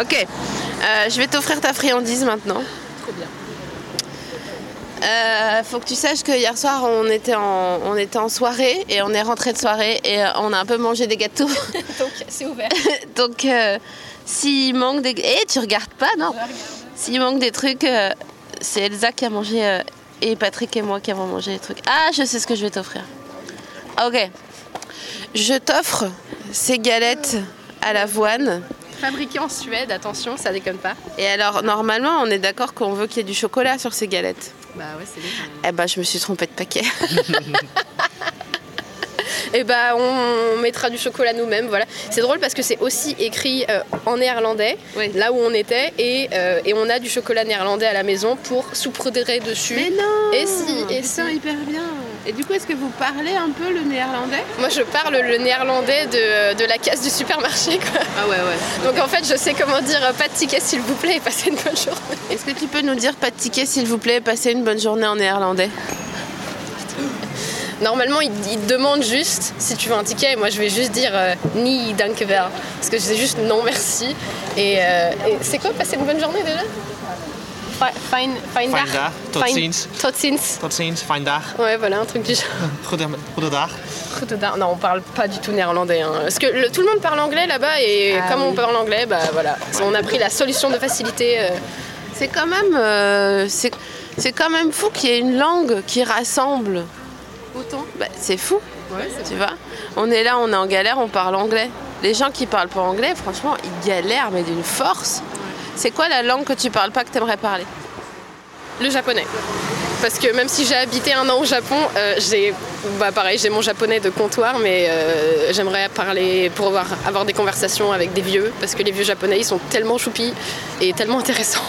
Speaker 5: ok, euh, je vais t'offrir ta friandise maintenant.
Speaker 12: Trop bien.
Speaker 5: Euh, faut que tu saches que hier soir on était en, on était en soirée et on est rentré de soirée et euh, on a un peu mangé des gâteaux.
Speaker 12: Donc, c'est ouvert.
Speaker 5: Donc euh, s'il manque des... Eh, tu regardes pas, non S'il manque des trucs, euh, c'est Elsa qui a mangé euh, et Patrick et moi qui avons mangé les trucs. Ah, je sais ce que je vais t'offrir. Ah, Ok. Je t'offre ces galettes à l'avoine.
Speaker 6: Fabriqué en Suède, attention, ça déconne pas.
Speaker 5: Et alors, normalement, on est d'accord qu'on veut qu'il y ait du chocolat sur ces galettes.
Speaker 6: Bah ouais, c'est
Speaker 5: Eh ben, je me suis trompée de paquet.
Speaker 6: Et bah on mettra du chocolat nous-mêmes, voilà. C'est drôle parce que c'est aussi écrit euh, en néerlandais, là où on était, et, euh, et on a du chocolat néerlandais à la maison pour saupoudrer dessus.
Speaker 12: Mais non
Speaker 6: Et si, et si.
Speaker 12: Putain, hyper bien. Et du coup, est-ce que vous parlez un peu le néerlandais
Speaker 6: Moi je parle le néerlandais de, de la caisse du supermarché quoi.
Speaker 12: Ah ouais ouais.
Speaker 6: Donc en fait je sais comment dire euh, pas de ticket s'il vous plaît et passez une bonne journée.
Speaker 5: Est-ce que tu peux nous dire pas de ticket, s'il vous plaît, et passer une bonne journée en néerlandais
Speaker 6: Normalement ils ils te demandent juste si tu veux un ticket et moi je vais juste dire euh, ni dankjewel parce que je dis juste non merci. Et, euh, et c'est quoi passer une bonne journée déjà Fi- Fine, fine,
Speaker 14: Ah,
Speaker 13: Fijn dag, tot
Speaker 6: Fijn-
Speaker 13: ziens.
Speaker 6: Tot ziens.
Speaker 13: Tot ziens, fijn dag.
Speaker 6: Ouais, voilà, un truc du genre.
Speaker 13: Goedem- Goedendag.
Speaker 6: Rotterdam. Non, on parle pas du tout néerlandais. hein. Parce que le- tout le monde parle anglais là-bas et
Speaker 5: Ah
Speaker 6: comme on
Speaker 5: oui.
Speaker 6: parle anglais, bah voilà, on a pris la solution de facilité. euh.
Speaker 5: C'est quand même, euh, c'est c'est quand même fou qu'il y ait une langue qui rassemble.
Speaker 6: Autant.
Speaker 5: Bah, c'est fou.
Speaker 6: Ouais, c'est
Speaker 5: tu vois. On est là, on est en galère, on parle anglais. Les gens qui parlent pas anglais, franchement, ils galèrent mais d'une force. C'est quoi la langue que tu parles pas que t'aimerais parler
Speaker 6: Le japonais. Parce que même si j'ai habité un an au Japon, euh, j'ai, bah pareil, j'ai mon japonais de comptoir, mais euh, j'aimerais parler pour avoir, avoir des conversations avec des vieux, parce que les vieux japonais, ils sont tellement choupis et tellement intéressants.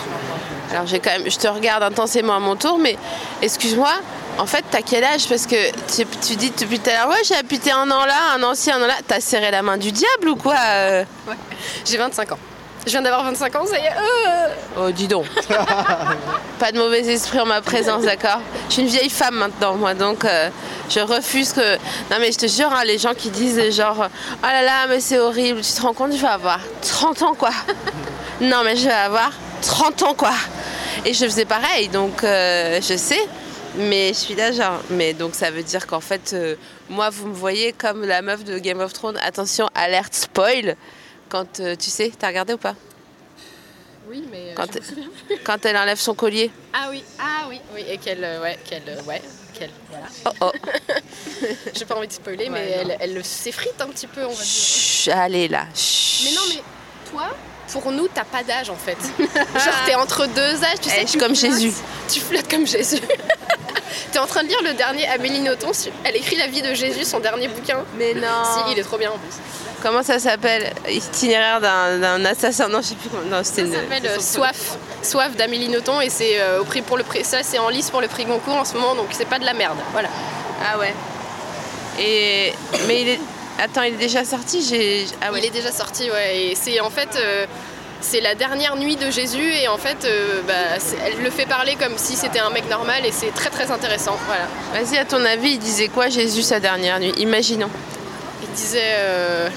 Speaker 5: Alors j'ai quand même, je te regarde intensément à mon tour, mais excuse-moi, en fait t'as quel âge Parce que tu, tu dis depuis tout à l'heure, ouais j'ai habité un an là, un an ci, un an là, t'as serré la main du diable ou quoi euh
Speaker 6: Ouais. J'ai 25 ans. Je viens d'avoir 25 ans, ça y est. euh,
Speaker 5: Oh, dis donc. pas de mauvais esprit en ma présence, d'accord Je suis une vieille femme maintenant, moi, donc euh, je refuse que. Non, mais je te jure, hein, les gens qui disent euh, genre, oh là là, mais c'est horrible, tu te rends compte, je vais avoir 30 ans, quoi. non, mais je vais avoir 30 ans, quoi. Et je faisais pareil, donc euh, je sais. Mais je suis là, genre. Mais donc ça veut dire qu'en fait, euh, moi, vous me voyez comme la meuf de Game of Thrones. Attention, alerte spoil. Quand euh, tu sais, t'as regardé ou pas
Speaker 6: Oui, mais. euh,
Speaker 5: quand,
Speaker 6: je me souviens.
Speaker 5: quand elle enlève son collier.
Speaker 6: Ah oui, ah oui, oui, et qu'elle, euh, ouais, qu'elle, euh, ouais, laquelle.
Speaker 5: Oh,
Speaker 6: J'ai pas envie de spoiler, mais elle, elle le- s'effrite un petit peu, on va dire.
Speaker 5: Chut, allez là. Chut.
Speaker 6: Mais non, mais toi, pour nous, t'as pas d'âge en fait. Genre, t'es entre deux âges, tu sais.
Speaker 5: Eh, je
Speaker 6: tu
Speaker 5: suis comme
Speaker 6: flottes,
Speaker 5: Jésus.
Speaker 6: Tu flottes comme Jésus. t'es en train de lire le dernier Amélie Nothomb. sur- Elle écrit la vie de Jésus, son dernier bouquin.
Speaker 5: Mais non.
Speaker 6: Si, il est trop bien en plus.
Speaker 5: Comment ça s'appelle Itinéraire d'un d'un assassin. Non, je sais plus comment. Non, c'était une-
Speaker 6: Ça s'appelle euh, Soif, Soif d'Amélie Nothomb et c'est euh, au prix pour le prix. Ça, c'est en lice pour le prix Goncourt en ce moment, donc c'est pas de la merde. Voilà.
Speaker 5: Ah ouais. Et mais il est attends, il est déjà sorti. J'ai ah ouais.
Speaker 6: Il est déjà sorti, ouais. Et c'est en fait. euh, c'est la dernière nuit de Jésus et en fait, euh, bah, c'est- elle le fait parler comme si c'était un mec normal et c'est très très intéressant. Voilà.
Speaker 5: Vas-y, à ton avis, il disait quoi Jésus sa dernière nuit Imaginons.
Speaker 6: Il disait, euh,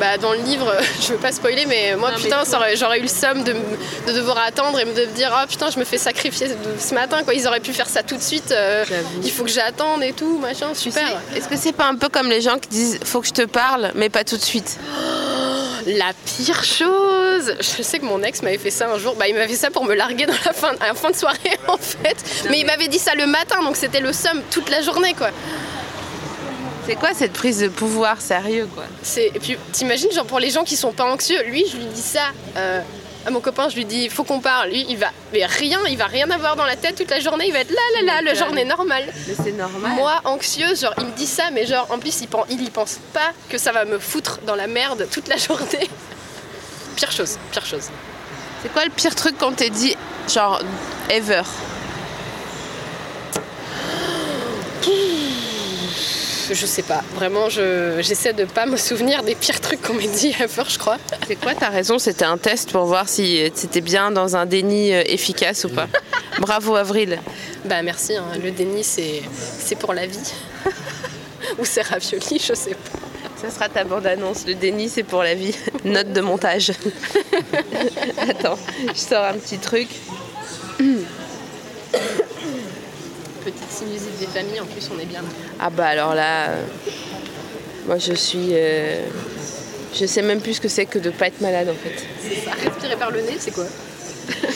Speaker 6: bah, dans le livre, je veux pas spoiler, mais moi
Speaker 5: Non, mais
Speaker 6: putain,
Speaker 5: toi.
Speaker 6: ça aurait- j'aurais eu le somme de, m- de devoir attendre et de me dire, ah putain, je me fais sacrifier de- ce matin, quoi. Ils auraient pu faire ça tout de suite. euh, il faut que j'attende et tout, machin, super.
Speaker 5: Est-ce que c'est pas un peu comme les gens qui disent faut que je te parle, mais pas tout de suite
Speaker 6: Oh, La pire chose Je sais que mon ex m'avait fait ça un jour. Bah, il m'avait fait ça pour me larguer dans la fin, à la fin de soirée, en fait. mais, il m'avait dit ça le matin, donc c'était le somme toute la journée, quoi.
Speaker 5: C'est quoi cette prise de pouvoir sérieux, quoi
Speaker 6: C'est- Et puis, t'imagines, genre, pour les gens qui sont pas anxieux, lui, je lui dis ça euh, à mon copain, je lui dis, faut qu'on parle. Lui, il va mais rien, il va rien avoir dans la tête toute la journée, il va être là, là, là, la journée normale.
Speaker 5: Mais c'est normal.
Speaker 6: Moi, anxieuse, genre, il me dit ça, mais genre, en plus, il, pen- il y pense pas que ça va me foutre dans la merde toute la journée. pire chose, pire chose.
Speaker 5: C'est quoi le pire truc qu'on t'ait dit, genre ever
Speaker 6: Je sais pas. Vraiment, je- j'essaie de pas me souvenir des pires trucs qu'on m'a dit ever, je crois.
Speaker 5: C'est quoi ta raison C'était un test pour voir si euh, c'était bien dans un déni euh, efficace ou pas. Bravo Avril.
Speaker 6: Bah merci, hein. le déni c'est c'est pour la vie. Ou c'est ravioli, je sais pas.
Speaker 5: Ça sera ta bande-annonce. Le déni, c'est pour la vie. Note de montage. Attends, je sors un petit truc.
Speaker 6: Petite sinusite des familles, en plus on est bien.
Speaker 5: Ah bah alors là, euh, moi je suis, euh, je sais même plus ce que c'est que de pas être malade en fait.
Speaker 6: Ça, respirer par le nez, c'est quoi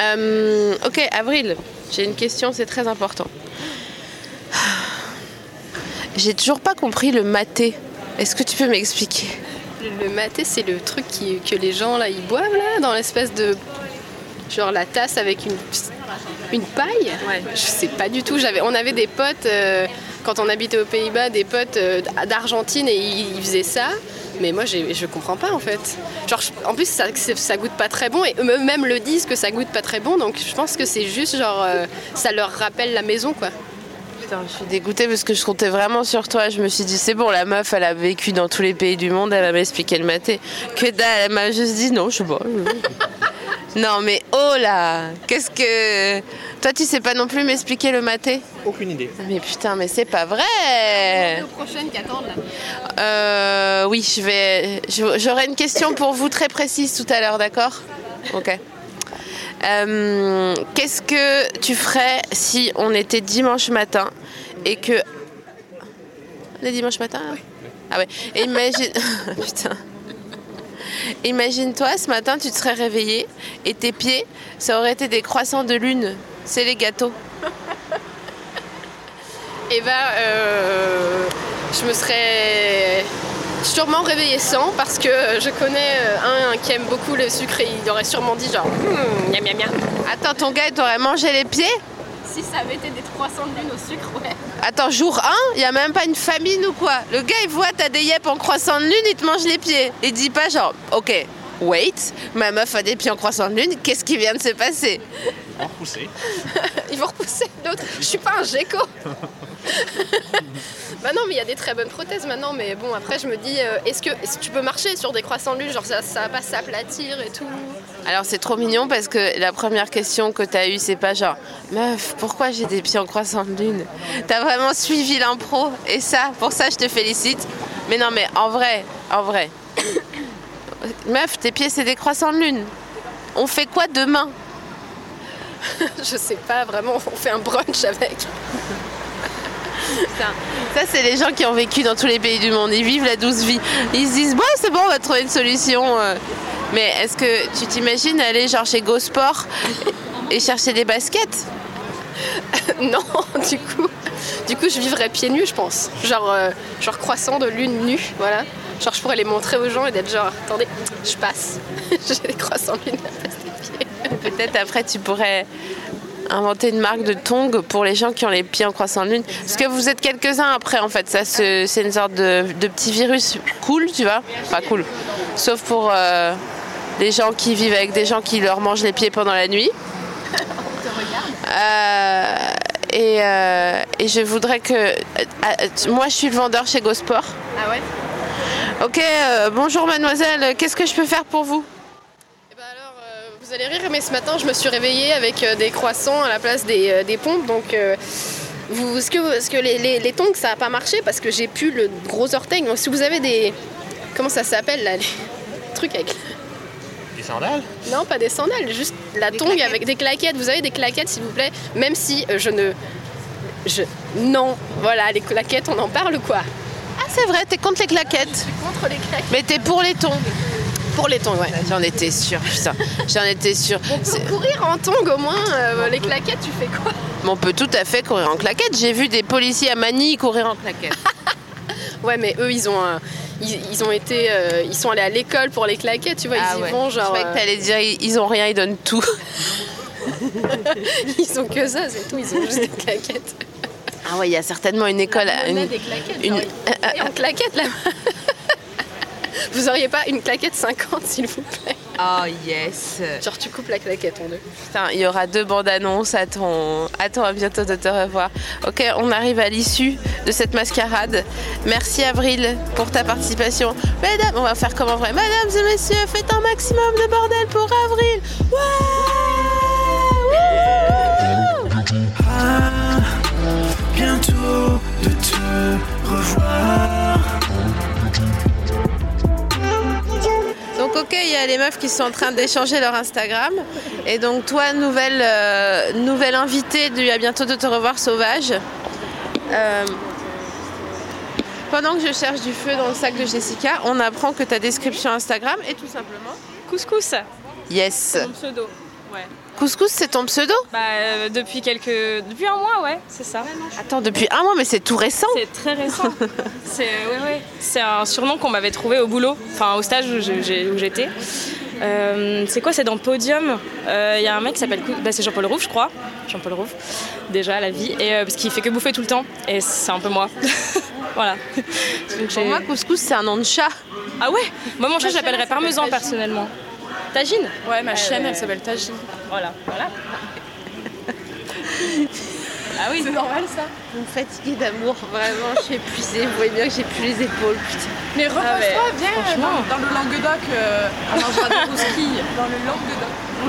Speaker 5: Euh, ok, Avril, j'ai une question, c'est très important. J'ai toujours pas compris le maté. Est-ce que tu peux m'expliquer
Speaker 6: Le maté, c'est le truc qui- que les gens là ils boivent là, dans l'espèce de. Genre la tasse avec une, une paille Je sais pas du tout. J'avais, on avait des potes, euh, quand on habitait aux Pays-Bas, des potes euh, d'Argentine et ils, ils faisaient ça. Mais moi, j'ai- je comprends pas en fait. Genre, je- en plus, ça, c'est- ça goûte pas très bon et eux-mêmes le disent que ça goûte pas très bon. Donc je pense que c'est juste genre. euh, ça leur rappelle la maison quoi.
Speaker 5: Putain, je suis dégoûtée parce que je comptais vraiment sur toi. Je me suis dit, c'est bon, la meuf, elle a vécu dans tous les pays du monde, elle va m'expliquer le maté. Que dalle, elle m'a juste dit non, je sais pas. non, mais oh là Qu'est-ce que. Toi, tu sais pas non plus m'expliquer le maté Ah,
Speaker 13: Aucune idée.
Speaker 5: Mais putain, mais c'est pas vrai
Speaker 6: prochaines qui attendent là.
Speaker 5: Euh. Oui, je vais. je- J'aurai une question pour vous très précise tout à l'heure, d'accord Ok. Euh, Qu'est-ce que tu ferais si on était dimanche matin et que. On est dimanche matin
Speaker 6: hein
Speaker 5: là Ah ouais. Et imagine. Putain. Imagine-toi, ce matin, tu te serais réveillé et tes pieds, ça aurait été des croissants de lune. C'est les gâteaux.
Speaker 6: Et bah, euh, je me serais sûrement réveillée sans parce que je connais euh, un qui aime beaucoup le sucre et il aurait sûrement dit genre Hmm, miam miam miam.
Speaker 5: Attends, ton gars, il t'aurait mangé les pieds
Speaker 6: Si ça avait été des 300 de lune au sucre, ouais.
Speaker 5: Attends, jour 1, il n'y a même pas une famine ou quoi Le gars, il voit t'as des yep en croissant de lune, il te mange les pieds. Il dit pas genre, ok, wait, ma meuf a des pieds en croissant de lune, qu'est-ce qui vient de se passer
Speaker 13: En repoussé.
Speaker 6: Ils vont repousser l'autre. Je suis pas un gecko. bah non, mais il y a des très bonnes prothèses maintenant. Mais bon, après, je me dis, euh, est-ce que, est-ce que tu peux marcher sur des croissants de lune Genre, ça, ça va pas s'aplatir et tout.
Speaker 5: Alors c'est trop mignon parce que la première question que t'as eue, c'est pas genre, meuf, pourquoi j'ai des pieds en croissant de lune T'as vraiment suivi l'impro et ça, pour ça, je te félicite. Mais non, mais en vrai, en vrai, meuf, tes pieds, c'est des croissants de lune. On fait quoi demain
Speaker 6: je sais pas vraiment. On fait un brunch avec.
Speaker 5: Ça, c'est les gens qui ont vécu dans tous les pays du monde. Ils vivent la douce vie. Ils se disent, bon, c'est bon, on va trouver une solution. euh. Mais est-ce que tu t'imagines aller genre chez GoSport et chercher des baskets
Speaker 6: non, du coup, du coup, je vivrais pieds nus, je pense. Genre, euh, genre croissant de lune nue, voilà. Genre, je pourrais les montrer aux gens et d'être genre, attendez, je passe. J'ai des croissants de lune à passer des pieds.
Speaker 5: Peut-être après, tu pourrais inventer une marque de tongs pour les gens qui ont les pieds en croissant de lune. Parce que vous êtes quelques-uns après, en fait. Ça, se- c'est une sorte de, de petit virus cool, tu vois. Pas cool. Sauf pour euh, les gens qui vivent avec des gens qui leur mangent les pieds pendant la nuit. Euh, et, euh, et je voudrais que. euh, euh, tu- moi, je suis le vendeur chez GoSport.
Speaker 6: Ah ouais
Speaker 5: Ok, euh, bonjour mademoiselle, qu'est-ce que je peux faire pour vous
Speaker 6: Eh ben euh, Vous allez rire, mais ce matin, je me suis réveillée avec euh, des croissants à la place des, euh, des pompes. Donc, euh, vous, est-ce que, est-ce que les, les, les tongs, ça n'a pas marché parce que j'ai pu le gros orteil. Donc, si vous avez des. Comment ça s'appelle là Les trucs avec.
Speaker 13: Des sandales
Speaker 6: Non, pas des sandales, juste la tongue avec des claquettes. Vous avez des claquettes, s'il vous plaît Même si euh, je ne. Je... Non, voilà, les claquettes, on en parle ou quoi
Speaker 5: Ah, c'est vrai, t'es contre les claquettes.
Speaker 6: contre les claquettes.
Speaker 5: Mais t'es pour les tongs Pour les tongs, ouais. J'en étais sûre, putain. J'en étais sûre. C'est-
Speaker 6: Courir en tongs, au moins, euh, les claquettes, tu fais quoi
Speaker 5: Mais on peut tout à fait courir en claquettes. J'ai vu des policiers à Manille courir en claquettes.
Speaker 6: Ouais, mais eux, ils ont un- Ils, ils ont été, euh, ils sont allés à l'école pour les claquettes, tu vois,
Speaker 5: Ah
Speaker 6: ils y vont genre.
Speaker 5: Je croyais
Speaker 6: euh,
Speaker 5: que t'allais dire ils ils ont rien, ils donnent tout.
Speaker 6: ils ont que ça, c'est tout, ils ont juste des claquettes.
Speaker 5: Ah ouais, il y a certainement une école. à-
Speaker 6: On a
Speaker 5: Une...
Speaker 6: des claquettes.
Speaker 5: une-
Speaker 6: genre, et en claquette là-bas. Vous auriez pas une claquette 50, s'il vous plaît
Speaker 5: Oh yes
Speaker 6: Genre, tu coupes la claquette en deux.
Speaker 5: Putain, il y aura deux bandes annonces. Attends, attends, à bientôt de te revoir. Ok, on arrive à l'issue de cette mascarade. Merci Avril pour ta participation. Mesdames, on va faire comme en vrai. Mesdames et messieurs, faites un maximum de bordel pour Avril.
Speaker 3: À bientôt de te revoir.
Speaker 5: Donc ok, il y a les meufs qui sont en train d'échanger leur Instagram. Et donc toi, nouvelle, euh, nouvelle invitée du à bientôt de te revoir sauvage. Euh, pendant que je cherche du feu dans le sac de Jessica, on apprend que ta description Instagram est tout simplement
Speaker 14: Couscous.
Speaker 5: yes.
Speaker 14: C'est Mon pseudo. Ouais.
Speaker 5: Couscous, c'est ton pseudo
Speaker 14: Bah, euh, depuis quelques. Depuis un mois, ouais, c'est ça.
Speaker 5: Attends, depuis un mois, mais c'est tout récent.
Speaker 14: C'est très récent. c'est ouais, ouais. C'est un surnom qu'on m'avait trouvé au boulot, enfin au stage où j'ai- j'ai- où j'étais. Euh, c'est quoi C'est dans Podium. Euh, Il y a un mec qui s'appelle. Cou- Bah, c'est Jean-Paul Rouve, je crois. Jean-Paul Rouve, déjà, la vie. Et, euh, parce qu'il fait que bouffer tout le temps. Et c'est un peu moi. voilà.
Speaker 5: Pour moi, couscous, c'est un nom de chat.
Speaker 14: Ah ouais Moi, mon chat, je
Speaker 6: Ma chienne,
Speaker 14: l'appellerais
Speaker 6: elle s'appelle
Speaker 14: parmesan,
Speaker 6: Tagine.
Speaker 14: personnellement. Tagine Ouais,
Speaker 6: ma chienne, elle s'appelle
Speaker 14: Tagine. Voilà, voilà.
Speaker 5: Ah oui, c'est normal ça. Vous me fatiguez d'amour, vraiment, je suis épuisée. Vous voyez bien que j'ai plus les épaules, putain.
Speaker 15: Mais repose-toi,
Speaker 5: Ah, mais
Speaker 15: viens
Speaker 5: franchement.
Speaker 15: dans, dans le Languedoc, euh, on mangera des rousquilles. Dans le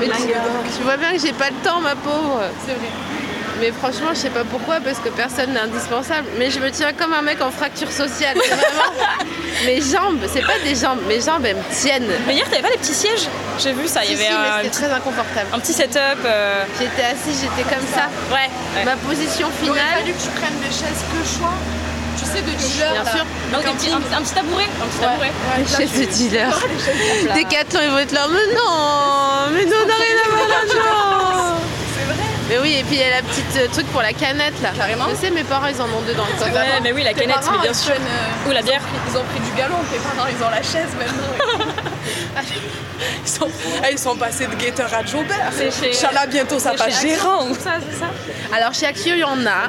Speaker 15: Languedoc.
Speaker 5: Mais tu, tu vois bien que j'ai pas le temps, ma pauvre. C'est vrai. Mais franchement, je sais pas pourquoi, parce que personne n'est indispensable. Mais je me tiens comme un mec en fracture sociale. c'est Vraiment. mes jambes, c'est pas des jambes, mes jambes elles me tiennent.
Speaker 14: Mais hier, t'avais pas des petits sièges J'ai vu ça, il y
Speaker 5: Si,
Speaker 14: avait
Speaker 5: si, mais
Speaker 14: un
Speaker 5: c'était
Speaker 14: petit-
Speaker 5: très inconfortable.
Speaker 14: Un petit setup. euh,
Speaker 5: J'étais assise, j'étais comme ça.
Speaker 14: Ouais.
Speaker 5: Ma position
Speaker 15: Il aurait
Speaker 5: finale.
Speaker 15: fallu que tu prennes des chaises que choix. Tu sais, de dealer.
Speaker 14: Bien
Speaker 15: là.
Speaker 14: sûr. Donc,
Speaker 15: Comme
Speaker 14: un, petit, un- un petit tabouret. Un petit tabouret.
Speaker 5: Les chaises de dealer. Des quatre ils vont être là. Mais non, mais non, on n'a rien à voir là-dedans. Mais oui, et puis il y a la petite euh, truc pour la canette là. Carrément. Je sais, mes parents ils en ont deux dans le coffre.
Speaker 14: Ouais, mais oui, la
Speaker 15: Tes
Speaker 14: canette,
Speaker 15: parents,
Speaker 14: mais bien
Speaker 15: ils
Speaker 14: sûr.
Speaker 15: prennent, euh,
Speaker 14: Ou la bière.
Speaker 15: Ils ont pris du galon, tes parents, ils ont la chaise maintenant. ils, sont... ah, ils sont passés de guetteur à Jobert.
Speaker 14: C'est chez-
Speaker 15: Inch'Allah, bientôt ça
Speaker 14: c'est chez
Speaker 15: passe
Speaker 14: Action,
Speaker 15: gérant.
Speaker 14: tout ça, c'est ça.
Speaker 5: Alors chez Axio, il y en a,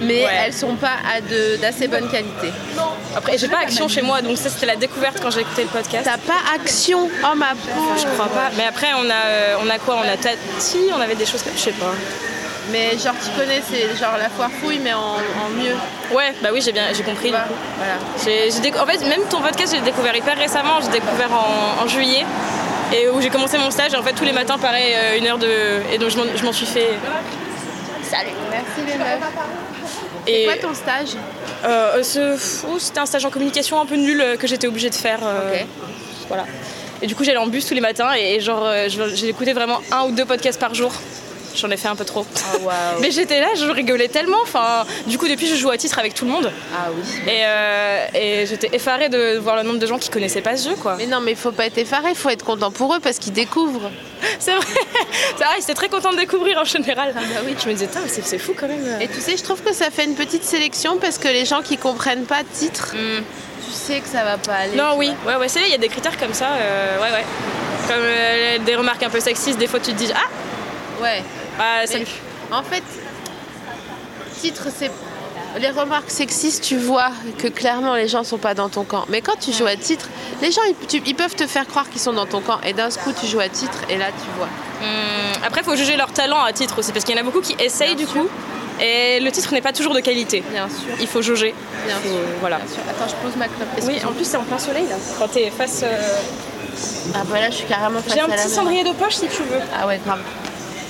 Speaker 5: mais elles sont pas à de- d'assez bonne qualité.
Speaker 14: Après, j'ai pas action chez moi, donc ça c'était la découverte quand j'ai écouté le podcast.
Speaker 5: T'as pas action Oh ma pauvre
Speaker 14: Je crois pas. Mais après, on a, euh, on a quoi On a Tati, on avait des choses comme. Je sais pas.
Speaker 5: Mais genre, tu connais, c'est genre la foire fouille, mais en, en mieux.
Speaker 14: Ouais, bah oui, j'ai bien j'ai compris. du coup. J'ai- j'ai décou- En fait, même ton podcast, j'ai découvert hyper récemment. J'ai découvert en, en juillet. Et où j'ai commencé mon stage. Et en fait, tous les matins, pareil, euh, une heure de. Et donc, je m'en- je m'en suis fait.
Speaker 5: Salut Merci les meufs.
Speaker 14: Et
Speaker 5: Quoi ton stage
Speaker 14: euh, euh, ce- pff, ouh, c'était un stage en communication un peu nul euh, que j'étais obligée de faire. euh, Voilà. Et du coup, j'allais en bus tous les matins et, et genre, euh, je- j'ai écouté vraiment un ou deux podcasts par jour. J'en ai fait un peu trop.
Speaker 13: Ah,
Speaker 14: Mais j'étais là, je rigolais tellement. Enfin, du coup, depuis, je joue à titre avec tout le monde.
Speaker 5: Ah oui.
Speaker 14: Et, euh, et j'étais effarée de voir le nombre de gens qui connaissaient pas ce jeu, quoi.
Speaker 5: Mais non, mais faut pas être effaré, faut être content pour eux parce qu'ils découvrent.
Speaker 14: C'est vrai. C'est vrai, ils étaient très contents de découvrir en général. Ah, bah oui. Je me disais, Tain, mais c'est c'est fou quand même.
Speaker 5: Et tu sais, je trouve que ça fait une petite sélection parce que les gens qui comprennent pas titre, tu sais que ça va pas aller.
Speaker 14: Hmm. Non,
Speaker 5: tu
Speaker 14: oui,
Speaker 5: vois.
Speaker 14: ouais, ouais, c'est il y a des critères comme ça, euh, ouais, ouais. Comme euh, des remarques un peu sexistes, des fois tu te dis ah
Speaker 5: Ouais.
Speaker 14: Ah, ça
Speaker 5: Mais
Speaker 14: me-
Speaker 5: En fait, titre, c'est. Les remarques sexistes, tu vois que clairement les gens sont pas dans ton camp. Mais quand tu joues à titre, les gens ils, tu- ils peuvent te faire croire qu'ils sont dans ton camp et d'un coup tu joues à titre et là tu vois.
Speaker 14: Hum, Après, il faut juger leur talent à titre aussi, parce qu'il y en a beaucoup qui essayent du coup, et le titre n'est pas toujours de qualité.
Speaker 5: Bien sûr.
Speaker 14: Il faut jauger.
Speaker 5: Bien
Speaker 14: Faut-
Speaker 5: sûr,
Speaker 14: Voilà.
Speaker 5: Attends, je pose ma clope.
Speaker 14: Oui, en plus, c'est en plein soleil là. Quand t'es face. euh,
Speaker 5: Ah bah là je suis carrément face
Speaker 14: J'ai un
Speaker 5: à la
Speaker 14: petit
Speaker 5: mer.
Speaker 14: cendrier de poche si tu veux.
Speaker 5: Ah ouais, grave.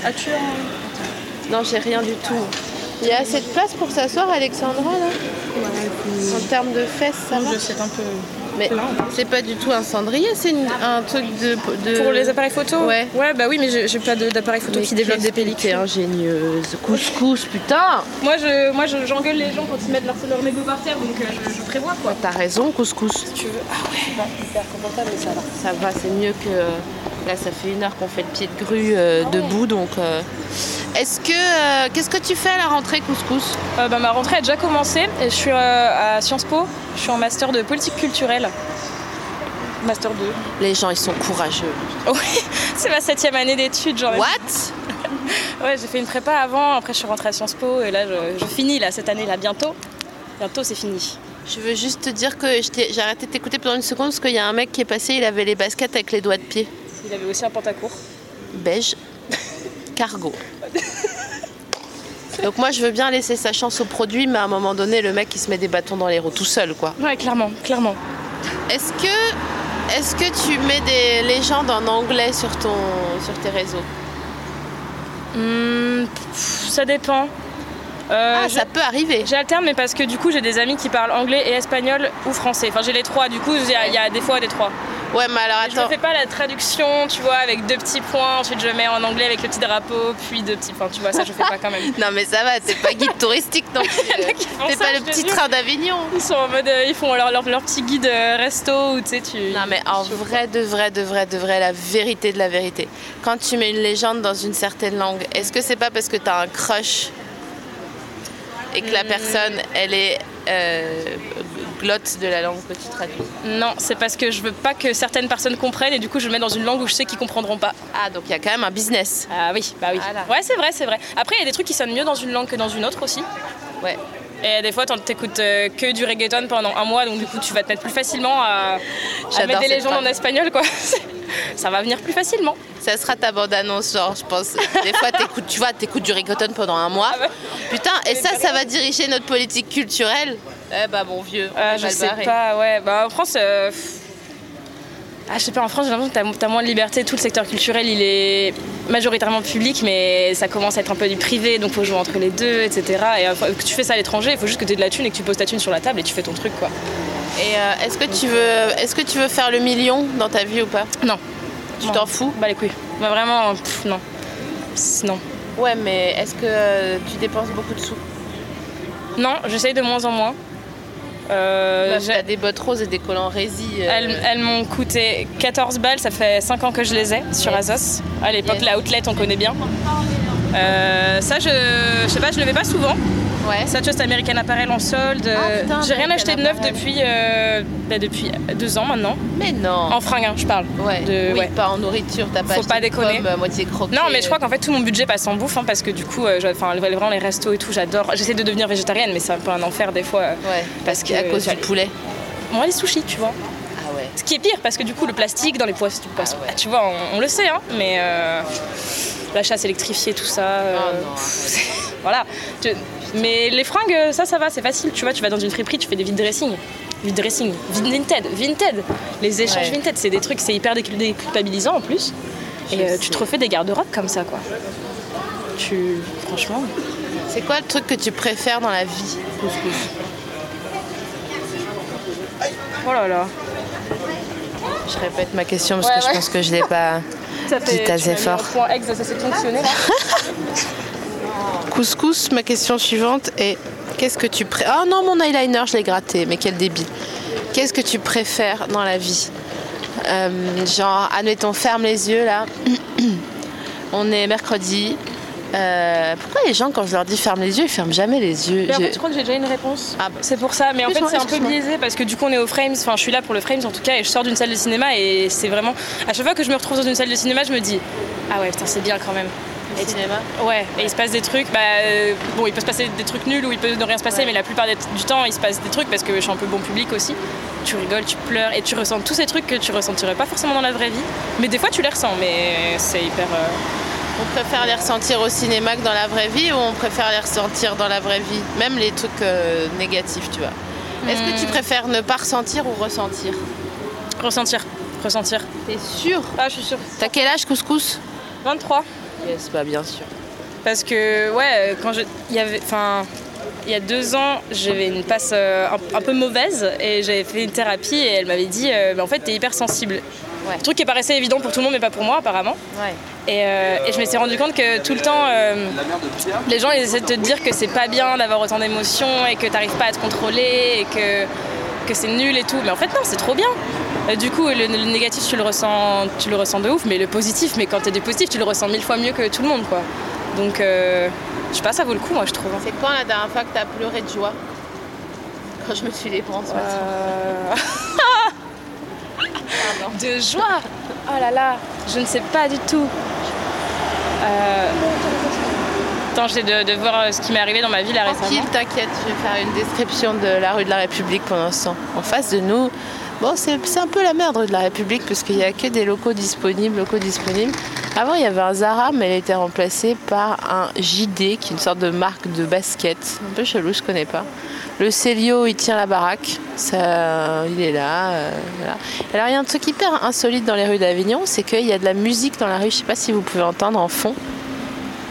Speaker 14: As-tu un.
Speaker 5: Non, j'ai rien du tout. Il y a assez de place pour s'asseoir, Alexandra, là En termes de fesses, ça va
Speaker 15: un peu...
Speaker 5: Mais c'est pas du tout un cendrier, c'est une- un truc de, de-
Speaker 14: Pour les appareils photo
Speaker 5: Ouais.
Speaker 14: bah oui, mais j'ai- j'ai pas de- d'appareil photo
Speaker 5: Mais
Speaker 14: qui développe des
Speaker 5: qu'est-ce que T'es
Speaker 14: pellicules.
Speaker 5: ingénieuse. Couscous, putain
Speaker 14: Moi, je, moi, je- j'engueule les gens quand ils mettent leur, leur mégot par terre, donc euh, je, je prévois quoi.
Speaker 5: T'as raison, couscous. Si tu veux. Ah ouais. C'est pas hyper confortable, mais ça va. Ça va, c'est mieux que. euh, Là, ça fait une heure qu'on fait le pied de grue euh, debout, donc. euh, Est-ce que. euh, Qu'est-ce que tu fais à la rentrée, couscous
Speaker 14: Euh, bah, ma rentrée a déjà commencé et je suis euh, à Sciences Po. Je suis en master de politique culturelle. Master 2.
Speaker 5: Les gens, ils sont courageux.
Speaker 14: Oui, c'est ma septième année d'études, genre.
Speaker 5: What
Speaker 14: Ouais, j'ai fait une prépa avant, après je suis rentrée à Sciences Po et là je, je finis là cette année là bientôt. Bientôt c'est fini.
Speaker 5: Je veux juste te dire que je t'ai- j'ai arrêté de t'écouter pendant une seconde parce qu'il y a un mec qui est passé, il avait les baskets avec les doigts de pied.
Speaker 14: Il avait aussi un pantacourt.
Speaker 5: Beige. Cargo. Donc moi je veux bien laisser sa chance au produit, mais à un moment donné le mec il se met des bâtons dans les roues tout seul quoi.
Speaker 14: Ouais, clairement, clairement.
Speaker 5: Est-ce que, est-ce que tu mets des légendes en anglais sur, ton, sur tes réseaux
Speaker 14: Hmm, pff, ça dépend. ah,
Speaker 5: ça peut arriver.
Speaker 14: J'alterne, mais parce que du coup j'ai des amis qui parlent anglais et espagnol ou français. Enfin, j'ai les trois, du coup il y a- il y, a des fois des trois.
Speaker 5: Ouais, mais alors
Speaker 14: attends. Je ne fais pas la traduction, tu vois, avec deux petits points, ensuite je mets en anglais avec le petit drapeau, puis deux petits points, tu vois, ça je fais pas quand même.
Speaker 5: Non mais ça va, t'es pas guide touristique non plus. T'es pas le petit train d'Avignon.
Speaker 14: Ils sont en mode, euh, ils font leur, leur, leur petit guide euh, resto ou tu sais, tu.
Speaker 5: Non mais en vrai, de vrai, de vrai, de vrai, la vérité de la vérité. Quand tu mets une légende dans une certaine langue, est-ce que c'est pas parce que t'as un crush et
Speaker 14: Hmm.
Speaker 5: que la personne, elle est euh, glotte de la langue que tu traduis
Speaker 14: Non, c'est parce que je veux pas que certaines personnes comprennent et du coup je le mets dans une langue où je sais qu'ils comprendront pas.
Speaker 5: Ah, donc il y a quand même un business.
Speaker 14: Ah oui, bah oui. Ouais, c'est vrai, c'est vrai. Après, il y a des trucs qui sonnent mieux dans une langue que dans une autre aussi.
Speaker 5: Ouais.
Speaker 14: Et des fois, t'en- t'écoutes euh, que du reggaeton pendant un mois, donc du coup, tu vas te mettre plus facilement à, à
Speaker 5: J'adore
Speaker 14: mettre des
Speaker 5: cette
Speaker 14: légendes en
Speaker 5: phrase.
Speaker 14: espagnol, quoi. Ça va venir plus facilement.
Speaker 5: Ça sera ta bande-annonce, genre, je pense. Des fois, t'écoutes, tu vois, t'écoutes du reggaeton pendant un mois.
Speaker 14: Ah
Speaker 5: Putain, et ça, ça va diriger notre politique culturelle Eh bah, mon vieux. on
Speaker 14: Euh,
Speaker 5: est
Speaker 14: je
Speaker 5: mal
Speaker 14: sais
Speaker 5: barré.
Speaker 14: pas, ouais. Bah, en France. euh, pff. Ah, je sais pas, en France, j'ai l'impression que t'as- t'as moins de liberté. Tout le secteur culturel, il est majoritairement public, mais ça commence à être un peu du privé, donc faut jouer entre les deux, etc. Et euh, faut- que tu fais ça à l'étranger, il faut juste que t'aies de la thune et que tu poses ta thune sur la table et tu fais ton truc, quoi.
Speaker 5: Et euh, est-ce que tu veux, est-ce que tu veux faire le million dans ta vie ou pas
Speaker 14: Non.
Speaker 5: Tu t'en fous
Speaker 14: Bah les couilles. Bah vraiment, pff, non. Pss, Non.
Speaker 5: Ouais, mais est-ce que euh, tu dépenses beaucoup de sous
Speaker 14: Non, j'essaye de moins en moins. Euh,
Speaker 5: Meuf, T'as des bottes roses et des collants euh, résille.
Speaker 14: Elles, elles m'ont coûté 14 balles, ça fait 5 ans que je les ai sur Azos. À l'époque, la outlet, on connaît bien. Euh, ça, je, je sais pas, je le vais pas souvent.
Speaker 5: Ouais. Ah,
Speaker 14: Ça, tu vois, c'est American Apparel en solde.
Speaker 5: putain,
Speaker 14: J'ai rien
Speaker 5: American
Speaker 14: acheté de neuf depuis, euh, bah, depuis deux ans maintenant.
Speaker 5: Mais non.
Speaker 14: En fringues, hein, je parle.
Speaker 5: Ouais.
Speaker 14: De-
Speaker 5: oui,
Speaker 14: ouais.
Speaker 5: pas en nourriture, t'as pas
Speaker 14: Faut
Speaker 5: acheté
Speaker 14: pas
Speaker 5: de
Speaker 14: déconner.
Speaker 5: pommes à moitié croquées. euh.
Speaker 14: Non, mais je crois qu'en fait tout mon budget passe en bouffe hein, parce que du coup, euh, je- enfin, le- vraiment les restos et tout, j'adore. J'essaie de devenir végétarienne, mais c'est un peu un enfer des fois. euh,
Speaker 5: Ouais,
Speaker 14: parce que
Speaker 5: à cause du poulet.
Speaker 14: Moi, les sushis, tu vois.
Speaker 5: Ah ouais.
Speaker 14: Ce qui est pire parce que du coup, le plastique dans les poissons, Ah, tu vois, on, on le sait, hein, mais euh, la chasse électrifiée, tout ça.
Speaker 5: Ah,
Speaker 14: euh, voilà. Tu- Mais les fringues, euh, ça, ça va, c'est facile. Tu vois, tu vas dans une friperie, tu fais des vide dressing. Vide dressing, vide Vinted, Vinted. Les échanges
Speaker 5: Ouais.
Speaker 14: Vinted, c'est des trucs, c'est hyper décul- déculpabilisant en plus. Et euh, tu te refais des garde-robes comme ça, quoi. Tu. Franchement.
Speaker 5: C'est quoi le truc que tu préfères dans la vie couscous
Speaker 14: Oh là là.
Speaker 5: Je répète ma question parce
Speaker 14: Ouais,
Speaker 5: que
Speaker 14: ouais.
Speaker 5: je pense que je l'ai pas
Speaker 14: Ça
Speaker 5: dit
Speaker 14: tu m'as
Speaker 5: assez
Speaker 14: mis un
Speaker 5: fort.
Speaker 14: Point ex, ça s'est fonctionné là.
Speaker 5: Couscous, ma question suivante est qu'est-ce que tu préfères Oh non, mon eyeliner, je l'ai gratté, mais quel débile. Qu'est-ce que tu préfères dans la vie Euh, Genre, admettons, ferme les yeux là. On est mercredi. Euh, pourquoi les gens, quand je leur dis ferme les yeux, ils ferment jamais les yeux
Speaker 14: Mais en
Speaker 5: J'ai-
Speaker 14: fait, je crois que j'ai déjà une réponse. c'est pour ça, mais en fait,
Speaker 5: Excuse-moi,
Speaker 14: c'est un peu
Speaker 5: excuse-moi.
Speaker 14: biaisé parce que du coup, on est au Frames. Enfin, je suis là pour le Frames en tout cas, et je sors d'une salle de cinéma et c'est vraiment. À chaque fois que je me retrouve dans une salle de cinéma, je me dis Ah ouais, putain, c'est bien quand même. Le
Speaker 5: cinéma
Speaker 14: Ouais, et il se passe des trucs. Bah, euh, bon, il peut se passer des trucs nuls ou il peut ne rien se passer, mais la plupart des- du temps, il se passe des trucs parce que je suis un peu bon public aussi. Tu rigoles, tu pleures et tu ressens tous ces trucs que tu ressentirais pas forcément dans la vraie vie. Mais des fois, tu les ressens, mais c'est hyper. euh,
Speaker 5: On préfère les ressentir au cinéma que dans la vraie vie ou on préfère les ressentir dans la vraie vie Même les trucs euh, négatifs, tu vois. Est-ce que tu
Speaker 14: Hmm.
Speaker 5: préfères ne pas ressentir ou ressentir
Speaker 14: Ressentir. Ressentir.
Speaker 5: T'es sûr
Speaker 14: Ah, je suis sûre.
Speaker 5: T'as quel âge, couscous
Speaker 14: 23.
Speaker 5: Yes, bah bien sûr.
Speaker 14: Parce que, ouais, euh, quand je. Il y avait. Enfin. Il y a deux ans, j'avais une passe euh, un, un peu mauvaise et j'avais fait une thérapie et elle m'avait dit euh, Bah, En fait, t'es hyper sensible. Un truc qui paraissait évident pour tout le monde, mais pas pour moi, apparemment. Et, euh, et je m'étais rendu compte que tout le temps, euh, les gens ils essaient de te dire que c'est pas bien d'avoir autant d'émotions et que t'arrives pas à te contrôler et que, que c'est nul et tout. Mais en fait, non, c'est trop bien. Euh, du coup, le, le négatif, tu le, ressens, tu le ressens de ouf, mais le positif, mais quand t'es du positif, tu le ressens mille fois mieux que tout le monde, quoi. Donc, euh, je sais pas, ça vaut le coup, moi, je trouve. hein.
Speaker 5: C'est quand la dernière fois que t'as pleuré de joie Quand je me suis les bras en ce matin.
Speaker 14: De joie Oh là là, je ne sais pas du tout. Euh... Attends, j'ai de, de voir euh, ce qui m'est arrivé dans ma vie là récemment.
Speaker 5: Tranquille, t'inquiète, je vais faire une description de la rue de la République pendant ce temps. En face de nous, bon, c'est c'est un peu la merde rue de la République parce qu'il n'y a que des locaux disponibles, locaux disponibles. Avant, il y avait un Zara, mais elle a été remplacée par un JD, qui est une sorte de marque de basket. Un peu chelou, je connais pas. Le Célio, il tient la baraque. Ça, il est là. euh, voilà. Alors, il y a un truc hyper insolite dans les rues d'Avignon, c'est qu'il y a de la musique dans la rue. Je sais pas si vous pouvez entendre en fond.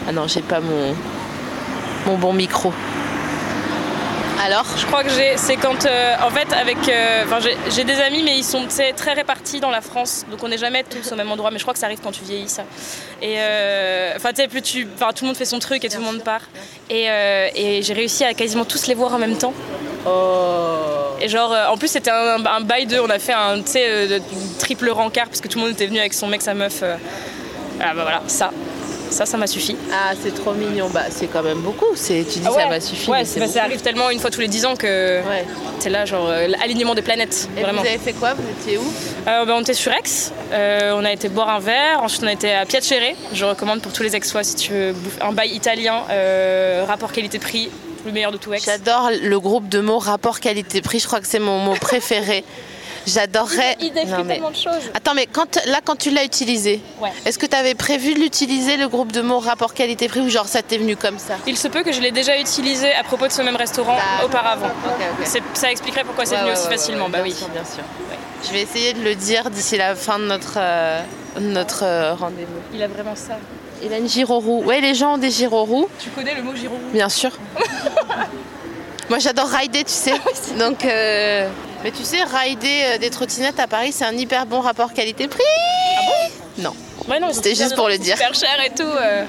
Speaker 5: Ah non, j'ai pas mon, mon bon micro. Alors
Speaker 14: Je crois que j'ai, c'est quand, euh, en fait, avec, euh, enfin, j'ai- j'ai des amis, mais ils sont, tu sais, très répartis dans la France, donc on n'est jamais tous au même endroit. Mais je crois que ça arrive quand tu vieillis, ça. Et, euh, enfin, tu sais, plus tu, enfin, tout le monde fait son truc et tout le monde part. Et, euh, et j'ai réussi à quasiment tous les voir en même temps. Et genre, euh, en plus, c'était un, un bail de, on a fait un, tu sais, euh, de- triple rencard parce que tout le monde était venu avec son mec, sa meuf. euh. Ah bah voilà, ça, ça, ça m'a suffi.
Speaker 5: Ah, c'est trop mignon. Bah, c'est quand même beaucoup. C'est, tu dis
Speaker 14: Ah ouais.
Speaker 5: ça m'a suffi.
Speaker 14: Ouais,
Speaker 5: mais
Speaker 14: c'est-
Speaker 5: c'est
Speaker 14: bah, ça
Speaker 5: beaucoup.
Speaker 14: arrive tellement une fois tous les 10 ans que euh, t'es là, genre euh, l'alignement des planètes.
Speaker 5: Et
Speaker 14: vraiment.
Speaker 5: vous avez fait quoi Vous étiez où
Speaker 14: Euh, bah, on était sur Aix, euh, on a été boire un verre, ensuite on a été à Piacere. Je recommande pour tous les Aixois si tu veux bouffer un bail italien, euh, rapport qualité-prix, le meilleur de tout Aix.
Speaker 5: J'adore le groupe de mots rapport qualité-prix. Je crois que c'est mon mot préféré. J'adorerais.
Speaker 14: Il décrit
Speaker 5: Non, mais-
Speaker 14: tellement de choses.
Speaker 5: Attends, mais quand, là, quand tu l'as utilisé,
Speaker 14: Ouais.
Speaker 5: est-ce que tu avais prévu de l'utiliser, le groupe de mots rapport qualité-prix, ou genre ça t'est venu comme ça
Speaker 14: Il se peut que je l'ai déjà utilisé à propos de ce même restaurant auparavant.
Speaker 5: ok.
Speaker 14: C'est- Ça expliquerait pourquoi c'est
Speaker 5: Ouais,
Speaker 14: venu
Speaker 5: ouais,
Speaker 14: aussi
Speaker 5: ouais, ouais,
Speaker 14: facilement.
Speaker 5: ouais,
Speaker 14: bah
Speaker 5: bien
Speaker 14: oui.
Speaker 5: sûr, bien sûr. Je vais essayer de le dire d'ici la fin de notre, euh, notre euh, rendez-vous.
Speaker 14: Il a vraiment ça.
Speaker 5: Il a une girorou. Ouais, les gens ont des girorous.
Speaker 14: Tu connais le mot giroud
Speaker 5: Bien sûr. Moi j'adore rider, tu
Speaker 14: Ah
Speaker 5: sais. Donc, euh, mais tu sais, rider euh, des trottinettes à Paris, c'est un hyper bon rapport qualité-prix. non.
Speaker 14: Ah Ouais, non, ils ont
Speaker 5: C'était
Speaker 14: tout
Speaker 5: juste
Speaker 14: bien
Speaker 5: pour
Speaker 14: dedans,
Speaker 5: le dire.
Speaker 14: Super cher et tout. euh.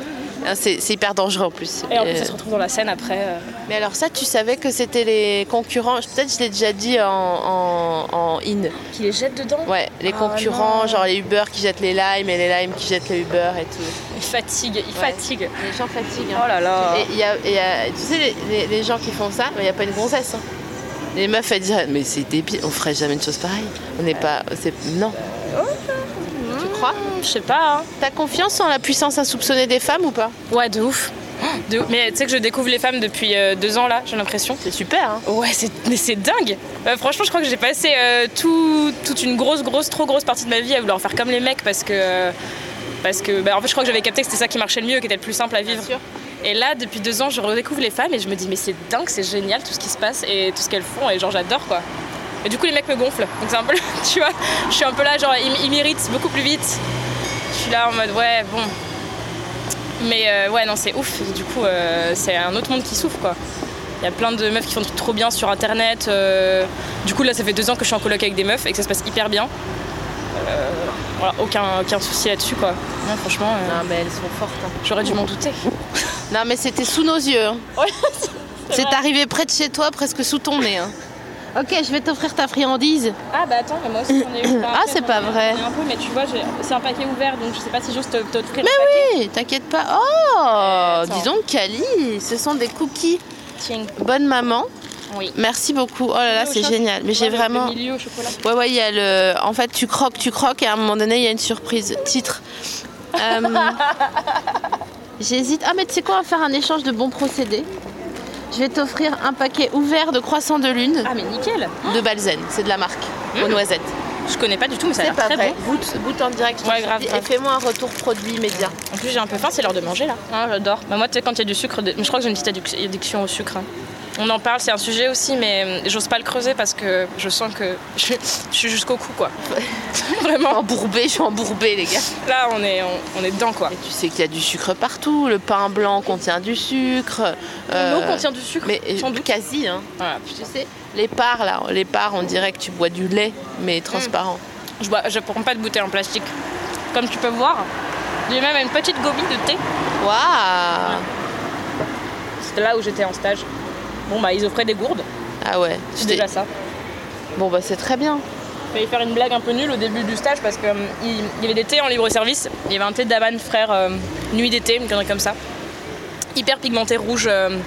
Speaker 5: Ah, C'est c'est hyper dangereux en plus.
Speaker 14: Et en plus,
Speaker 5: Euh,
Speaker 14: ça se retrouve dans la scène après. euh.
Speaker 5: Mais alors ça, tu savais que c'était les concurrents. Peut-être je l'ai déjà dit en, en, en in.
Speaker 14: Qui les jettent dedans
Speaker 5: Ouais, les
Speaker 14: Ah,
Speaker 5: concurrents,
Speaker 14: non.
Speaker 5: genre les Uber qui jettent les limes et les limes qui jettent les Uber et tout.
Speaker 14: Il fatigue, il
Speaker 5: Ouais.
Speaker 14: fatigue.
Speaker 5: Les gens fatiguent. hein.
Speaker 14: Oh là là.
Speaker 5: Et il y a, et il y a- tu sais, les, les- les gens qui font ça, il n'y a pas une gonzesse. hein. Les meufs, elles diraient, mais c'est débile, on ferait jamais une chose pareille. On n'est pas. c'est- Non. Tu crois
Speaker 14: Je sais pas. hein.
Speaker 5: T'as confiance en la puissance insoupçonnée des femmes ou pas
Speaker 14: Ouais, de ouf. De ouf. Mais tu sais que je découvre les femmes depuis euh, deux ans là, j'ai l'impression.
Speaker 5: C'est super. Hein.
Speaker 14: Ouais, c'est- mais c'est dingue. Euh, franchement, je crois que j'ai passé euh, tout- toute une grosse, grosse, trop grosse partie de ma vie à vouloir faire comme les mecs parce que, euh, parce que, bah, en fait, je crois que j'avais capté que c'était ça qui marchait le mieux, qui était le plus simple à vivre. Et là, depuis deux ans, je redécouvre les femmes et je me dis mais c'est dingue, c'est génial tout ce qui se passe et tout ce qu'elles font et genre j'adore quoi. Et du coup, les mecs me gonflent. Donc c'est un peu, le- tu vois, je suis un peu là genre ils, ils m'irritent beaucoup plus vite. Je suis là en mode ouais bon. Mais euh, ouais non c'est ouf. Du coup, euh, c'est un autre monde qui s'ouvre quoi. Il y a plein de meufs qui font des trucs trop bien sur internet. euh, Du coup, là, ça fait deux ans que je suis en coloc avec des meufs et que ça se passe hyper bien. Euh, Voilà, aucun, aucun souci là-dessus, quoi. Non, franchement. Non,
Speaker 5: mais elles sont fortes.
Speaker 14: J'aurais dû m'en douter.
Speaker 5: Non, mais c'était sous nos yeux. hein. C'est arrivé près de chez toi, presque sous ton nez. hein. Ok, je vais t'offrir ta friandise.
Speaker 14: Ah bah attends, mais moi aussi j'en ai eu.
Speaker 5: Ah, c'est pas vrai.
Speaker 14: Un peu, mais tu vois, j'ai- c'est un paquet ouvert, donc je sais pas si juste te- t'offrir.
Speaker 5: Mais oui, t'inquiète pas. Oh, dis donc, Cali, ce sont des cookies. Bonne maman.
Speaker 14: Oui.
Speaker 5: Merci beaucoup. Oh là là,
Speaker 14: au
Speaker 5: c'est
Speaker 14: chocolat.
Speaker 5: génial. Mais
Speaker 14: Ouais,
Speaker 5: j'ai
Speaker 14: le- le
Speaker 5: vraiment.
Speaker 14: milieu au chocolat.
Speaker 5: Ouais, ouais, il y a le. En fait, tu croques, tu croques, et à un moment donné, il y a une surprise. Titre. Euh, J'hésite. Ah, mais tu sais quoi, on va faire un échange de bons procédés. Je vais t'offrir un paquet ouvert de croissants de lune. Ah,
Speaker 14: mais nickel. Mmh.
Speaker 5: De Balzen, c'est de la marque, aux noisettes.
Speaker 14: Je connais pas du tout, mais ça a
Speaker 5: C'est
Speaker 14: l'air
Speaker 5: pas
Speaker 14: très
Speaker 5: vrai.
Speaker 14: bon.
Speaker 5: Goûte, goûte en direct.
Speaker 14: Ouais, grave,
Speaker 5: Et
Speaker 14: grave.
Speaker 5: fais-moi un retour produit média.
Speaker 14: En plus, j'ai un peu faim, c'est l'heure de manger là. Ah, j'adore. Bah, moi, tu sais, quand il y a du sucre, de- je crois que j'ai une petite adduc- addiction au sucre. hein. On en parle, c'est un sujet aussi, mais euh, j'ose pas le creuser parce que je sens que je, je suis jusqu'au cou, quoi. Vraiment.
Speaker 5: Embourbée, je suis embourbée, les gars.
Speaker 14: Là, on est, on, on est dedans, quoi.
Speaker 5: tu sais qu'il y a du sucre partout. Le pain blanc contient du sucre.
Speaker 14: eau contient du sucre,
Speaker 5: Mais
Speaker 14: sans
Speaker 5: euh,
Speaker 14: doute.
Speaker 5: quasi. Hein.
Speaker 14: tu
Speaker 5: sais, les parts là, les parts, on dirait que tu bois du lait, mais transparent.
Speaker 14: Hmm. Je bois, je prends pas de bouteille en plastique. Comme tu peux voir, j'ai même une petite gobie de thé.
Speaker 5: Waouh
Speaker 14: C'était là où j'étais en stage. Bon, bah, ils offraient des gourdes.
Speaker 5: Ah ouais.
Speaker 14: C'est déjà ça.
Speaker 5: Bon, bah, c'est très bien.
Speaker 14: Je vais faire une blague un peu nulle au début du stage parce qu'il il y avait des thés en libre service. Il y avait un thé d'Aban Frère euh, Nuit d'été, une connerie comme ça. Hyper pigmenté rouge. euh,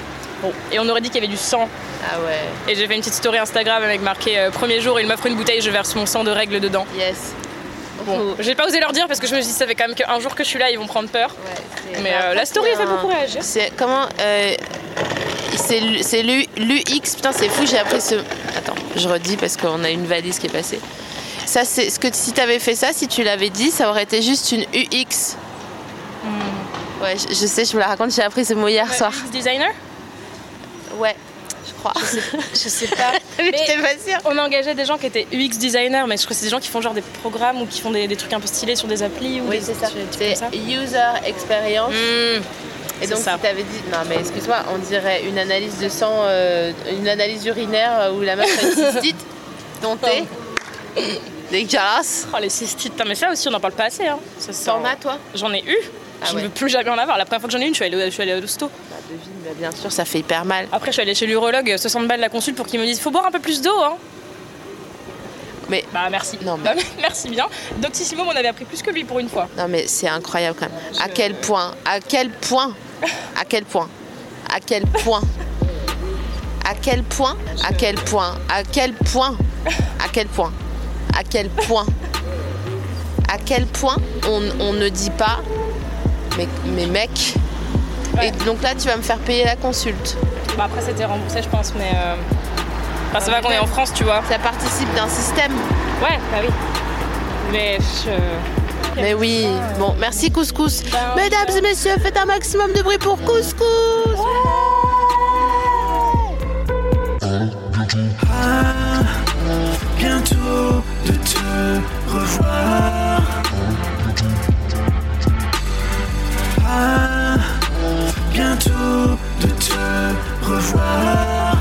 Speaker 14: bon. Et on aurait dit qu'il y avait du sang.
Speaker 5: Ah ouais.
Speaker 14: Et j'ai fait une petite story Instagram avec marqué euh, Premier jour, il m'offre une bouteille, je verse mon sang de règle dedans.
Speaker 5: Yes.
Speaker 14: Bon, j'ai pas osé leur dire parce que je me suis dit, ça fait quand même qu'un jour que je suis là, ils vont prendre peur. Mais
Speaker 5: Bah,
Speaker 14: euh, la
Speaker 5: après,
Speaker 14: story
Speaker 5: c'est
Speaker 14: fait
Speaker 5: un-
Speaker 14: beaucoup réagir.
Speaker 5: C'est comment euh, C'est l'U- c'est l'U- l'UX. Putain, c'est fou. J'ai appris ce. Attends, je redis parce qu'on a une valise qui est passée. Ça, c'est ce que si t'avais fait ça, si tu l'avais dit, ça aurait été juste une UX.
Speaker 14: Hmm.
Speaker 5: Ouais, je, je sais, je vous la raconte. J'ai appris ce mot hier soir.
Speaker 14: Designer
Speaker 5: Ouais, je crois. Je sais,
Speaker 14: pas. On a engagé des gens qui étaient UX designer, mais je crois que c'est des gens qui font genre des programmes ou qui font des, des trucs un peu stylés sur des applis ou
Speaker 5: Oui,
Speaker 14: des
Speaker 5: c'est ça.
Speaker 14: des trucs
Speaker 5: C'est
Speaker 14: comme ça. Hum.
Speaker 5: user experience. Et
Speaker 14: c'est
Speaker 5: donc,
Speaker 14: ça.
Speaker 5: si t'avais dit, non mais excuse-moi, on dirait une analyse de sang, euh, une analyse urinaire euh, où la meuf a une cystite, dont t'es. Dégueulasse.
Speaker 14: Oh, les cystites. Putain, mais ça aussi, on n'en parle pas assez. Hein. Ça sent...
Speaker 5: T'en as, toi
Speaker 14: J'en ai eu.
Speaker 5: Ah
Speaker 14: je ne
Speaker 5: ouais.
Speaker 14: veux plus jamais en avoir. La première fois que j'en ai eu une, je suis allée, au- je suis allée à l'hosto.
Speaker 5: bien sûr, ça fait hyper mal.
Speaker 14: Après, je suis allée chez l'urologue, euh, 60 balles la consulte pour qu'il me dise faut boire un peu plus d'eau. Hein.
Speaker 5: Mais.
Speaker 14: Bah, merci.
Speaker 5: Non, mais.
Speaker 14: Bah, merci bien. Doctissimo m'en avait appris plus que lui pour une fois.
Speaker 5: Non mais c'est incroyable quand même. À quel point À quel point À quel point À quel point À quel point À quel point À quel point À quel point À quel point À quel point on, on ne dit pas mais, mais mec Et donc là tu vas me faire payer la consulte.
Speaker 14: Bah, après, c'était remboursé, je pense, mais. euh, Enfin, ça va qu'on est en France, tu vois.
Speaker 5: Ça participe d'un système.
Speaker 14: Ah, Ouais, bah oui. Mais
Speaker 5: Mais oui, bon, merci Couscous. Mesdames et messieurs, faites un maximum de bruit pour Couscous
Speaker 3: Ah, bientôt de te revoir. Ah, bientôt de te revoir.